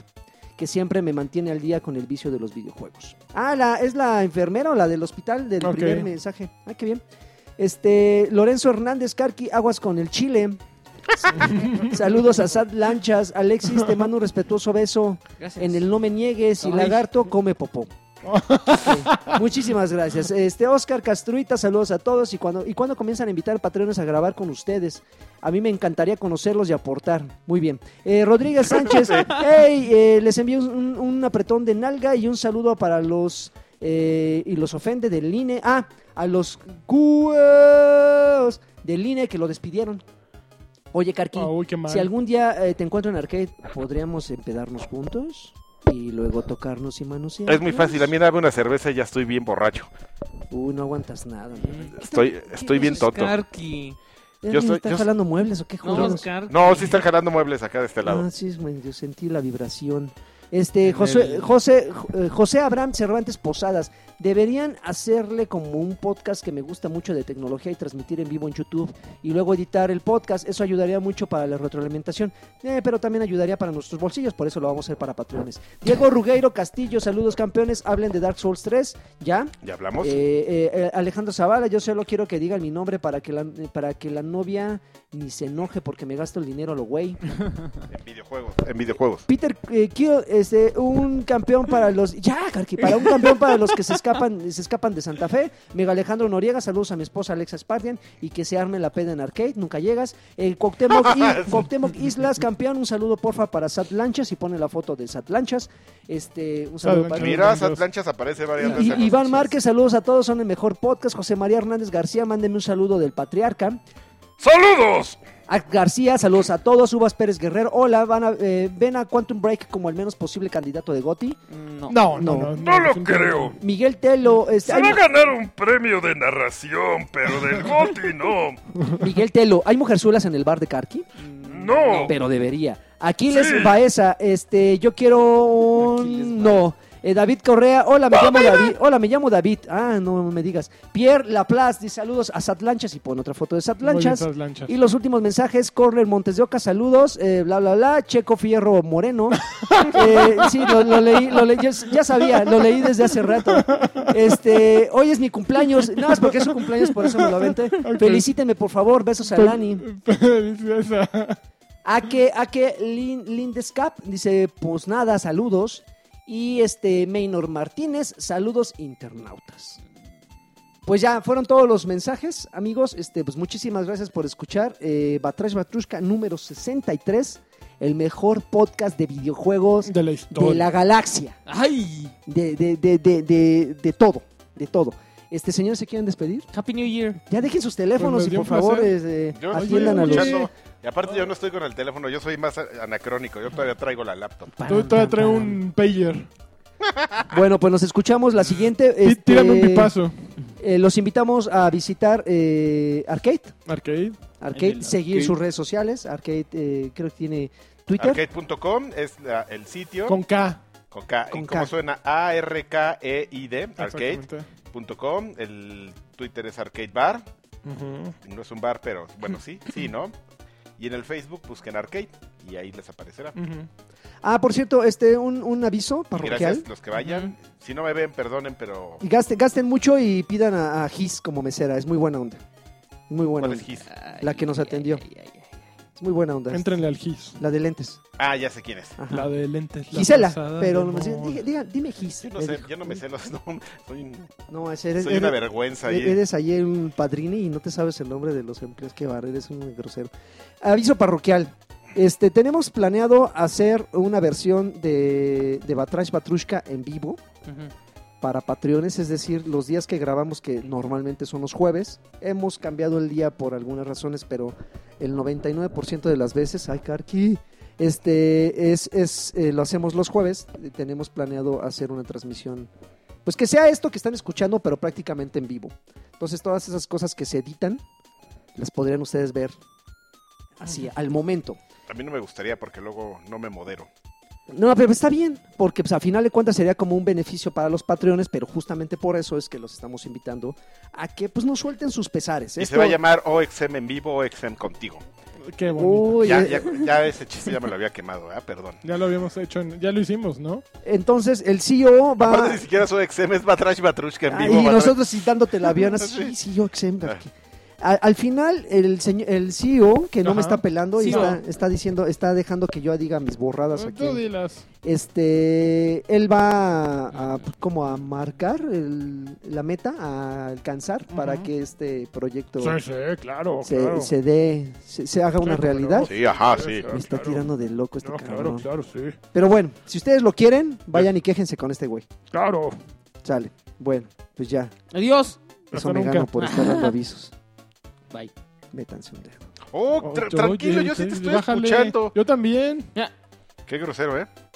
Speaker 1: que siempre me mantiene al día con el vicio de los videojuegos. Ah, la, es la enfermera o la del hospital del
Speaker 4: Ok.
Speaker 1: primer mensaje. Ah, qué bien. Este, Lorenzo Hernández Carqui, aguas con el chile. Saludos a Sad Lanchas. Alexis, te mando un respetuoso beso
Speaker 2: Gracias.
Speaker 1: en el No Me Niegues y
Speaker 2: Ay.
Speaker 1: Lagarto Come Popó. Ok, Muchísimas gracias. Este Oscar Castruita, saludos a todos. ¿Y cuando, ¿Y cuando comienzan a invitar patrones a grabar con ustedes? A mí me encantaría conocerlos y aportar. Muy bien. Eh, Rodríguez Sánchez, hey, eh, les envío un, un apretón de nalga y un saludo para los. eh, y los ofende del INE. Ah, a los cuos del INE que lo despidieron. Oye, Carqui.
Speaker 4: Ah, uy, qué mal.
Speaker 1: Si algún día eh, te encuentro en arcade, ¿podríamos empedarnos juntos? Y luego tocarnos y manosear.
Speaker 3: Es muy fácil. A mí dame una cerveza y ya estoy bien borracho.
Speaker 1: Uy, no aguantas nada. mi rey.
Speaker 3: Estoy, estoy bien tonto.
Speaker 2: Karki.
Speaker 1: ¿Ya
Speaker 3: Yo
Speaker 1: me
Speaker 3: soy-
Speaker 1: ¿Estás
Speaker 3: yo-
Speaker 1: jalando muebles o qué
Speaker 2: No,
Speaker 1: jodidos?
Speaker 2: es Karki.
Speaker 3: No, sí están jalando muebles acá de este lado.
Speaker 1: Ah, sí, es muy- yo sentí la vibración. Este,
Speaker 2: En
Speaker 1: José,
Speaker 2: el-
Speaker 1: José, eh, José Abraham Cervantes Posadas, deberían hacerle como un podcast que me gusta mucho de tecnología y transmitir en vivo en YouTube y luego editar el podcast. Eso ayudaría mucho para la retroalimentación, eh, pero también ayudaría para nuestros bolsillos, por eso lo vamos a hacer para patrones. Diego Rugueiro Castillo, saludos campeones, hablen de Dark Souls 3, ¿ya?
Speaker 3: ¿Ya hablamos?
Speaker 1: Eh, eh, eh, Alejandro Zavala, yo solo quiero que digan mi nombre para que la, para que la novia ni se enoje porque me gasto el dinero a lo güey.
Speaker 3: En videojuegos. En videojuegos.
Speaker 1: Peter eh, Kill, este, un campeón para los ya, Karki, para un campeón para los que se escapan, se escapan de Santa Fe. Mega Alejandro Noriega, saludos a mi esposa Alexa Spartian y que se arme la peda en arcade, nunca llegas. El Cuauhtémoc, I- Cuauhtémoc Islas, campeón, un saludo porfa para Sat Lanchas y pone la foto de Sat Lanchas. Este, un saludo
Speaker 4: Sat
Speaker 1: para
Speaker 3: Mira,
Speaker 4: Dios.
Speaker 3: Satlanchas aparece varias
Speaker 1: y-
Speaker 3: veces. en los-
Speaker 1: Iván Márquez, saludos a todos, son el mejor podcast. José María Hernández García, mándeme un saludo del patriarca.
Speaker 3: ¡Saludos!
Speaker 1: Ax García, saludos a todos. Uvas Pérez Guerrero, hola. Van a, eh, ven a Quantum Break como el menos posible candidato de Goti.
Speaker 2: No.
Speaker 4: No,
Speaker 1: No.
Speaker 4: no, no.
Speaker 3: No lo
Speaker 4: es un tema-
Speaker 3: creo.
Speaker 1: Miguel Telo, este,
Speaker 3: Se
Speaker 1: hay,
Speaker 3: va a ganar un premio de narración, pero del Goti no.
Speaker 1: Miguel Telo, ¿hay mujerzuelas en el bar de Karki?
Speaker 3: No.
Speaker 1: Pero debería. Aquiles
Speaker 3: Sí.
Speaker 1: Baeza, este, yo quiero
Speaker 2: Aquiles
Speaker 1: un... No. Eh, David Correa, hola, me llamo David. Hola, me llamo David. Ah, no me digas. Pierre Laplace, dice saludos a Satlanchas y pone otra foto de
Speaker 4: Muy bien,
Speaker 1: Satlanchas.
Speaker 4: esas lanchas.
Speaker 1: Y los últimos mensajes, Corner Montes de Oca, saludos, eh, bla, bla, bla, Checo Fierro Moreno. Eh, sí, lo, lo leí, lo leí, yo ya sabía, lo leí desde hace rato. Este, hoy es mi cumpleaños, nada más porque es su cumpleaños, por eso me lo aventé. Felicíteme, por favor, besos a Lani.
Speaker 4: Felicidades a-
Speaker 1: A que, a que Lin- Lindescap dice, pues nada, saludos. Y este, Maynor Martínez, saludos internautas. Pues ya fueron todos los mensajes, amigos. Este, pues muchísimas gracias por escuchar. Eh, Batrash Batrushka número 63, el mejor podcast de videojuegos
Speaker 4: de la
Speaker 1: de
Speaker 4: historia.
Speaker 1: la galaxia.
Speaker 2: ¡Ay!
Speaker 1: De, de, de, de, de, de todo, de todo. Este, señores, ¿se quieren despedir?
Speaker 2: Happy New Year.
Speaker 1: Ya dejen sus teléfonos
Speaker 4: Pues me
Speaker 1: y
Speaker 4: dio
Speaker 1: por
Speaker 4: un
Speaker 1: favor
Speaker 4: placer.
Speaker 1: este,
Speaker 3: Yo estoy
Speaker 1: atiendan a los...
Speaker 3: escuchando. Y aparte yo no estoy con el teléfono, yo soy más anacrónico, yo todavía traigo la laptop.
Speaker 4: Tú todavía traes un pager.
Speaker 1: Bueno, pues nos escuchamos la siguiente.
Speaker 4: Tí-
Speaker 1: este,
Speaker 4: Tírame un pipazo.
Speaker 1: eh, los invitamos a visitar eh, Arcade.
Speaker 4: Arcade.
Speaker 1: Arcade,
Speaker 2: En el
Speaker 1: seguir
Speaker 2: Arcade.
Speaker 1: sus redes sociales. Arcade eh, creo que tiene Twitter.
Speaker 3: Arcade.com es la- el sitio
Speaker 4: Con K.
Speaker 3: con K, y
Speaker 1: con
Speaker 3: como
Speaker 1: K.
Speaker 3: suena A-R-K-E-I-D,
Speaker 4: Exactamente.
Speaker 3: arcade.com, el Twitter es arcade bar,
Speaker 4: Ujú.
Speaker 3: no es un bar, pero bueno, sí, sí, ¿no? Y en el Facebook busquen arcade y ahí les aparecerá.
Speaker 4: Ujú.
Speaker 1: Ah, por cierto, este un, un aviso
Speaker 3: Y
Speaker 1: parroquial.
Speaker 3: gracias los que vayan. Si no me ven, perdonen, pero
Speaker 1: Y gasten, gasten mucho y pidan a, a Gis como mesera. Es muy buena onda. Muy buena
Speaker 3: ¿cuál
Speaker 1: onda.
Speaker 3: es Gis?
Speaker 1: La que nos atendió. Es muy buena onda.
Speaker 4: Entrenle al Gis.
Speaker 1: La de lentes.
Speaker 3: Ah, ya sé quién es.
Speaker 1: Ajá.
Speaker 4: La de lentes. la
Speaker 1: Gisela,
Speaker 4: pasada
Speaker 1: pero
Speaker 4: de
Speaker 1: no me sé-
Speaker 4: moda.
Speaker 1: diga- diga- dime Gis.
Speaker 3: Yo no
Speaker 1: le
Speaker 3: sé,
Speaker 1: dijo.
Speaker 3: yo no me sé los nombres. Soy, un-
Speaker 1: No, es- eres-
Speaker 3: soy una
Speaker 1: eres-
Speaker 3: vergüenza
Speaker 1: E-
Speaker 3: ahí.
Speaker 1: Eres ayer un padrini y no te sabes el nombre de los empleos que bar, eres un grosero. Aviso parroquial. Este, tenemos planeado hacer una versión de, de Batrash Batrushka en vivo
Speaker 2: Mhm.
Speaker 1: para Patreones, es decir, los días que grabamos, que normalmente son los jueves. Hemos cambiado el día por algunas razones, pero el 99% de las veces, ay, Karki, este, es, es, eh, lo hacemos los jueves. Eh, Tenemos planeado hacer una transmisión, pues que sea esto que están escuchando, pero prácticamente en vivo. Entonces, todas esas cosas que se editan, las podrían ustedes ver así, al momento.
Speaker 3: A mí no me gustaría porque luego no me modero.
Speaker 1: No, pero está bien, porque pues, a final de cuentas sería como un beneficio para los patreones, pero justamente por eso es que los estamos invitando a que pues nos suelten sus pesares. ¿eh?
Speaker 3: Y
Speaker 1: Esto-
Speaker 3: se va a llamar OXM en vivo, OXM contigo.
Speaker 4: Qué bonito.
Speaker 1: Uy,
Speaker 3: Ya,
Speaker 1: eh,
Speaker 3: ya, ya ese chiste ya me lo había quemado, ¿ah? Perdón.
Speaker 4: Ya lo habíamos hecho. en- ya lo hicimos, ¿no?
Speaker 1: Entonces el CEO va
Speaker 3: Aparte, ni siquiera es OXM, es Batrash Batrushka en
Speaker 1: Ah,
Speaker 3: vivo.
Speaker 1: y
Speaker 3: Batrash-
Speaker 1: Ah. nosotros citándote el avión así, E sí, yo Xember.
Speaker 3: Ah.
Speaker 1: Al, al final el seño- el CEO que no me
Speaker 4: Ajá.
Speaker 1: está pelando y
Speaker 3: E
Speaker 2: CEO.
Speaker 1: está, está diciendo, está dejando que yo diga mis borradas aquí.
Speaker 4: Pues Tú dilas.
Speaker 1: Este, él va a, pues, como a marcar el- la meta a alcanzar para
Speaker 4: Ujú.
Speaker 1: que este proyecto
Speaker 4: Sí, sí, claro.
Speaker 1: se,
Speaker 4: Oh, claro.
Speaker 1: se dé, se, se haga una
Speaker 4: Claro,
Speaker 1: realidad.
Speaker 4: claro.
Speaker 3: Sí, ajá, sí.
Speaker 1: Me está
Speaker 4: Claro.
Speaker 1: tirando de loco este
Speaker 4: No, claro,
Speaker 1: cabrón.
Speaker 4: claro, sí.
Speaker 1: Pero bueno, si ustedes lo quieren, vayan y quéjense con este güey.
Speaker 4: Claro.
Speaker 1: Sale. Bueno, pues ya.
Speaker 2: Adiós.
Speaker 1: Eso
Speaker 4: Hasta
Speaker 1: me
Speaker 4: nunca.
Speaker 1: gano por estar dando avisos.
Speaker 2: Bye.
Speaker 1: Métanse un dedo.
Speaker 3: Oh, tra-
Speaker 4: Oye,
Speaker 3: tranquilo, yo sí
Speaker 4: oye,
Speaker 3: te estoy
Speaker 4: bájale.
Speaker 3: escuchando.
Speaker 4: Yo también.
Speaker 3: Qué grosero, ¿eh?